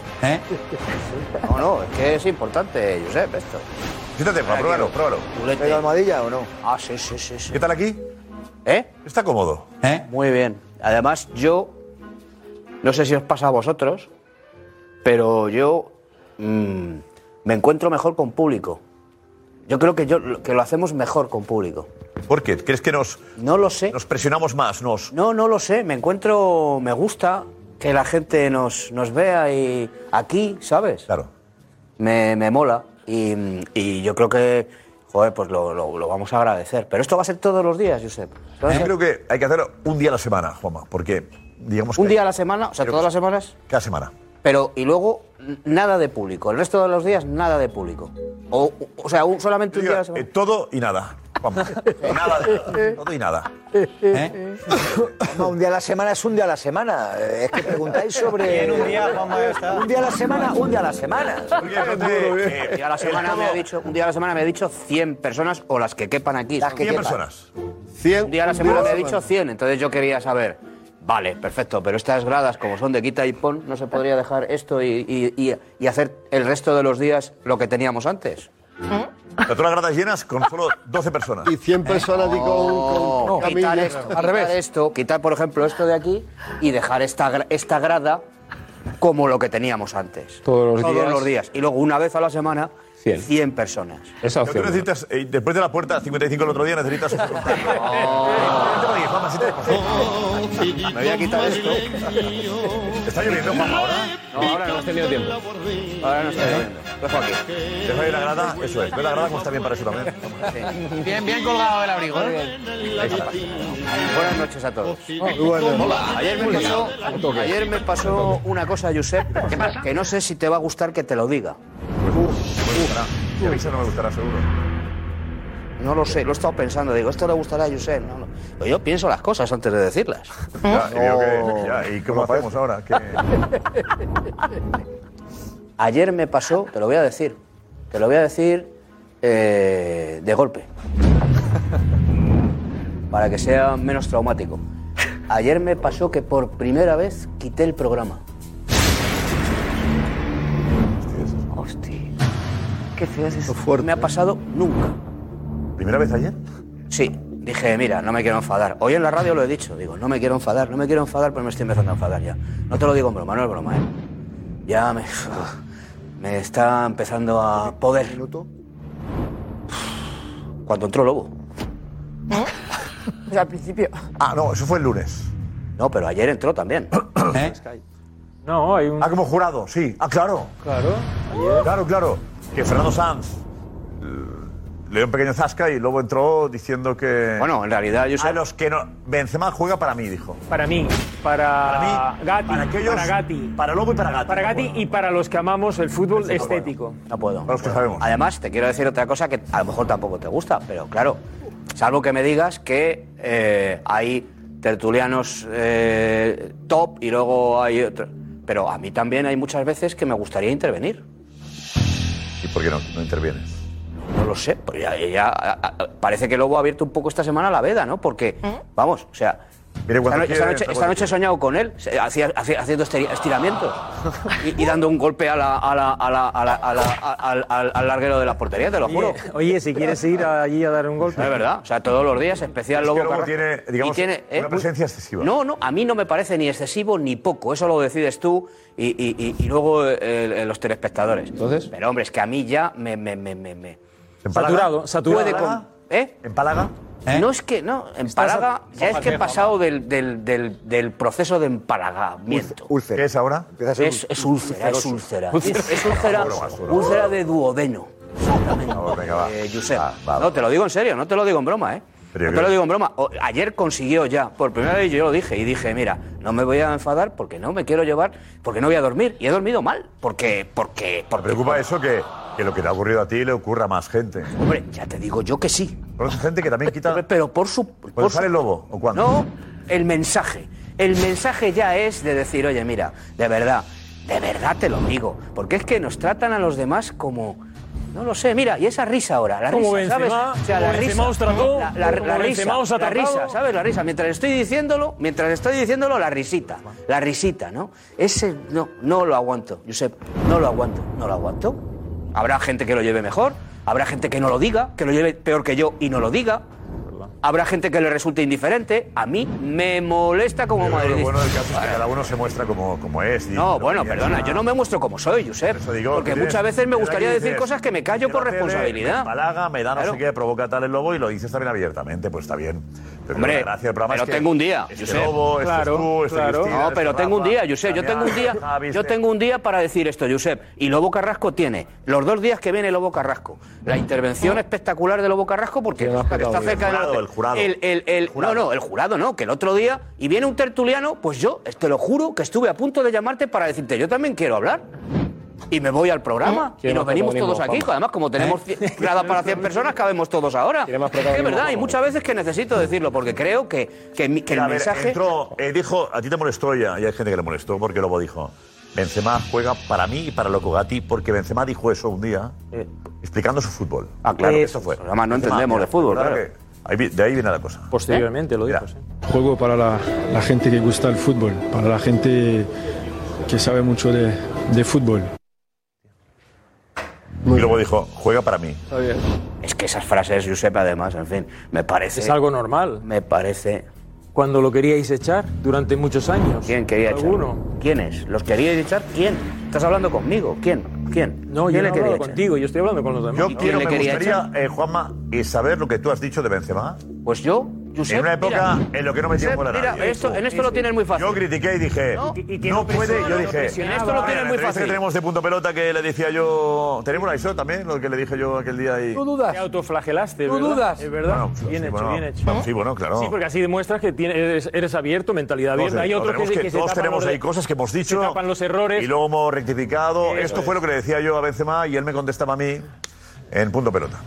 Speaker 22: ¿Eh? No, no, es que es importante, Josep, esto.
Speaker 3: Quítate, Juan, pruébalo, pruébalo.
Speaker 22: ¿Pega almohadilla o no? Ah, sí, sí, sí. sí.
Speaker 3: ¿Qué tal aquí?
Speaker 22: ¿Eh?
Speaker 3: Está cómodo.
Speaker 22: ¿Eh? Muy bien. Además, yo. No sé si os pasa a vosotros, pero yo. mm, me encuentro mejor con público. Yo creo que, yo, que lo hacemos mejor con público.
Speaker 3: ¿Por qué? ¿Crees que nos.
Speaker 22: No lo sé.
Speaker 3: Nos presionamos más, nos.
Speaker 22: No, no lo sé. Me encuentro. Me gusta que la gente nos, nos vea y. Aquí, ¿sabes?
Speaker 3: Claro.
Speaker 22: Me, me mola. Y, y yo creo que. Joder, pues lo, lo- lo vamos a agradecer. Pero esto va a ser todos los días, Josep.
Speaker 3: Yo creo que hay que hacerlo un día a la semana, Juanma, porque digamos que.
Speaker 22: Un día a la semana, o sea, todas las semanas.
Speaker 3: Cada semana.
Speaker 22: Pero, y luego, n- nada de público. El resto de los días, nada de público. O, o sea, un- solamente un día a la semana.
Speaker 3: eh, Todo y nada. Juanma. Nada de nada. Todo y nada.
Speaker 12: No, ¿Eh? un día a la semana es un día a la semana. Eh, Es que preguntáis sobre.
Speaker 22: Bien, un día, Juanma, ya está.
Speaker 12: Un día a la semana, un día a la semana.
Speaker 22: Un día Eh, a la semana me ha dicho, un día a la semana me ha dicho 100 personas o las que quepan aquí.
Speaker 12: Las que 100 quepan. personas.
Speaker 22: un día a la
Speaker 12: un día
Speaker 22: semana
Speaker 12: a la
Speaker 22: me ha
Speaker 12: semana.
Speaker 22: dicho 100, entonces yo quería saber. Vale, perfecto, pero estas gradas, como son de quita y pon, no se podría dejar esto y, y- y- y hacer el resto de los días lo que teníamos antes.
Speaker 3: O sea, tú las gradas llenas con solo 12 personas.
Speaker 14: Y 100
Speaker 12: Pues
Speaker 14: personas, digo,
Speaker 22: Oh. No,
Speaker 14: con, con
Speaker 22: quitar
Speaker 14: camillas.
Speaker 22: esto, quitar esto, quitar por ejemplo esto de aquí y dejar esta, gra- esta grada como lo que teníamos antes.
Speaker 15: Todos los días.
Speaker 22: los días. Y luego una vez a la semana, 100, personas.
Speaker 15: Esa
Speaker 3: Pero tú necesitas, eh, después de la puerta 55 el otro día, necesitas. Eh,
Speaker 14: Oh.
Speaker 3: Me voy a quitar esto. ¿Está lloviendo, Juanma, ahora?
Speaker 15: No, ahora no has tenido tiempo.
Speaker 22: Ahora no está lloviendo. Dejo aquí.
Speaker 3: Dejo ahí la grada, eso es. Ve la grada como está bien para eso también.
Speaker 10: Bien, bien colgado el abrigo.
Speaker 20: ¿eh?
Speaker 22: Buenas noches a
Speaker 3: Oh,
Speaker 22: todos. Oh,
Speaker 10: bueno.
Speaker 22: Hola. Ayer me pasó,
Speaker 10: Un toque.
Speaker 22: ayer me pasó una cosa, Josep, que no sé si te va a gustar que te lo diga.
Speaker 3: Pues, Y a mí eso no me gustará seguro.
Speaker 22: No lo sé, lo he estado pensando. Digo, esto le gustará a Josep. No, no. Pero Yo pienso las cosas antes de decirlas.
Speaker 3: Ya, y, digo que- ya, ¿y cómo
Speaker 22: No
Speaker 3: hacemos ahora? ¿Qué?
Speaker 22: Ayer me pasó, te lo voy a decir, te lo voy a decir eh, de golpe, para que sea menos traumático. Ayer me pasó que por primera vez quité el programa. Hostia, qué feo es eso. No
Speaker 3: ¿eh?
Speaker 22: me ha pasado nunca.
Speaker 3: ¿Primera vez ayer?
Speaker 22: Sí, dije, mira, no me quiero enfadar. Hoy en la radio lo he dicho, digo, no me quiero enfadar, no me quiero enfadar, pero me estoy empezando a enfadar ya. No te lo digo en broma, no es broma, ¿eh? Ya me, me está empezando a poder. Cuando entró Lobo. ¿Eh?
Speaker 8: O sea, al principio.
Speaker 22: Ah, no, eso fue el lunes. No, pero ayer entró también.
Speaker 3: No, hay un. Ah, como jurado, sí. Ah, claro. Claro. Claro, claro. Que Fernando Sanz eh, le dio un pequeño zasca y luego entró diciendo que.
Speaker 22: Bueno, en realidad yo
Speaker 3: A los que no. Benzema juega para mí, dijo.
Speaker 16: Para mí, para,
Speaker 3: Para
Speaker 16: Gatti,
Speaker 3: mí, para
Speaker 16: para,
Speaker 3: aquellos-
Speaker 16: Gatti.
Speaker 3: Para Lobo y para Gatti.
Speaker 16: Para Gatti y para los que amamos el fútbol estético.
Speaker 22: No puedo. Además, te quiero decir otra cosa que a lo mejor tampoco te gusta, pero claro, salvo que me digas que eh, hay tertulianos eh, top y luego hay otro. Pero a mí también hay muchas veces que me gustaría intervenir.
Speaker 3: ¿Y por qué no, no intervienes?
Speaker 22: No lo sé, pues ya, ya- a- a- parece que Lobo ha abierto un poco esta semana la veda, ¿no? Porque, vamos, o sea, esta,
Speaker 3: cuando
Speaker 22: no- esta
Speaker 3: quiere,
Speaker 22: noche,
Speaker 3: entra
Speaker 22: esta
Speaker 3: cuando
Speaker 22: noche he soñado con él, se- hacía- hacía- haciendo estiri- estiramientos y, y dando un golpe a la- a la- a la- a la- a la- al, al- al larguero de la portería, te lo juro.
Speaker 16: Oye, si quieres ir allí a dar un golpe.
Speaker 22: Es verdad, o sea, todos los días, especial
Speaker 16: Es que
Speaker 22: Lobo
Speaker 16: Lobo
Speaker 22: Carrasco.
Speaker 16: tiene,
Speaker 22: Y
Speaker 16: digamos,
Speaker 22: eh,
Speaker 16: una
Speaker 22: muy-
Speaker 16: presencia
Speaker 3: excesiva.
Speaker 22: No, no, a mí no me parece ni excesivo ni poco, eso lo decides tú y, y- y- y luego eh, eh, los telespectadores. Entonces. Pero hombre, es que a mí ya me. me, me, me, me-
Speaker 16: Empalaga? Saturado, saturado.
Speaker 22: Puede con- ¿Eh?
Speaker 3: ¿En Palaga?
Speaker 22: No es que, no, en Estás Palaga a- ya es que he Ojalá, pasado del, del, del, del proceso de empalagamiento.
Speaker 3: ¿Qué es ahora?
Speaker 22: a ser Es- es úlcera, es úlcera. Ah, Es- es úlcera- úlcera de duodeno. Eh, Josep, no, te lo digo en serio, no te lo digo en broma, ¿eh? No te lo digo en broma. O- ayer consiguió ya, por primera vez yo lo dije, y dije, mira, no me voy a enfadar porque no me quiero llevar, porque no voy a dormir. Y he dormido mal, porque... porque,
Speaker 3: ¿Te preocupa eso que, que lo que te ha ocurrido a ti le ocurra a más gente?
Speaker 22: Hombre, ya te digo yo que sí.
Speaker 3: Pero gente que también quita...
Speaker 22: Pero por su...
Speaker 3: ¿Puede sale el lobo o cuándo?
Speaker 22: No, el mensaje. El mensaje ya es de decir, oye, mira, de verdad, de verdad te lo digo. Porque es que nos tratan a los demás como... No lo sé, mira, y esa risa ahora, la
Speaker 16: Como
Speaker 22: risa, ¿sabes?
Speaker 16: Benzema,
Speaker 22: O sea,
Speaker 16: como
Speaker 22: la risa,
Speaker 16: Benzema os trató,
Speaker 22: la, la-
Speaker 16: como
Speaker 22: la
Speaker 16: Benzema
Speaker 22: risa,
Speaker 16: os ha
Speaker 22: la
Speaker 16: tratado.
Speaker 22: risa, ¿sabes? La risa. Mientras estoy diciéndolo, mientras estoy diciéndolo, la risita, la risita, ¿no? Ese no, no lo aguanto, Josep, no lo aguanto, no lo aguanto. Habrá gente que lo lleve mejor, habrá gente que no lo diga, que lo lleve peor que yo y no lo diga. Habrá gente que le resulte indiferente. A mí me molesta como
Speaker 3: Yo creo que
Speaker 22: madridista.
Speaker 3: Lo bueno del caso es que cada uno se muestra como, como es. y-
Speaker 22: No, bueno,
Speaker 3: y-
Speaker 22: perdona, yo no me muestro como soy, Josep.
Speaker 3: Digo,
Speaker 22: porque
Speaker 3: tú tienes-
Speaker 22: muchas veces me
Speaker 3: tienes
Speaker 22: gustaría
Speaker 3: aquí,
Speaker 22: decir
Speaker 3: dices,
Speaker 22: cosas que me callo
Speaker 3: de
Speaker 22: por
Speaker 3: la tele,
Speaker 22: responsabilidad.
Speaker 3: me Palaga, me da no
Speaker 22: Claro.
Speaker 3: sé qué, provoca tal el lobo y lo dices también abiertamente. Pues está bien. Pero
Speaker 22: Hombre,
Speaker 3: la gracia del programa
Speaker 22: pero
Speaker 3: es que
Speaker 22: tengo un día,
Speaker 3: Este
Speaker 22: Josep.
Speaker 3: lobo, este es tú, este es Cristina,
Speaker 22: No,
Speaker 3: este
Speaker 22: pero
Speaker 3: es
Speaker 22: tengo un
Speaker 3: Rafa,
Speaker 22: día, Josep. Yo
Speaker 3: Damián,
Speaker 22: tengo un día,
Speaker 3: Javi,
Speaker 22: yo
Speaker 3: este-
Speaker 22: tengo un día para decir esto, Josep. Y Lobo Carrasco tiene los dos días que viene Lobo Carrasco. La intervención espectacular de Lobo Carrasco porque está
Speaker 3: petado
Speaker 22: cerca
Speaker 3: bien.
Speaker 22: del
Speaker 3: El jurado, el jurado.
Speaker 22: El, el- el- No, no, el jurado no, que el otro día y viene un tertuliano, pues yo te lo juro que estuve a punto de llamarte para decirte, yo también quiero hablar. y me voy al
Speaker 13: ¿Eh?
Speaker 22: programa.
Speaker 9: Quiere
Speaker 22: Y nos
Speaker 9: más
Speaker 22: venimos
Speaker 9: protagonismo,
Speaker 22: todos aquí.
Speaker 9: Juanma.
Speaker 22: Además, como tenemos
Speaker 9: ¿Eh?
Speaker 22: cien- gradas para 100 personas, cabemos todos ahora. Es que es protagonismo, verdad, y Juanma. muchas veces que necesito decirlo, porque creo que, que, mi- que el
Speaker 3: A ver,
Speaker 22: mensaje...
Speaker 3: entró, eh, dijo, a ti te molestó ya, y hay gente que le molestó, porque luego dijo, Benzema juega para mí y para Loco Gatti, porque Benzema dijo eso un día, explicando su fútbol.
Speaker 22: Eh. Ah, claro.
Speaker 3: Eso fue.
Speaker 22: Además, no entendemos de fútbol, claro.
Speaker 3: que ahí vi- de ahí viene la cosa.
Speaker 13: Posteriormente lo dijo,
Speaker 19: Juego para la, la gente que gusta el fútbol, para la gente que sabe mucho de, de fútbol.
Speaker 3: Y luego dijo, juega para mí.
Speaker 22: Es que esas frases, Josep, además, en fin, me parece...
Speaker 13: Es algo normal.
Speaker 22: Me parece...
Speaker 13: Cuando lo queríais echar durante muchos años.
Speaker 22: ¿Quién quería echar?
Speaker 13: ¿Alguno?
Speaker 22: ¿Quién es? ¿Los queríais echar? ¿Quién? ¿Estás hablando conmigo? ¿Quién? ¿Quién?
Speaker 13: No, yo no
Speaker 22: ¿Quién
Speaker 13: he hablado
Speaker 22: echar?
Speaker 13: contigo, yo estoy hablando con los demás.
Speaker 3: Yo quiero, me gustaría, eh, Juanma, eh, saber lo que tú has dicho de Benzema.
Speaker 22: Pues yo, Josep,
Speaker 3: En una época
Speaker 22: mira.
Speaker 3: en lo que no metían
Speaker 22: Josep,
Speaker 3: gol a
Speaker 22: mira,
Speaker 3: nadie.
Speaker 22: esto- en esto lo tienes muy fácil.
Speaker 3: Yo critiqué y
Speaker 13: Eh,
Speaker 3: dije,
Speaker 22: No,
Speaker 3: no,
Speaker 22: y- y que no
Speaker 3: puede,
Speaker 22: presiona,
Speaker 3: yo
Speaker 22: no
Speaker 3: dije...
Speaker 22: presiona. Esto lo
Speaker 3: Mira,
Speaker 22: tienes
Speaker 3: la
Speaker 22: muy
Speaker 3: entrevista
Speaker 22: fácil.
Speaker 3: que tenemos de punto pelota que le decía yo... Tenemos la ISO también, lo que le dije yo aquel día ahí.
Speaker 13: Tú dudas. Te autoflagelaste,
Speaker 3: Tú
Speaker 13: ¿verdad?
Speaker 3: dudas.
Speaker 13: Es verdad.
Speaker 3: Bueno, pues
Speaker 13: bien
Speaker 3: sí,
Speaker 13: hecho,
Speaker 3: bueno,
Speaker 13: bien hecho.
Speaker 3: vamos, sí, bueno, claro.
Speaker 13: Sí, porque así demuestras que tienes, eres, eres abierto, mentalidad
Speaker 3: Todos,
Speaker 13: abierta. Hay
Speaker 3: todos
Speaker 13: otros
Speaker 3: tenemos
Speaker 13: que,
Speaker 3: que-
Speaker 13: que se
Speaker 3: todos
Speaker 13: tapan
Speaker 3: tenemos
Speaker 13: los de-
Speaker 3: ahí cosas que hemos
Speaker 13: Se
Speaker 3: dicho
Speaker 13: tapan los errores.
Speaker 3: y luego hemos rectificado.
Speaker 13: Eso
Speaker 3: Esto
Speaker 13: es.
Speaker 3: fue lo que le decía yo a Benzema y él me contestaba a mí en punto pelota.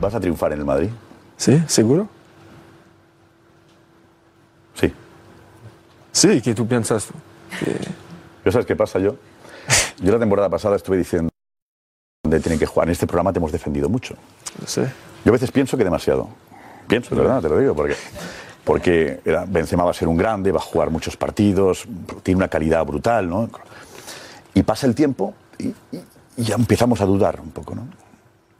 Speaker 26: ¿Vas a triunfar en el Madrid?
Speaker 27: ¿Sí? ¿Seguro?
Speaker 26: Sí.
Speaker 27: Sí, que tú piensas.
Speaker 26: Pero ¿sabes qué pasa yo? Yo la temporada pasada estuve diciendo donde tienen que jugar. En este programa te hemos defendido mucho. Yo a veces pienso que demasiado. Pienso, de verdad, te lo digo, porque, porque era- Benzema va a ser un grande, va a jugar muchos partidos, tiene una calidad brutal, ¿no? Y pasa el tiempo y, y- y ya empezamos a dudar un poco, ¿no?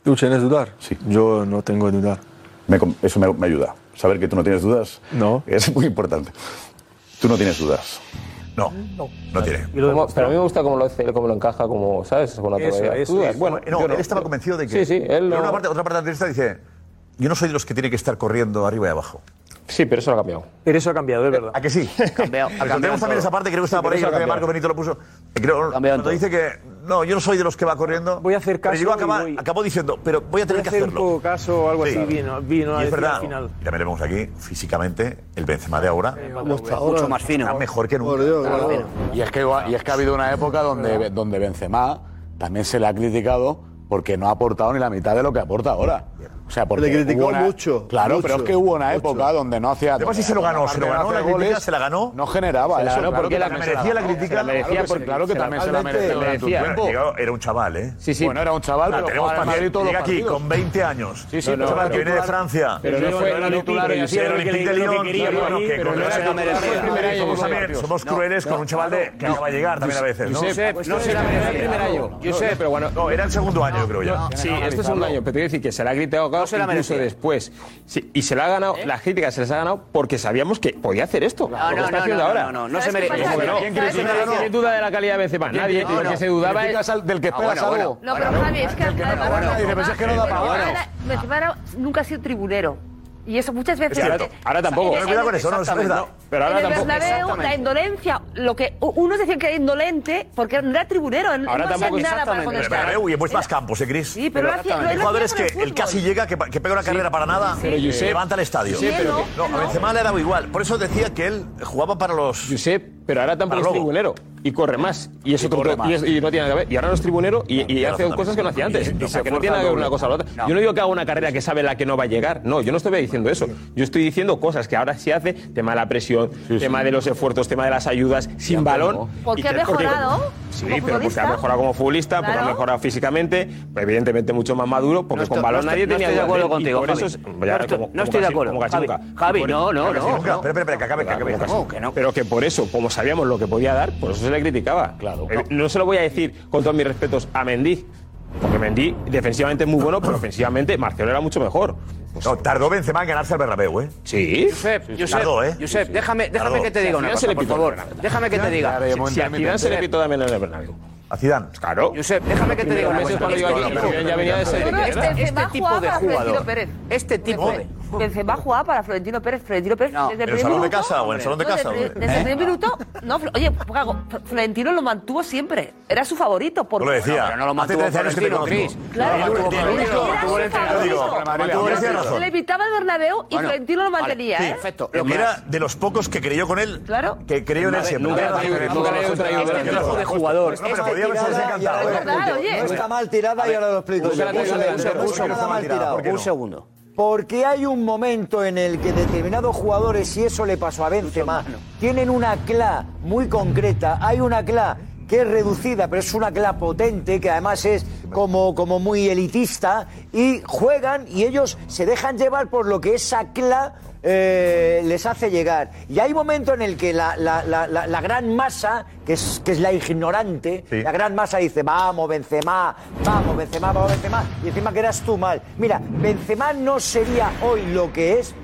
Speaker 27: ¿Tú tienes dudar? Sí. Yo no tengo dudar.
Speaker 26: Me com- eso me, me ayuda. Saber que tú no tienes dudas
Speaker 27: No.
Speaker 26: es muy importante. Tú no tienes dudas.
Speaker 3: No, no tiene.
Speaker 15: Como- pero a mí me gusta cómo lo, hace, cómo lo encaja, como, ¿sabes? Con la
Speaker 3: Eso,
Speaker 15: tonalidad.
Speaker 3: eso,
Speaker 15: Tú,
Speaker 3: eso.
Speaker 15: bueno,
Speaker 3: no,
Speaker 15: yo
Speaker 3: él estaba convencido de que.
Speaker 15: Sí, sí, él
Speaker 3: Pero
Speaker 15: no-
Speaker 3: una parte, otra parte de la entrevista dice: Yo no soy de los que tiene que estar corriendo arriba y abajo.
Speaker 15: Sí, pero eso lo ha cambiado.
Speaker 13: Pero eso ha cambiado, es verdad.
Speaker 3: ¿A que sí?
Speaker 15: cambiado,
Speaker 3: Pero tenemos también esa parte, creo que estaba por ahí, creo que Marco Benito lo puso. Eh, Creo, cuando dice que. No, yo no soy de los que va corriendo. Voy a hacer
Speaker 13: caso
Speaker 3: Pero llegó a
Speaker 13: y
Speaker 3: acabar-
Speaker 13: voy-
Speaker 3: acabó diciendo: Pero voy a tener
Speaker 13: Voy
Speaker 3: que
Speaker 13: a hacer un
Speaker 3: hacerlo.
Speaker 13: poco caso o algo
Speaker 3: Sí.
Speaker 13: así, vino, vino a
Speaker 3: y es
Speaker 13: decir
Speaker 3: verdad.
Speaker 13: al final.
Speaker 3: Y también vemos aquí, físicamente, el Benzema de ahora.
Speaker 7: ahora.
Speaker 3: Está mejor que nunca. Está mejor.
Speaker 7: Y es que, y es que ha habido una época donde, donde Benzema también se le ha criticado porque no ha aportado ni la mitad de lo que aporta ahora. O sea, porque
Speaker 28: le criticó
Speaker 7: hubo una-
Speaker 28: mucho,
Speaker 7: Claro,
Speaker 28: mucho,
Speaker 7: pero es que hubo una época donde no hacía.
Speaker 28: Además, si se lo ganó, se lo
Speaker 7: donde no
Speaker 28: ganó,
Speaker 7: hacía
Speaker 28: la crítica
Speaker 7: goles,
Speaker 28: se la ganó.
Speaker 7: No generaba.
Speaker 28: Se la
Speaker 7: eso,
Speaker 28: ganó
Speaker 7: claro
Speaker 28: porque
Speaker 7: que
Speaker 28: la
Speaker 7: también
Speaker 28: merecía
Speaker 7: se
Speaker 28: la
Speaker 7: ganó.
Speaker 28: crítica.
Speaker 7: Claro que
Speaker 28: Claro que
Speaker 7: se-
Speaker 28: se-
Speaker 7: Claro que
Speaker 28: se la-
Speaker 7: también se la
Speaker 28: realmente
Speaker 7: merecía.
Speaker 28: la
Speaker 7: durante un Ah,
Speaker 28: merecía.
Speaker 7: tiempo.
Speaker 3: Bueno, llegó- era un chaval, ¿eh?
Speaker 7: Sí, sí. Bueno, era un chaval, pero
Speaker 3: tenemos
Speaker 7: jugaba en
Speaker 3: partido-
Speaker 7: Madrid todos los
Speaker 3: Llega aquí
Speaker 7: partidos.
Speaker 3: con 20 años.
Speaker 7: Sí, sí,
Speaker 3: un
Speaker 7: no,
Speaker 3: chaval
Speaker 7: pero-
Speaker 3: que viene de Francia.
Speaker 7: Pero no fue-
Speaker 3: era
Speaker 7: no titular,
Speaker 3: y
Speaker 7: hacía
Speaker 3: era
Speaker 7: lo
Speaker 3: el
Speaker 7: que
Speaker 3: Olympique
Speaker 7: le-
Speaker 3: de
Speaker 7: lo que
Speaker 3: Lyon.
Speaker 7: quería
Speaker 3: pero bueno,
Speaker 7: allí,
Speaker 3: que
Speaker 7: pero
Speaker 3: con
Speaker 7: no era
Speaker 3: Francia-
Speaker 7: titular, hacía lo que
Speaker 3: Somos-
Speaker 7: quería
Speaker 3: somos-
Speaker 7: allí.
Speaker 3: también- Somos
Speaker 7: No,
Speaker 3: crueles
Speaker 7: no,
Speaker 3: con un chaval de- que
Speaker 7: no.
Speaker 3: acaba de llegar también a veces, ¿no?
Speaker 15: Josep,
Speaker 3: Pues
Speaker 15: no
Speaker 3: sí,
Speaker 15: se la
Speaker 3: no,
Speaker 15: merecía.
Speaker 3: no,
Speaker 15: Primera yo.
Speaker 3: no,
Speaker 15: Josep, pero bueno-
Speaker 3: No, era el segundo año, creo yo.
Speaker 15: No, sí, este es un año, pero te quiero decir que se la ha gritado claro, la incluso merecía. ¿Eh? después. Sí, y se la ha ganado, las críticas se las ha ganado porque sabíamos que podía hacer esto.
Speaker 22: No,
Speaker 15: lo que
Speaker 22: no,
Speaker 15: está
Speaker 22: no,
Speaker 15: haciendo
Speaker 22: no,
Speaker 15: ahora.
Speaker 22: no, no, no se merece.
Speaker 15: Pero bueno,
Speaker 22: ¿Sabes qué pasa?
Speaker 15: ¿quién tiene duda de la calidad de Benzema?
Speaker 22: ¿Quién
Speaker 15: Nadie,
Speaker 22: critica?
Speaker 15: lo que se dudaba
Speaker 7: Criticas al- del que esperas algo.
Speaker 22: No, pero Javi, es que además-
Speaker 7: Dice, pero si es que no da para
Speaker 22: Benzema
Speaker 7: ahora.
Speaker 22: era- Benzema era- nunca ha sido tribunero. Y eso muchas veces.
Speaker 15: ahora, ahora tampoco.
Speaker 22: En el- en el-
Speaker 15: No, pero ahora
Speaker 22: en el
Speaker 15: tampoco.
Speaker 22: Bernabéu, la indolencia, lo que unos decían que era indolente porque no era tribunero, no
Speaker 3: Ahora
Speaker 22: hacía
Speaker 3: tampoco
Speaker 22: nada para contestar.
Speaker 3: y en más campos, ¿eh, Chris?
Speaker 22: Sí, pero lo hacía- lo- lo
Speaker 3: Hay
Speaker 22: hacía
Speaker 3: jugadores
Speaker 22: con el
Speaker 3: que el
Speaker 22: fútbol.
Speaker 3: casi llega, que, pa- que pega una carrera para nada,
Speaker 15: Pero
Speaker 3: que
Speaker 15: Josep-
Speaker 3: levanta el estadio.
Speaker 15: Sí, pero que-
Speaker 3: no, a Benzema le daba igual. Por eso decía que él jugaba para los...
Speaker 15: Josep, pero ahora tampoco
Speaker 3: Para
Speaker 15: es
Speaker 3: luego.
Speaker 15: tribunero y corre más y es
Speaker 3: Y
Speaker 15: otro
Speaker 3: corre
Speaker 15: y, es-
Speaker 3: más.
Speaker 15: y no tiene nada que ver y ahora no es tribunero y, y
Speaker 3: tiene
Speaker 15: hace
Speaker 3: razón
Speaker 15: cosas que no hacía
Speaker 3: también.
Speaker 15: antes
Speaker 3: Y- y
Speaker 15: o sea
Speaker 3: se
Speaker 15: que no
Speaker 3: esfuerza
Speaker 15: tiene nada que ver
Speaker 3: doble.
Speaker 15: una cosa a la otra
Speaker 3: No.
Speaker 15: yo no digo que haga una carrera que sabe la que no va a llegar no yo no estoy diciendo eso yo estoy diciendo cosas que ahora sí hace tema de la presión tema de los esfuerzos tema de las ayudas sin balón
Speaker 22: Porque
Speaker 15: Y
Speaker 22: ha
Speaker 15: que-
Speaker 22: mejorado
Speaker 15: Sí, pero
Speaker 22: como
Speaker 15: porque ha
Speaker 22: futbolista.
Speaker 15: mejorado como futbolista, porque
Speaker 22: Claro.
Speaker 15: ha mejorado físicamente, pues evidentemente mucho más maduro, porque
Speaker 22: estoy-
Speaker 15: con balón
Speaker 22: no
Speaker 15: nadie
Speaker 22: estoy- no
Speaker 15: tenía
Speaker 22: estoy de
Speaker 15: dudas
Speaker 22: acuerdo
Speaker 15: él, y
Speaker 22: contigo,
Speaker 15: por
Speaker 22: Javi.
Speaker 15: eso es-
Speaker 22: No
Speaker 15: ya,
Speaker 22: estoy-
Speaker 15: como-
Speaker 22: no
Speaker 15: como
Speaker 22: estoy de
Speaker 15: casi-
Speaker 22: acuerdo.
Speaker 15: como casi
Speaker 22: Javi,
Speaker 15: nunca.
Speaker 22: Javi,
Speaker 15: Y por-
Speaker 22: no, no,
Speaker 15: como casi
Speaker 22: no,
Speaker 15: nunca.
Speaker 22: no.
Speaker 15: Espera, espera, espera, que acabe, que acabe, que acabe.
Speaker 22: No, que no.
Speaker 15: Pero que por eso, como sabíamos lo que podía dar, por eso se le criticaba. Claro. no se lo voy a decir con todos mis respetos a Mendy. Porque Mendy defensivamente es muy bueno, pero ofensivamente Marcelo era mucho mejor.
Speaker 3: No, tardó Benzema en ganarse al Bernabéu, ¿eh?
Speaker 15: Sí.
Speaker 22: Josep, Josep,
Speaker 3: Tardó, ¿eh?
Speaker 22: Josep, déjame, déjame
Speaker 3: Tardó.
Speaker 22: que te diga una cosa, por favor. Déjame que te diga.
Speaker 15: Si, si a Zidane se le pitó también en el Bernabéu.
Speaker 3: ¿A Zidane?
Speaker 15: Claro.
Speaker 22: Josep, déjame que te diga una cosa.
Speaker 15: ya venía de ser...
Speaker 22: Este- Este,
Speaker 6: para
Speaker 22: tipo de
Speaker 6: Florentino
Speaker 22: jugador.
Speaker 6: Pérez.
Speaker 22: Este tipo de.
Speaker 6: Benzema jugaba para Florentino Pérez. Florentino Pérez desde el
Speaker 22: ¿En el
Speaker 6: primer
Speaker 22: salón de
Speaker 6: minuto-
Speaker 22: casa o en el salón de
Speaker 6: No,
Speaker 22: casa,
Speaker 6: desde-
Speaker 22: hombre?
Speaker 6: Desde el
Speaker 22: ¿Eh?
Speaker 6: primer minuto. No, Fl- oye, pues, cago, F- Florentino lo mantuvo siempre. Era su favorito. Por
Speaker 3: Lo decía.
Speaker 22: pero no lo mantuvo
Speaker 3: Hace 13 años que te
Speaker 22: Florentino,
Speaker 3: conozco.
Speaker 22: Chris.
Speaker 3: Claro.
Speaker 22: No lo
Speaker 3: Era
Speaker 22: mantuvo Florentino.
Speaker 3: el único-
Speaker 22: Era
Speaker 3: tuvo
Speaker 22: su
Speaker 3: el entrenador,
Speaker 22: favorito.
Speaker 3: digo, para Madrid,
Speaker 22: Mantuvo
Speaker 3: ahora sí
Speaker 22: Florentino.
Speaker 3: razón.
Speaker 6: Le evitaba el Bernabéu y
Speaker 22: Bueno,
Speaker 6: Florentino lo
Speaker 22: vale,
Speaker 6: mantenía,
Speaker 3: Sí.
Speaker 6: ¿eh?
Speaker 22: lo que
Speaker 3: Era
Speaker 22: has-
Speaker 3: de los pocos que creyó con él.
Speaker 6: Claro.
Speaker 3: Que creyó en él siempre.
Speaker 15: Nunca le ha traído- nunca le ha traído-
Speaker 3: Tienes razón.
Speaker 22: jugador.
Speaker 3: pues, No, pero por podía haberse desencantado, ¿eh? Claro, oye.
Speaker 12: No está mal tirada y ahora lo explico.
Speaker 22: Un segundo,
Speaker 12: No
Speaker 22: un segundo,
Speaker 12: está
Speaker 22: un segundo.
Speaker 12: mal tirado.
Speaker 22: ¿Por qué no?
Speaker 12: Porque hay un momento en el que determinados jugadores, y eso le pasó a Benzema, tienen una cla muy concreta. Hay una cla que es reducida, pero es una cla potente, que además es como, como muy elitista, y juegan y ellos se dejan llevar por lo que esa cla eh, les hace llegar. Y hay un momento en el que la, la- la- la- la gran masa, que es, que es la ignorante, la gran masa dice, vamos, Benzema, vamos, Benzema, vamos, Benzema, y encima quedas tú mal. Mira, Benzema no sería hoy lo que es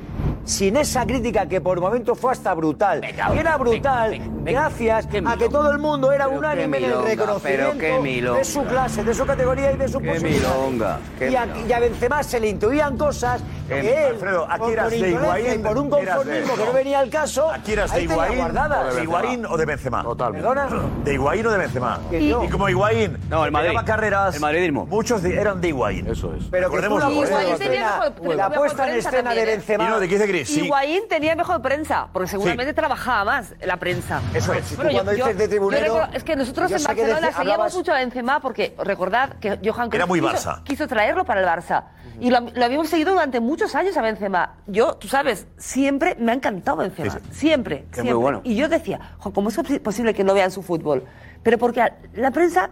Speaker 12: sin esa crítica que por momentos fue hasta brutal. Y era brutal gracias a que todo el mundo era unánime en el
Speaker 22: milonga,
Speaker 12: reconocimiento
Speaker 22: pero qué
Speaker 12: de su
Speaker 22: milonga.
Speaker 12: clase, de su categoría y de su
Speaker 22: Qué
Speaker 12: posibilidades.
Speaker 22: milonga, qué
Speaker 12: Y a, y a Benzema se le intuían cosas
Speaker 22: Qué
Speaker 12: que él,
Speaker 22: Alfredo, aquí
Speaker 12: por,
Speaker 22: eras
Speaker 12: por
Speaker 22: de
Speaker 12: indolencia
Speaker 22: Higuaín,
Speaker 12: y por un
Speaker 22: eras de-
Speaker 12: conformismo que no
Speaker 22: no.
Speaker 12: venía al caso,
Speaker 3: ¿Aquí eras de
Speaker 12: ahí tenía
Speaker 3: Higuaín,
Speaker 12: guardadas.
Speaker 3: de Higuaín o de Benzema? Totalmente.
Speaker 12: ¿Perdona?
Speaker 3: ¿De Higuaín o de Benzema?
Speaker 12: Y-
Speaker 3: Y, como Higuaín
Speaker 22: No, el Madrid.
Speaker 3: pegaba carreras,
Speaker 22: El madridismo.
Speaker 3: muchos de- eran de Higuaín. Eso es.
Speaker 12: Pero
Speaker 3: Recordemos
Speaker 12: que tú la
Speaker 3: esto,
Speaker 12: puesta en
Speaker 3: ¿eh?
Speaker 12: escena- la puesta en escena de Benzema.
Speaker 3: Y no, ¿de qué dice Gris? Sí.
Speaker 6: Higuaín tenía mejor prensa, porque seguramente trabajaba más la prensa.
Speaker 22: Eso es. Si tú
Speaker 6: yo-
Speaker 22: cuando
Speaker 6: yo-
Speaker 22: dices de
Speaker 6: yo
Speaker 22: tribunero,
Speaker 6: recuerdo- es que nosotros
Speaker 22: yo
Speaker 6: en
Speaker 22: sé que
Speaker 6: Barcelona
Speaker 22: decía-
Speaker 6: seguíamos
Speaker 22: hablabas-
Speaker 6: mucho a Benzema porque recordad que Johan Cruyff
Speaker 22: Era muy
Speaker 6: quiso,
Speaker 22: Barça.
Speaker 6: quiso traerlo para el Barça. Y lo, lo habíamos seguido durante muchos años a Benzema. Yo, tú sabes, siempre me ha encantado Benzema. Siempre.
Speaker 22: Es
Speaker 6: siempre.
Speaker 22: muy bueno.
Speaker 6: Y yo decía, "Jo, ¿cómo es posi- posible que no vean su fútbol? Pero porque a- la prensa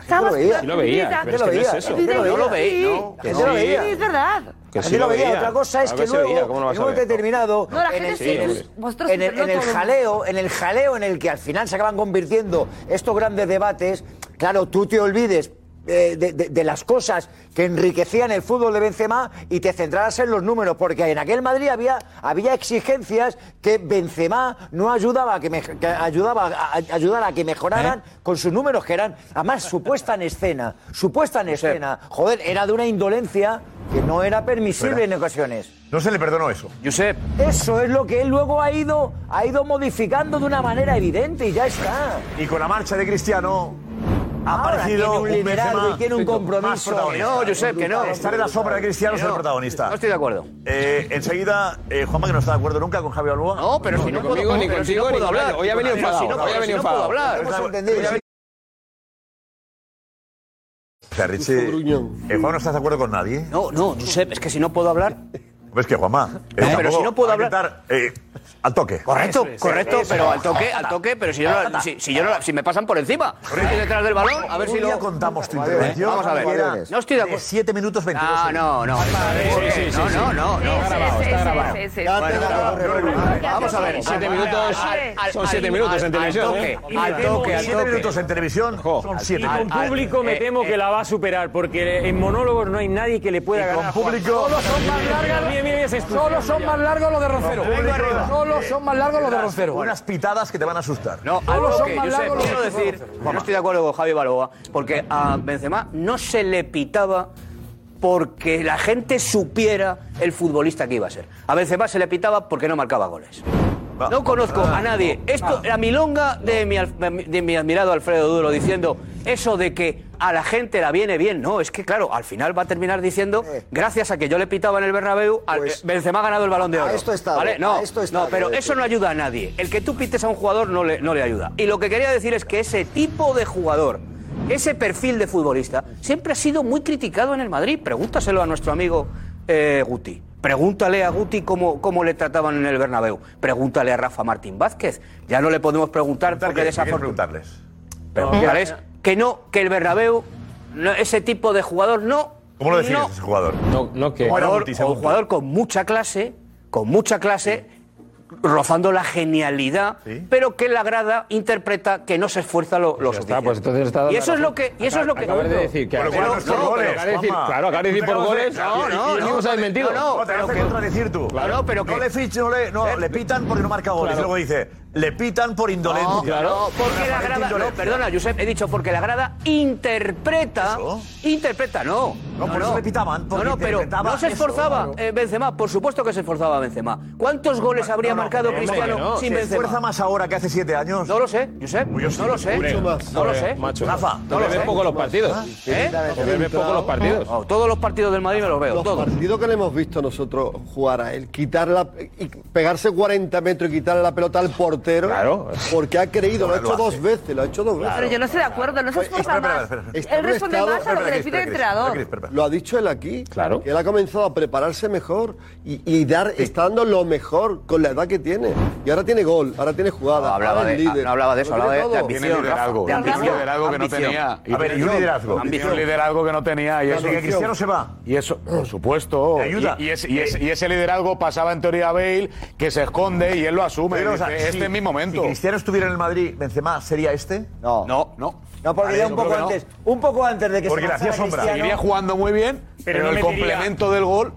Speaker 6: estaba...
Speaker 12: lo veía.
Speaker 6: más
Speaker 12: Sí lo veía,
Speaker 6: perdida.
Speaker 12: pero es que no es eso. Yo lo veía.
Speaker 6: Sí,
Speaker 12: No, que no.
Speaker 6: Sí, es verdad.
Speaker 12: Que sí lo veía. Otra cosa es
Speaker 9: Claro
Speaker 12: que
Speaker 9: que sí lo
Speaker 12: luego,
Speaker 9: veía, ¿cómo no vas
Speaker 12: en
Speaker 9: a
Speaker 12: un momento
Speaker 9: ver?
Speaker 12: determinado,
Speaker 9: No, la
Speaker 12: en,
Speaker 9: gente
Speaker 12: el,
Speaker 9: sí,
Speaker 12: en el-
Speaker 9: sí.
Speaker 6: Vosotros
Speaker 12: en el-
Speaker 6: siempre
Speaker 12: en
Speaker 6: lo
Speaker 12: el
Speaker 6: todo.
Speaker 12: jaleo, en el jaleo en el que al final se acaban convirtiendo estos grandes debates, claro, tú te olvides. eh, De, de- de las cosas que enriquecían el fútbol de Benzema y te centraras en los números, porque en aquel Madrid había, había exigencias que Benzema no ayudaba a que, me- que ayudaba a, a- ayudara a que mejoraran con sus números, que eran, además, su puesta en escena, su puesta en escena, joder, era de una indolencia que no era permisible en ocasiones.
Speaker 3: No se le perdonó eso.
Speaker 22: Josep.
Speaker 12: Eso es lo que él luego ha ido, ha ido modificando de una manera evidente y ya está.
Speaker 3: Y con la marcha de Cristiano ha
Speaker 12: Ahora
Speaker 3: aparecido
Speaker 12: tiene un liderazgo
Speaker 3: Benzema
Speaker 12: y tiene un compromiso.
Speaker 3: más protagonista.
Speaker 12: Que no, Josep, que no.
Speaker 3: Estar en la sombra de Cristiano es el protagonista. No estoy
Speaker 22: de acuerdo.
Speaker 3: enseguida, eh, Juanma, que no está de acuerdo nunca con Javier Alúa.
Speaker 22: No, pero si no
Speaker 3: puedo-
Speaker 22: conmigo, ni
Speaker 3: pero si
Speaker 22: contigo,
Speaker 3: no
Speaker 22: ni
Speaker 3: puedo
Speaker 22: con
Speaker 3: hablar.
Speaker 22: nadie. Hoy ha venido
Speaker 3: Enfadado,
Speaker 22: enfadado, hoy ha
Speaker 3: si
Speaker 22: venido
Speaker 3: no puedo
Speaker 22: enfadado.
Speaker 3: hablar.
Speaker 22: Hemos
Speaker 3: Está-
Speaker 22: entendido.
Speaker 3: hoy ha O sea, Richie, eh, Juan, ¿no estás de acuerdo con nadie?
Speaker 22: No, no, Josep, es que si no puedo hablar.
Speaker 3: Pues que Juanma.
Speaker 22: No, pero si no puedo
Speaker 3: hablar. eh, al toque.
Speaker 22: Correcto,
Speaker 3: Eso es,
Speaker 22: correcto,
Speaker 3: eso es.
Speaker 22: pero al toque, al toque, pero si yo no la- si, si yo no la- si me pasan por encima. Estoy detrás del balón, a ver
Speaker 3: Un
Speaker 22: si
Speaker 3: día
Speaker 22: lo
Speaker 3: contamos tu
Speaker 22: Vale,
Speaker 3: intervención.
Speaker 22: Vamos a ver.
Speaker 3: Era-
Speaker 22: No estoy de acuerdo.
Speaker 3: 7 minutos 22
Speaker 22: No, no, no.
Speaker 3: sí, sí,
Speaker 22: No,
Speaker 3: sí.
Speaker 22: no, no, no.
Speaker 3: Está grabado, está grabado.
Speaker 22: Bueno, Vamos a ver, siete minutos. al-
Speaker 9: Son
Speaker 22: al-
Speaker 9: siete minutos en
Speaker 22: al- al
Speaker 9: televisión,
Speaker 22: toque,
Speaker 9: ¿eh? Y
Speaker 22: Al
Speaker 9: metemos
Speaker 22: toque, al
Speaker 9: siete
Speaker 22: toque.
Speaker 3: minutos en televisión son
Speaker 9: Y
Speaker 3: 7
Speaker 9: con público me temo que la va a superar, porque en monólogos no hay nadie que le pueda ganar. a Juan.
Speaker 5: Solo son más largas.
Speaker 9: Mira, mira, mira esa estructura.
Speaker 5: Solo son más largos los de Roncero. Solo son más largos los de Roncero.
Speaker 3: Unas pitadas que te van a asustar.
Speaker 22: No, al
Speaker 5: Solo son
Speaker 22: toque,
Speaker 5: más
Speaker 22: Josep,
Speaker 5: largos los
Speaker 22: quiero
Speaker 5: que
Speaker 22: decir, no estoy de acuerdo con Javi Baloa, porque a Benzema no se le pitaba porque la gente supiera el futbolista que iba a ser. A Benzema se le pitaba porque no marcaba goles. No conozco a nadie. Esto, la milonga de mi, al- de mi admirado Alfredo Duro diciendo eso de que a la gente la viene bien. No, es que claro, al final va a terminar diciendo,
Speaker 12: Eh.
Speaker 22: gracias a que yo le pitaba en el Bernabéu, al- eh, Benzema ha ganado el Balón de
Speaker 12: Pues, a
Speaker 22: Oro.
Speaker 12: esto está,
Speaker 22: ¿Vale? No,
Speaker 12: a esto está,
Speaker 22: no, pero
Speaker 12: quiero
Speaker 22: eso no ayuda a nadie. El que tú pites a un jugador no le, no le ayuda. Y lo que quería decir es que ese tipo de jugador, ese perfil de futbolista, siempre ha sido muy criticado en el Madrid. Pregúntaselo a nuestro amigo eh, Guti. Pregúntale a Guti cómo, cómo le trataban en el Bernabéu. Pregúntale a Rafa Martín Vázquez. Ya no le podemos preguntar porque
Speaker 3: ¿Qué
Speaker 22: desafor-
Speaker 3: quieres preguntarles?
Speaker 22: preguntarles que no, que el Bernabéu, no, ese tipo de jugador no...
Speaker 3: ¿Cómo lo defines
Speaker 22: no-
Speaker 3: ese jugador?
Speaker 22: No,
Speaker 3: que-
Speaker 22: Un jugador,
Speaker 3: Bueno,
Speaker 22: o un jugador con mucha clase, con mucha clase, rozando la genialidad, pero que la grada interpreta que no se esfuerza lo, lo suficiente.
Speaker 9: pues entonces está dando
Speaker 22: y eso
Speaker 9: la
Speaker 22: es lo que
Speaker 9: razón.
Speaker 22: y eso es lo que
Speaker 9: Acabas de decir que-
Speaker 22: Pero-
Speaker 9: Pero
Speaker 22: no,
Speaker 9: no es por
Speaker 22: pero
Speaker 9: goles,
Speaker 22: acabas de decir-
Speaker 9: Juanma.
Speaker 22: claro, acabas de decir por
Speaker 9: Acabas de-
Speaker 22: goles. No, no,
Speaker 9: y- y-
Speaker 22: no,
Speaker 9: y nos has
Speaker 22: no,
Speaker 9: mentido.
Speaker 22: No,
Speaker 3: No, te
Speaker 22: pero
Speaker 3: vas a
Speaker 22: que-
Speaker 3: contradecir tú.
Speaker 22: Claro, pero que
Speaker 3: No le ficha, no le... No, le pitan porque no marca goles.
Speaker 22: Claro.
Speaker 3: Y luego dice, le pitan por indolencia.
Speaker 22: No, no, porque la grada. No, perdona, Josep, he dicho porque la grada interpreta. Interpreta, no. No,
Speaker 3: por eso le pitaban,
Speaker 22: No,
Speaker 3: porque
Speaker 22: no, pero
Speaker 3: interpretaba
Speaker 22: no se
Speaker 3: eso,
Speaker 22: esforzaba eh, Benzema. Por supuesto que se esforzaba Benzema. ¿Cuántos goles habría
Speaker 3: No, no,
Speaker 22: marcado
Speaker 3: no,
Speaker 22: Cristiano
Speaker 3: no,
Speaker 22: sin
Speaker 3: ¿Se
Speaker 22: Benzema?
Speaker 3: esfuerza más ahora que hace siete años?
Speaker 22: No lo sé, Josep. no lo sé.
Speaker 9: Mucho más.
Speaker 22: No lo
Speaker 9: Joder,
Speaker 22: sé.
Speaker 9: macho.
Speaker 22: Rafa,
Speaker 9: Te ves poco los
Speaker 5: Ah,
Speaker 9: partidos.
Speaker 22: ¿Eh?
Speaker 9: Te ves poco los partidos.
Speaker 22: No, Oh, todos los partidos del Madrid me los veo,
Speaker 14: Los
Speaker 22: todos.
Speaker 14: partidos que le hemos visto nosotros jugar a él, quitar la- y pegarse 40 metros y quitarle la pelota al portero porque ha creído, lo ha
Speaker 6: Ahora
Speaker 14: hecho
Speaker 6: lo
Speaker 14: dos veces, lo ha hecho dos veces.
Speaker 6: Pero yo no estoy de acuerdo, no se esfuerza más. Él responde más a lo que le pide el entrenador.
Speaker 14: Lo ha dicho él aquí. Claro. Que él ha comenzado a prepararse mejor y, y dar, está dando lo mejor con la edad que tiene. Y ahora tiene gol, ahora tiene jugada.
Speaker 22: No, hablaba
Speaker 14: ahora es
Speaker 22: de-
Speaker 14: líder.
Speaker 22: no hablaba de eso,
Speaker 14: Lo
Speaker 22: hablaba
Speaker 14: tiene
Speaker 22: de- de
Speaker 14: todo.
Speaker 22: ambición, Tiene liderazgo,
Speaker 9: De ambición.
Speaker 22: Ambición.
Speaker 9: Un liderazgo que no
Speaker 22: Ambición.
Speaker 9: tenía.
Speaker 22: A ver, y un liderazgo.
Speaker 9: Tiene
Speaker 22: Ambición.
Speaker 9: un liderazgo que no tenía. Y
Speaker 22: Pero
Speaker 9: eso,
Speaker 22: que Cristiano se
Speaker 9: va.
Speaker 7: Y eso, por supuesto.
Speaker 9: Te ayuda.
Speaker 7: Y, y ese, y ese- y ese liderazgo pasaba en teoría a Bale, que se esconde y él lo asume.
Speaker 3: Pero, o
Speaker 7: Dice,
Speaker 3: sea,
Speaker 7: este
Speaker 3: si-
Speaker 7: es mi
Speaker 3: Si
Speaker 7: momento.
Speaker 3: Cristiano estuviera en el Madrid, Benzema, ¿sería este?
Speaker 12: No.
Speaker 7: No,
Speaker 9: no.
Speaker 12: No, porque
Speaker 3: Vale,
Speaker 12: ya
Speaker 3: yo
Speaker 12: un
Speaker 3: creo
Speaker 12: poco
Speaker 3: que no.
Speaker 12: antes, un poco antes de que
Speaker 3: Porque
Speaker 12: se
Speaker 3: le hacía
Speaker 12: marchara
Speaker 3: sombra.
Speaker 12: Cristiano-
Speaker 7: Seguiría
Speaker 9: jugando muy bien,
Speaker 7: Pero no el metería. complemento del gol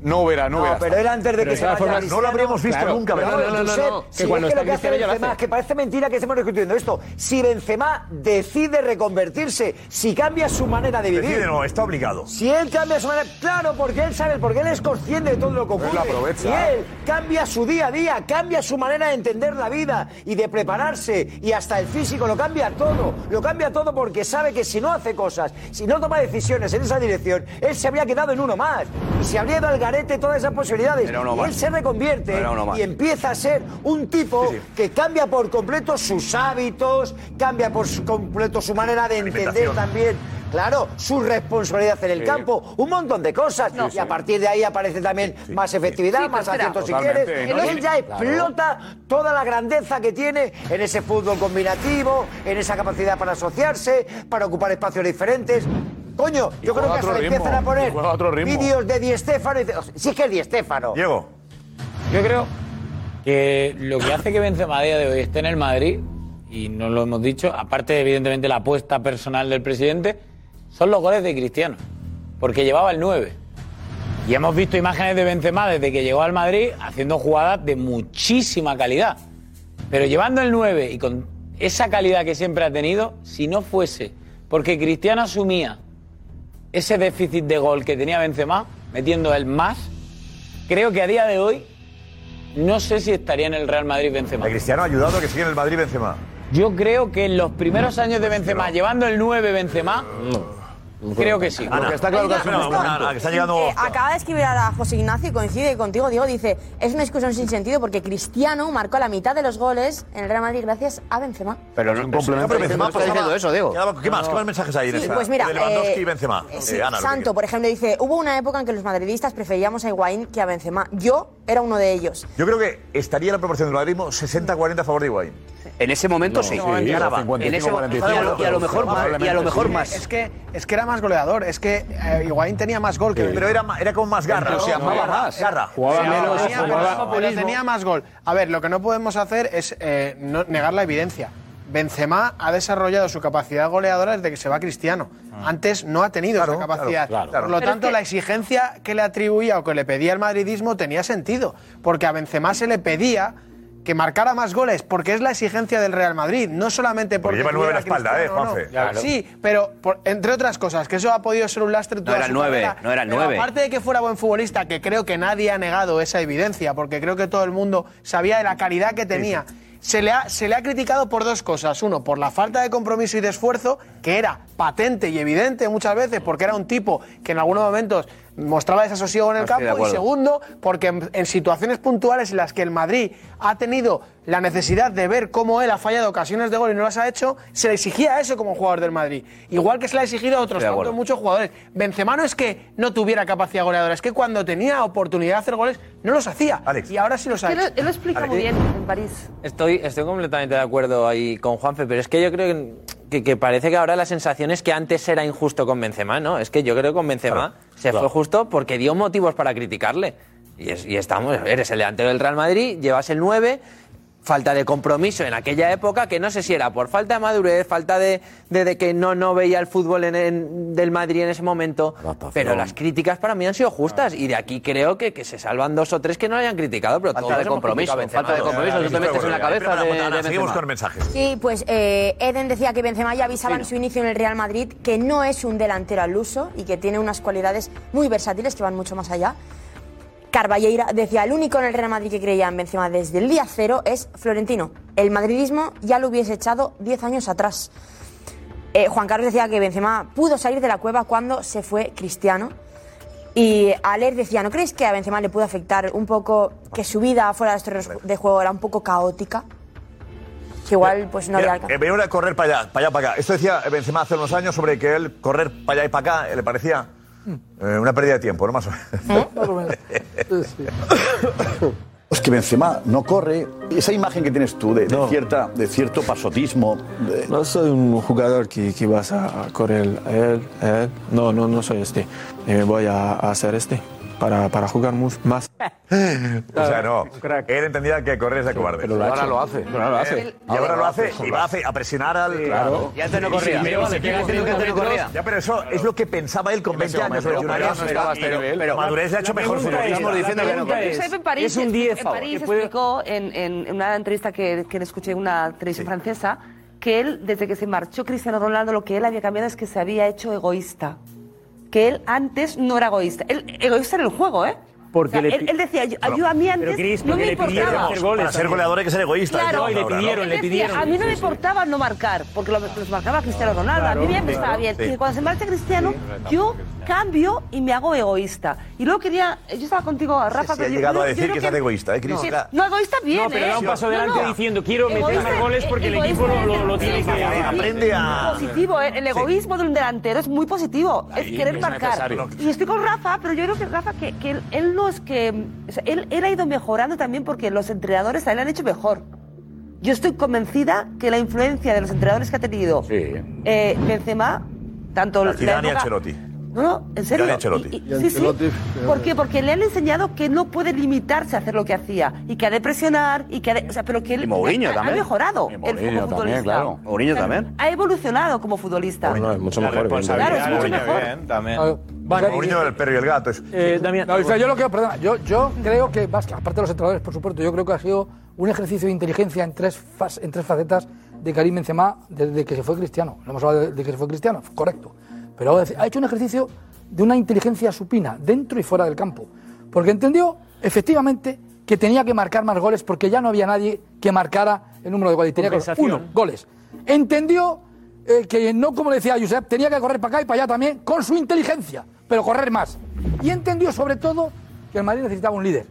Speaker 7: no verá, no
Speaker 12: No,
Speaker 7: verá.
Speaker 12: pero él antes de que se vaya
Speaker 7: No lo
Speaker 12: Cristiano-
Speaker 7: habríamos visto
Speaker 12: Claro.
Speaker 7: nunca,
Speaker 12: Pero
Speaker 7: ¿verdad?
Speaker 12: bueno, Josep, si es que lo que hace Benzema, es que parece mentira que estemos discutiendo esto. Si Benzema decide reconvertirse, si cambia su manera de vivir.
Speaker 3: Decide, no, está obligado.
Speaker 12: Si él cambia su manera, claro, porque él sabe, porque él es consciente de todo lo que ocurre.
Speaker 3: lo aprovecha.
Speaker 12: Y él cambia su día a día, cambia su manera de entender la vida y de prepararse y hasta el físico, lo cambia todo. Lo cambia todo porque sabe que si no hace cosas, si no toma decisiones en esa dirección, él se habría quedado en uno más. Y se habría ido al garete todas esas posibilidades.
Speaker 22: Era uno
Speaker 12: Y
Speaker 22: más.
Speaker 12: él se reconvierte
Speaker 22: Era uno más.
Speaker 12: y empieza a ser un tipo que cambia por completo sus hábitos, cambia por su- completo su manera de entender
Speaker 22: Alimentación.
Speaker 12: también, claro, su responsabilidad en el
Speaker 22: Sí.
Speaker 12: campo, un montón de cosas.
Speaker 22: No.
Speaker 12: Y a partir de ahí aparece también más efectividad,
Speaker 22: Sí, pero
Speaker 12: más
Speaker 22: espera.
Speaker 12: aciertos si
Speaker 22: Totalmente,
Speaker 12: quieres.
Speaker 22: ¿no?
Speaker 12: Y él ya
Speaker 22: Claro.
Speaker 12: explota toda la grandeza que tiene en ese fútbol combinativo, en esa capacidad para asociarse, para ocupar espacios diferentes. Coño, yo
Speaker 7: juega
Speaker 12: creo que
Speaker 7: a
Speaker 12: hasta
Speaker 7: otro
Speaker 12: le
Speaker 7: ritmo,
Speaker 12: empiezan a poner
Speaker 7: y juega a otro ritmo.
Speaker 12: vídeos de Di Stéfano. y dice, Si es que es Di Stéfano.
Speaker 3: Diego.
Speaker 24: Yo creo que lo que hace que Benzema a día de hoy esté en el Madrid, y no lo hemos dicho, aparte evidentemente la apuesta personal del presidente, son los goles de Cristiano, porque llevaba el 9. Y hemos visto imágenes de Benzema desde que llegó al Madrid haciendo jugadas de muchísima calidad. Pero llevando el 9 y con esa calidad que siempre ha tenido, si no fuese porque Cristiano asumía ese déficit de gol que tenía Benzema, metiendo el más, creo que a día de hoy no sé si estaría en el Real Madrid Benzema.
Speaker 3: A Cristiano ha ayudado a que siga en el Madrid Benzema.
Speaker 24: Yo creo que en los primeros años de Benzema, llevando el 9 Benzema, creo que sí.
Speaker 3: Ana. Porque está claro que ha sido un Ana, Ana, que está llegando-
Speaker 8: Eh, acaba de escribir a José Ignacio y coincide contigo, Diego, dice, es una discusión sin sentido porque Cristiano marcó la mitad de los goles en el Real Madrid gracias a Benzema.
Speaker 22: Pero no,
Speaker 3: complemento. pues
Speaker 22: pero Benzema
Speaker 3: Estoy diciendo
Speaker 22: pasaba-
Speaker 3: eso, Diego.
Speaker 22: Quedaba-
Speaker 3: ¿Qué más? ¿Qué más mensajes hay en
Speaker 8: Sí,
Speaker 3: esa?
Speaker 8: pues mira,
Speaker 3: De Lewandowski
Speaker 8: eh,
Speaker 3: y Benzema.
Speaker 8: eh, sí,
Speaker 3: Eh, Ana, lo que
Speaker 8: Santo, por ejemplo, dice, hubo una época en que los madridistas preferíamos a Higuaín que a Benzema. Yo era uno de ellos.
Speaker 3: Yo creo que estaría la proporción del madridismo 60-40 a favor de Higuaín.
Speaker 22: En ese momento sí. Ganaba. En ese mo- y a lo- y a lo mejor más. Y a lo mejor más.
Speaker 20: Es que, es que era más goleador, es que eh, Higuaín tenía más gol que
Speaker 3: Pero era, ma- era con más garra.
Speaker 20: Claro,
Speaker 3: o sea,
Speaker 20: jugaba
Speaker 3: más. Garra.
Speaker 20: Jugaba menos, jugaba- pero tenía más gol. A ver, lo que no podemos hacer es eh, no- negar la evidencia. Benzema ha desarrollado su capacidad goleadora desde que se va Cristiano.
Speaker 3: Ah.
Speaker 20: Antes no ha tenido esa capacidad. claro, claro. Por lo Pero es tanto, la exigencia que le atribuía o que le pedía el madridismo tenía sentido, porque a Benzema se le pedía que marcara más goles, porque es la exigencia del Real Madrid, no solamente porque,
Speaker 3: lleva nueve en la
Speaker 20: tuviera
Speaker 3: espalda,
Speaker 20: Cristiano
Speaker 3: ¿eh,
Speaker 20: o no.
Speaker 3: Juanfe? Claro.
Speaker 20: Sí, pero por- entre otras cosas, que eso ha podido ser un lastre toda
Speaker 22: era
Speaker 20: su
Speaker 22: el nueve,
Speaker 20: carrera,
Speaker 22: no era el
Speaker 20: pero
Speaker 22: nueve.
Speaker 20: aparte de que fuera buen futbolista, que creo que nadie ha negado esa evidencia, porque creo que todo el mundo sabía de la calidad que tenía. Se le, ha, se le ha criticado por dos cosas. Uno, por la falta de compromiso y de esfuerzo, que era patente y evidente muchas veces, porque era un tipo que en algunos momentos mostraba desasosiego en el
Speaker 22: Estoy Ah, de
Speaker 20: campo. Y
Speaker 22: acuerdo.
Speaker 20: segundo, porque en, en situaciones puntuales en las que el Madrid ha tenido la necesidad de ver cómo él ha fallado ocasiones de gol y no las ha hecho, se le exigía eso como jugador del Madrid. Igual que se le ha exigido a otros
Speaker 22: Estoy de
Speaker 20: tantos
Speaker 22: acuerdo.
Speaker 20: muchos jugadores. Benzema no es que no tuviera capacidad goleadora, es que cuando tenía oportunidad de hacer goles no los hacía. Y ahora sí los ha
Speaker 6: Él lo,
Speaker 20: hecho.
Speaker 6: él lo explica muy bien en París.
Speaker 1: Estoy, estoy completamente de acuerdo ahí con Juanfe, pero es que yo creo que, que- que parece que ahora la sensación es que antes era injusto con Benzema, ¿no? Es que yo creo que con Benzema se
Speaker 22: claro.
Speaker 1: fue justo porque dio motivos para criticarle. Y, es- y estamos, eres el delantero del Real Madrid, llevas el 9, falta de compromiso en aquella época, que no sé si era por falta de madurez, falta de, de, de que no, no veía el fútbol en- en- del Madrid en ese momento, pero las críticas para mí han sido justas y de aquí creo que, que se salvan dos o tres que no hayan criticado, pero todo de compromiso.
Speaker 22: Falta de compromiso, tú te metes en la cabeza de- de
Speaker 3: Seguimos
Speaker 22: Benzema.
Speaker 3: con mensajes.
Speaker 8: Sí, pues eh, Eden decía que Benzema ya avisaba en su inicio en el Real Madrid que no es un delantero al uso y que tiene unas cualidades muy versátiles que van mucho más allá. Carballeira decía, el único en el Real Madrid que creía en Benzema desde el día cero es Florentino. El madridismo ya lo hubiese echado 10 años atrás. Eh, Juan Carlos decía que Benzema pudo salir de la cueva cuando se fue Cristiano. Y Aler decía, ¿no creéis que a Benzema le pudo afectar un poco que su vida fuera de los terrenos de juego era un poco caótica? que igual pues no había
Speaker 3: Mira,
Speaker 8: alcanzado.
Speaker 3: eh, Benjura correr para allá, para allá, para acá. Esto decía Benzema hace unos años sobre que él correr para allá y para acá eh, le parecía eh, una pérdida de tiempo, ¿no? Más o
Speaker 22: ¿Eh?
Speaker 3: menos.
Speaker 7: Es que Benzema no corre. Esa imagen que tienes tú de, de cierta, de cierto pasotismo. de-
Speaker 19: No soy un jugador que, que vas a a correr a él, a él. No, no, no soy este. Eh, voy a, a hacer este para, para jugar mu- más.
Speaker 3: O sea, no. Él entendía que correr es de cobarde.
Speaker 19: pero lo ha Ahora hecho. lo hace.
Speaker 3: Eh,
Speaker 19: Ahora lo hace.
Speaker 3: Y ahora lo hace y va a, hacer- a presionar al.
Speaker 22: claro. Y antes no
Speaker 3: Y
Speaker 22: corría.
Speaker 3: se pega
Speaker 22: Y
Speaker 3: al
Speaker 22: se pega
Speaker 3: equipo.
Speaker 22: antes no
Speaker 3: Metros.
Speaker 22: corría.
Speaker 3: Ya, pero eso es lo que pensaba él con
Speaker 22: En
Speaker 3: 20
Speaker 22: ese
Speaker 3: años.
Speaker 22: momento,
Speaker 3: 21
Speaker 22: Mariano
Speaker 3: años,
Speaker 22: no estaba a este
Speaker 3: pero-
Speaker 22: nivel.
Speaker 3: Pero madurez le ha hecho
Speaker 22: La
Speaker 3: mejor
Speaker 22: pregunta
Speaker 3: futbolista.
Speaker 22: es- Estamos diciendo que no
Speaker 3: La pregunta
Speaker 6: Josep en París, en París explicó en, en una entrevista que, que le escuché en una televisión francesa que él, desde que se marchó Cristiano Ronaldo, lo que él había cambiado es que se había hecho egoísta. Que él antes no era egoísta. Él, egoísta en el juego, ¿eh?
Speaker 15: Porque
Speaker 6: O sea,
Speaker 15: le
Speaker 6: él,
Speaker 15: pi-
Speaker 6: él decía, yo,
Speaker 15: Pero-
Speaker 6: yo a mí antes
Speaker 15: pero Cris,
Speaker 6: no
Speaker 15: porque
Speaker 6: me
Speaker 15: le pidieron
Speaker 6: importaba.
Speaker 15: hacer goles Para ser también. goleador hay que ser egoísta,
Speaker 6: Claro.
Speaker 3: ¿eh?
Speaker 15: No, y le
Speaker 6: Ahora,
Speaker 15: pidieron,
Speaker 6: él
Speaker 15: le
Speaker 6: decía,
Speaker 15: pidieron.
Speaker 6: A mí no
Speaker 15: Sí,
Speaker 6: me
Speaker 15: sí.
Speaker 6: importaba no marcar, porque lo- los marcaba Cristiano
Speaker 15: No,
Speaker 6: Ronaldo. a mí
Speaker 15: claro,
Speaker 6: siempre
Speaker 15: sí.
Speaker 6: estaba bien.
Speaker 15: Sí.
Speaker 6: Y cuando se marcha Cristiano,
Speaker 15: Sí.
Speaker 6: yo cambio y me hago egoísta. Y luego quería... Yo estaba contigo, Rafa...
Speaker 3: Si
Speaker 6: pero
Speaker 3: ha
Speaker 6: yo-
Speaker 3: llegado
Speaker 6: yo
Speaker 3: a decir
Speaker 6: creo
Speaker 3: que es egoísta, ¿eh, Cris?
Speaker 6: Sí,
Speaker 3: Era-
Speaker 6: No, egoísta bien,
Speaker 3: No, pero
Speaker 6: ¿eh?
Speaker 3: da un paso adelante diciendo, quiero meter
Speaker 6: Egoísta,
Speaker 3: más goles porque el
Speaker 6: egoísta
Speaker 3: equipo lo-
Speaker 6: es
Speaker 3: lo- lo tiene
Speaker 6: positivo,
Speaker 3: que-
Speaker 6: eh, es
Speaker 3: Aprende a-
Speaker 6: positivo, ¿eh? el egoísmo de un delantero es muy positivo,
Speaker 3: Ahí
Speaker 6: es querer
Speaker 3: es
Speaker 6: marcar.
Speaker 3: necesario.
Speaker 6: Y estoy con Rafa, pero yo creo que Rafa, que, que él, él no es que... o sea, él, él ha ido mejorando también porque los entrenadores a él han hecho mejor. Yo estoy convencida que la influencia de los entrenadores que ha tenido eh, Benzema, tanto la
Speaker 3: Zidane y
Speaker 6: época-
Speaker 3: Ancelotti.
Speaker 6: No, no, en serio.
Speaker 3: Zidane y Ancelotti.
Speaker 6: Y- y- sí, sí. ¿Por qué? Porque le han enseñado que no puede limitarse a hacer lo que hacía y que ha de presionar y que ha de, o sea, pero que él
Speaker 22: Y Mourinho
Speaker 6: ha, ha
Speaker 22: también.
Speaker 6: mejorado
Speaker 22: Y
Speaker 6: el
Speaker 22: Mourinho
Speaker 6: como
Speaker 22: también,
Speaker 6: futbolista.
Speaker 22: claro. Mourinho
Speaker 6: O sea,
Speaker 22: también.
Speaker 6: Ha evolucionado como futbolista.
Speaker 15: mucho
Speaker 29: La
Speaker 15: mejor,
Speaker 29: responsabilidad de
Speaker 15: evidentemente. Claro, es mucho
Speaker 29: Mourinho, bien, también.
Speaker 5: vale.
Speaker 3: Mourinho del perro y el gato. es-
Speaker 5: Eh, Damián. No, o sea, yo lo que, perdona, yo, yo creo que, más que- aparte de los entrenadores, por supuesto, yo creo que ha sido un ejercicio de inteligencia en tres, fas- en tres facetas de Karim Benzema desde que se fue Cristiano. Lo hemos hablado de, de que se fue Cristiano, correcto. Pero ha- ha hecho un ejercicio de una inteligencia supina, dentro y fuera del campo. Porque entendió, efectivamente, que tenía que marcar más goles porque ya no había nadie que marcara el número de goles. Tenía que
Speaker 15: Compensación.
Speaker 5: uno, goles. Entendió eh, que no, como le decía Josep, tenía que correr para acá y para allá también con su inteligencia, pero correr más. Y entendió sobre todo que el Madrid necesitaba un líder.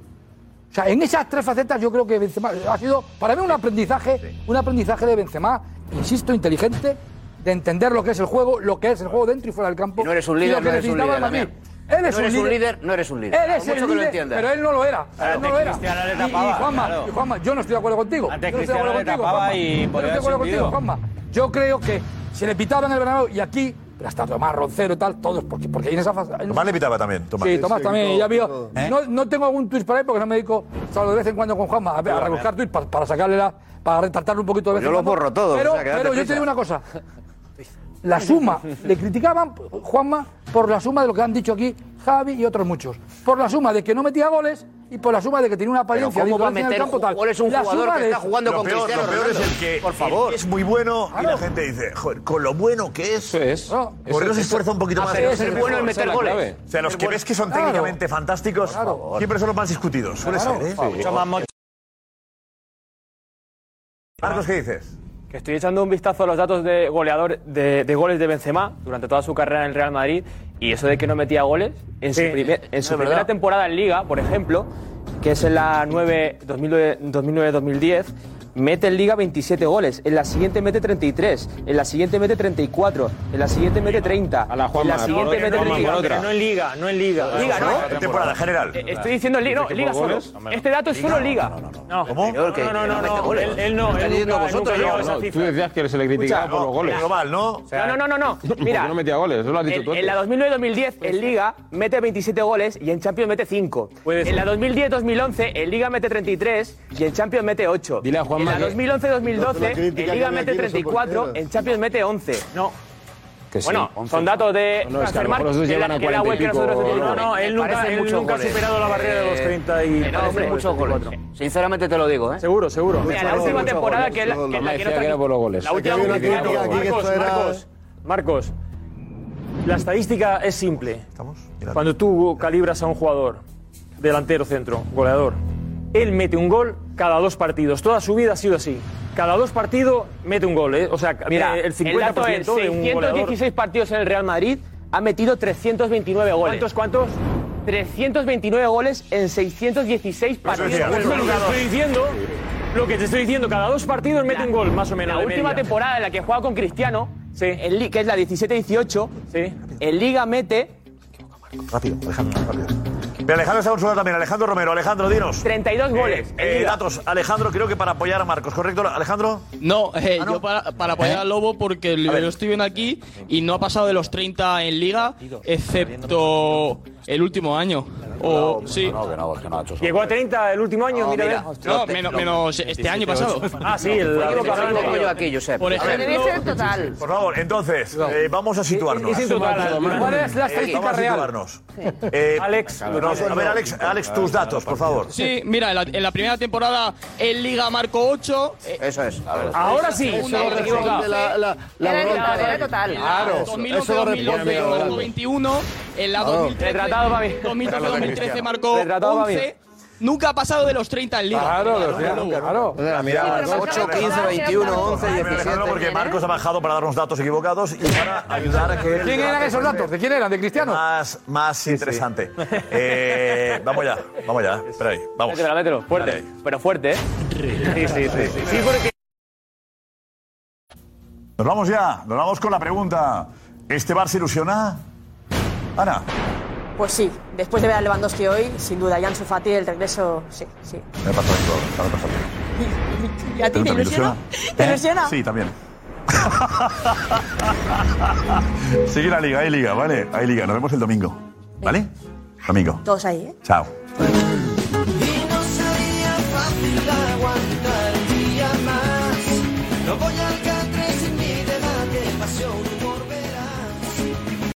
Speaker 5: O sea, en esas tres facetas yo creo que Benzema ha sido para mí un aprendizaje, un aprendizaje de Benzema, insisto, inteligente, de entender lo que es el juego, lo que es el juego dentro y fuera del campo.
Speaker 22: No eres un
Speaker 5: y lo
Speaker 22: líder,
Speaker 5: que
Speaker 22: no eres un
Speaker 5: necesitaba
Speaker 22: líder.
Speaker 5: el Madrid.
Speaker 22: Damián.
Speaker 5: Él es
Speaker 22: no eres
Speaker 5: un líder.
Speaker 22: no eres un líder.
Speaker 5: Él es el
Speaker 22: Por mucho que lo
Speaker 5: líder,
Speaker 22: entiendas.
Speaker 5: pero él no lo era.
Speaker 22: Claro,
Speaker 5: él no
Speaker 22: que
Speaker 5: lo era.
Speaker 22: Cristiano le
Speaker 5: Y-
Speaker 22: tapaba,
Speaker 5: y, Juanma,
Speaker 22: claro.
Speaker 5: y Juanma, yo no estoy de acuerdo contigo.
Speaker 22: Antes
Speaker 5: yo no estoy de acuerdo
Speaker 22: Cristiano le
Speaker 5: contigo,
Speaker 22: tapaba
Speaker 5: Juanma.
Speaker 22: y
Speaker 5: Yo no
Speaker 22: podía
Speaker 5: estoy de acuerdo
Speaker 22: haber
Speaker 5: contigo,
Speaker 22: sentido.
Speaker 5: Juanma. Yo creo que se le pitaba en el Bernabéu y aquí, pero hasta Tomás Roncero y tal, todos, porque, porque ahí en esa fase... en-
Speaker 3: Tomás le pitaba también. Tomás.
Speaker 5: Sí, Tomás también, ya vio. ¿Eh? No, no tengo algún tuit para él porque no me dedico, salvo de vez en cuando con Juanma, a, a rebuscar tuits para, para sacarle la. para retratarlo un poquito de vez
Speaker 22: Yo
Speaker 5: en
Speaker 22: lo
Speaker 5: cuando.
Speaker 22: borro todo,
Speaker 5: Pero,
Speaker 22: o sea, que date
Speaker 5: pero yo
Speaker 22: prisa.
Speaker 5: te digo una cosa. La suma, le criticaban, Juanma, por la suma de lo que han dicho aquí Javi y otros muchos. Por la suma de que no metía goles y por la suma de que tenía una
Speaker 22: Pero
Speaker 5: apariencia de
Speaker 22: ¿cómo va a
Speaker 5: indolencia en
Speaker 22: meter
Speaker 5: el campo tal.
Speaker 22: goles un
Speaker 5: La
Speaker 22: jugador
Speaker 5: suma
Speaker 22: que
Speaker 5: de
Speaker 22: está
Speaker 5: eso.
Speaker 22: jugando
Speaker 3: Lo
Speaker 22: con
Speaker 3: peor,
Speaker 22: Cristiano
Speaker 3: lo peor es
Speaker 22: Ronaldo?
Speaker 3: el que
Speaker 22: Por favor.
Speaker 3: es muy bueno y la gente dice, joder, con lo bueno que es,
Speaker 15: eso
Speaker 3: es. Moreno se
Speaker 22: eso-
Speaker 3: esfuerza un poquito
Speaker 22: Ah,
Speaker 3: más.
Speaker 22: pero
Speaker 3: en
Speaker 22: es el bueno en meter
Speaker 3: Esa es la
Speaker 22: goles.
Speaker 3: clave. O sea, los
Speaker 22: El
Speaker 3: que
Speaker 22: bueno-
Speaker 3: ves que son
Speaker 22: Claro.
Speaker 3: técnicamente fantásticos siempre son los más discutidos. Suele
Speaker 22: Claro.
Speaker 3: ser, ¿eh?
Speaker 22: Sí. Mucho más mocho.
Speaker 3: Marcos, ¿qué dices?
Speaker 9: Que estoy echando un vistazo a los datos de goleador de, de goles de Benzema durante toda su carrera en el Real Madrid y eso de que no metía goles en su, primer- en su
Speaker 15: es
Speaker 9: primera
Speaker 15: verdad.
Speaker 9: temporada en Liga, por ejemplo, que es en la 9 2009 2009-2010, mete en Liga 27 goles, en la siguiente mete 33, en la siguiente mete 34, en la siguiente mete 30, en la siguiente mete 34.
Speaker 15: no en liga, no en liga.
Speaker 9: Liga, ¿no?
Speaker 3: Temporada general.
Speaker 9: Eh, Estoy diciendo en Liga, no,
Speaker 15: ¿Dice que
Speaker 9: Liga
Speaker 15: por
Speaker 9: solo.
Speaker 15: goles?
Speaker 9: Este dato es solo Liga. No,
Speaker 3: ¿Cómo?
Speaker 9: No, no, no, no, no, él, él no, él nunca, nunca llegó a esa
Speaker 15: Tú
Speaker 9: cifra.
Speaker 15: decías que se le criticaba
Speaker 9: Escucha,
Speaker 15: por los goles.
Speaker 9: global,
Speaker 3: ¿no?
Speaker 9: no, no, no, no.
Speaker 15: Porque
Speaker 9: Mira,
Speaker 15: no metía goles, eso lo has dicho tú.
Speaker 9: en, en la 2009-2010 en Liga mete 27 goles y en Champions mete 5. En la 2010-2011 en Liga mete 33 y en Champions mete 8.
Speaker 15: Dile a Juanma
Speaker 9: En la
Speaker 15: que-
Speaker 24: La
Speaker 9: 2011-2012
Speaker 24: crítica
Speaker 9: en
Speaker 24: que
Speaker 9: Liga
Speaker 24: hay
Speaker 9: mete
Speaker 24: aquí no son
Speaker 9: 34,
Speaker 24: porteras.
Speaker 9: en Champions mete 11. No.
Speaker 15: Que sí,
Speaker 9: bueno,
Speaker 15: 11.
Speaker 9: son datos de
Speaker 15: No, no, es que a lo mejor esos
Speaker 9: de la-
Speaker 15: llevan
Speaker 9: de
Speaker 15: a
Speaker 9: la
Speaker 15: 40 y
Speaker 9: web que nosotros
Speaker 15: pico,
Speaker 9: utilizamos.
Speaker 15: no, no, él
Speaker 9: Me
Speaker 15: nunca-
Speaker 9: parecen
Speaker 15: él
Speaker 9: muchos
Speaker 15: nunca ha
Speaker 9: goles. Eh,
Speaker 15: superado la barrera de los 30
Speaker 22: Eh,
Speaker 15: y-
Speaker 9: Me parecen
Speaker 15: hombre,
Speaker 9: muchos goles.
Speaker 22: Sinceramente te lo digo, ¿eh?
Speaker 15: Seguro, seguro.
Speaker 9: Mira, la última temporada que él- que
Speaker 15: Mamá
Speaker 9: la que
Speaker 15: decía
Speaker 9: nos
Speaker 15: que era por los goles.
Speaker 9: La última
Speaker 15: Que había una
Speaker 9: temporada-
Speaker 15: crítica aquí que
Speaker 9: Marcos,
Speaker 15: esto era-
Speaker 9: Marcos,
Speaker 13: Marcos, la estadística es simple. Cuando tú calibras a un jugador, delantero, centro, goleador, él mete un gol cada dos partidos. Toda su vida ha sido así. Cada dos partidos mete un gol. ¿eh? O sea,
Speaker 9: Mira,
Speaker 13: eh, el 50%
Speaker 9: dato es
Speaker 13: de un goleador.
Speaker 9: 616 partidos en el Real Madrid ha metido 329 goles. ¿Cuántos, cuántos? 329 goles en 616 partidos.
Speaker 13: Eso es lo que estoy diciendo. Lo que te estoy diciendo, cada dos partidos mete un gol, más o menos.
Speaker 30: La
Speaker 13: de
Speaker 30: última
Speaker 13: media.
Speaker 30: temporada en la que juega con Cristiano, en li- que es la 17-18, el Liga mete
Speaker 3: Rápido, Alejandro, rápido. Mira, Alejandro está con su edad también. Alejandro Romero, Alejandro, dinos.
Speaker 30: 32 goles.
Speaker 3: Eh, eh, datos, Alejandro, creo que para apoyar a Marcos, ¿correcto, Alejandro?
Speaker 9: No, eh, yo para, para apoyar al Lobo porque lo lo estoy viendo aquí y no ha pasado de los 30 en liga, excepto el último año. O, sí.
Speaker 13: Llegó a 30 el último año,
Speaker 9: No,
Speaker 13: mira. eh.
Speaker 9: mira, No, menos- menos este año pasado.
Speaker 13: Ah, sí, el
Speaker 9: Me equivoco, me equivoco yo
Speaker 24: aquí, Josep.
Speaker 9: Por ejemplo-
Speaker 24: Debe ser total.
Speaker 3: Por favor, entonces, eh, vamos a situarnos.
Speaker 24: Es- es total, además. ¿Cuál es la
Speaker 3: Eh,
Speaker 9: estadística
Speaker 3: vamos a
Speaker 9: real?
Speaker 3: situarnos. Eh,
Speaker 9: Alex,
Speaker 3: nos- a ver, Alex, Alex, tus datos, por favor.
Speaker 9: Sí, mira, en la, en la primera temporada en Liga marcó 8.
Speaker 24: Eso es.
Speaker 9: Ahora sí.
Speaker 24: Eso
Speaker 9: Segunda,
Speaker 24: lo
Speaker 9: la
Speaker 24: responde
Speaker 9: segunda.
Speaker 24: la- la- la
Speaker 9: Era
Speaker 24: bronca,
Speaker 9: total,
Speaker 24: ¿eh?
Speaker 9: era total. En
Speaker 24: Claro,
Speaker 9: la
Speaker 24: eso
Speaker 9: 2011,
Speaker 24: lo
Speaker 9: 2012
Speaker 24: responde,
Speaker 9: marcó
Speaker 24: vale.
Speaker 9: 21. En la
Speaker 24: Claro.
Speaker 9: 2013,
Speaker 24: Retratado, papi.
Speaker 9: 2012, 2013 marcó
Speaker 24: Retratado, papi.
Speaker 9: 11. Nunca ha pasado de los 30 en Liga.
Speaker 3: claro.
Speaker 9: Sí, pero marcaba
Speaker 24: 8, 15, 21, 11,
Speaker 3: Porque Marcos ha bajado para darnos datos equivocados y para ayudar a que.
Speaker 31: ¿Quién eran esos datos? ¿De quién eran? ¿De Cristiano?
Speaker 3: Más, más interesante. Eh, vamos ya, vamos ya. Espera ahí, vamos.
Speaker 30: Mételo, mételo. Fuerte, pero fuerte, ¿eh? Sí, sí, sí. Sí, porque
Speaker 3: Nos vamos ya, nos vamos con la pregunta. ¿Este bar se ilusiona? Ana.
Speaker 8: Pues sí, después de ver a Lewandowski hoy, sin duda, Jan Sufati, el regreso, sí, sí.
Speaker 3: Me pasa esto, me pasa esto.
Speaker 8: ¿Y a ti te
Speaker 3: ¿También
Speaker 8: ilusiona? ¿Te
Speaker 3: ¿Eh?
Speaker 8: ilusiona?
Speaker 3: Sí, también. Sigue la liga, hay liga, ¿vale? Hay liga. Nos vemos el domingo. ¿Vale? Domingo.
Speaker 8: Todos ahí, ¿eh?
Speaker 3: Chao.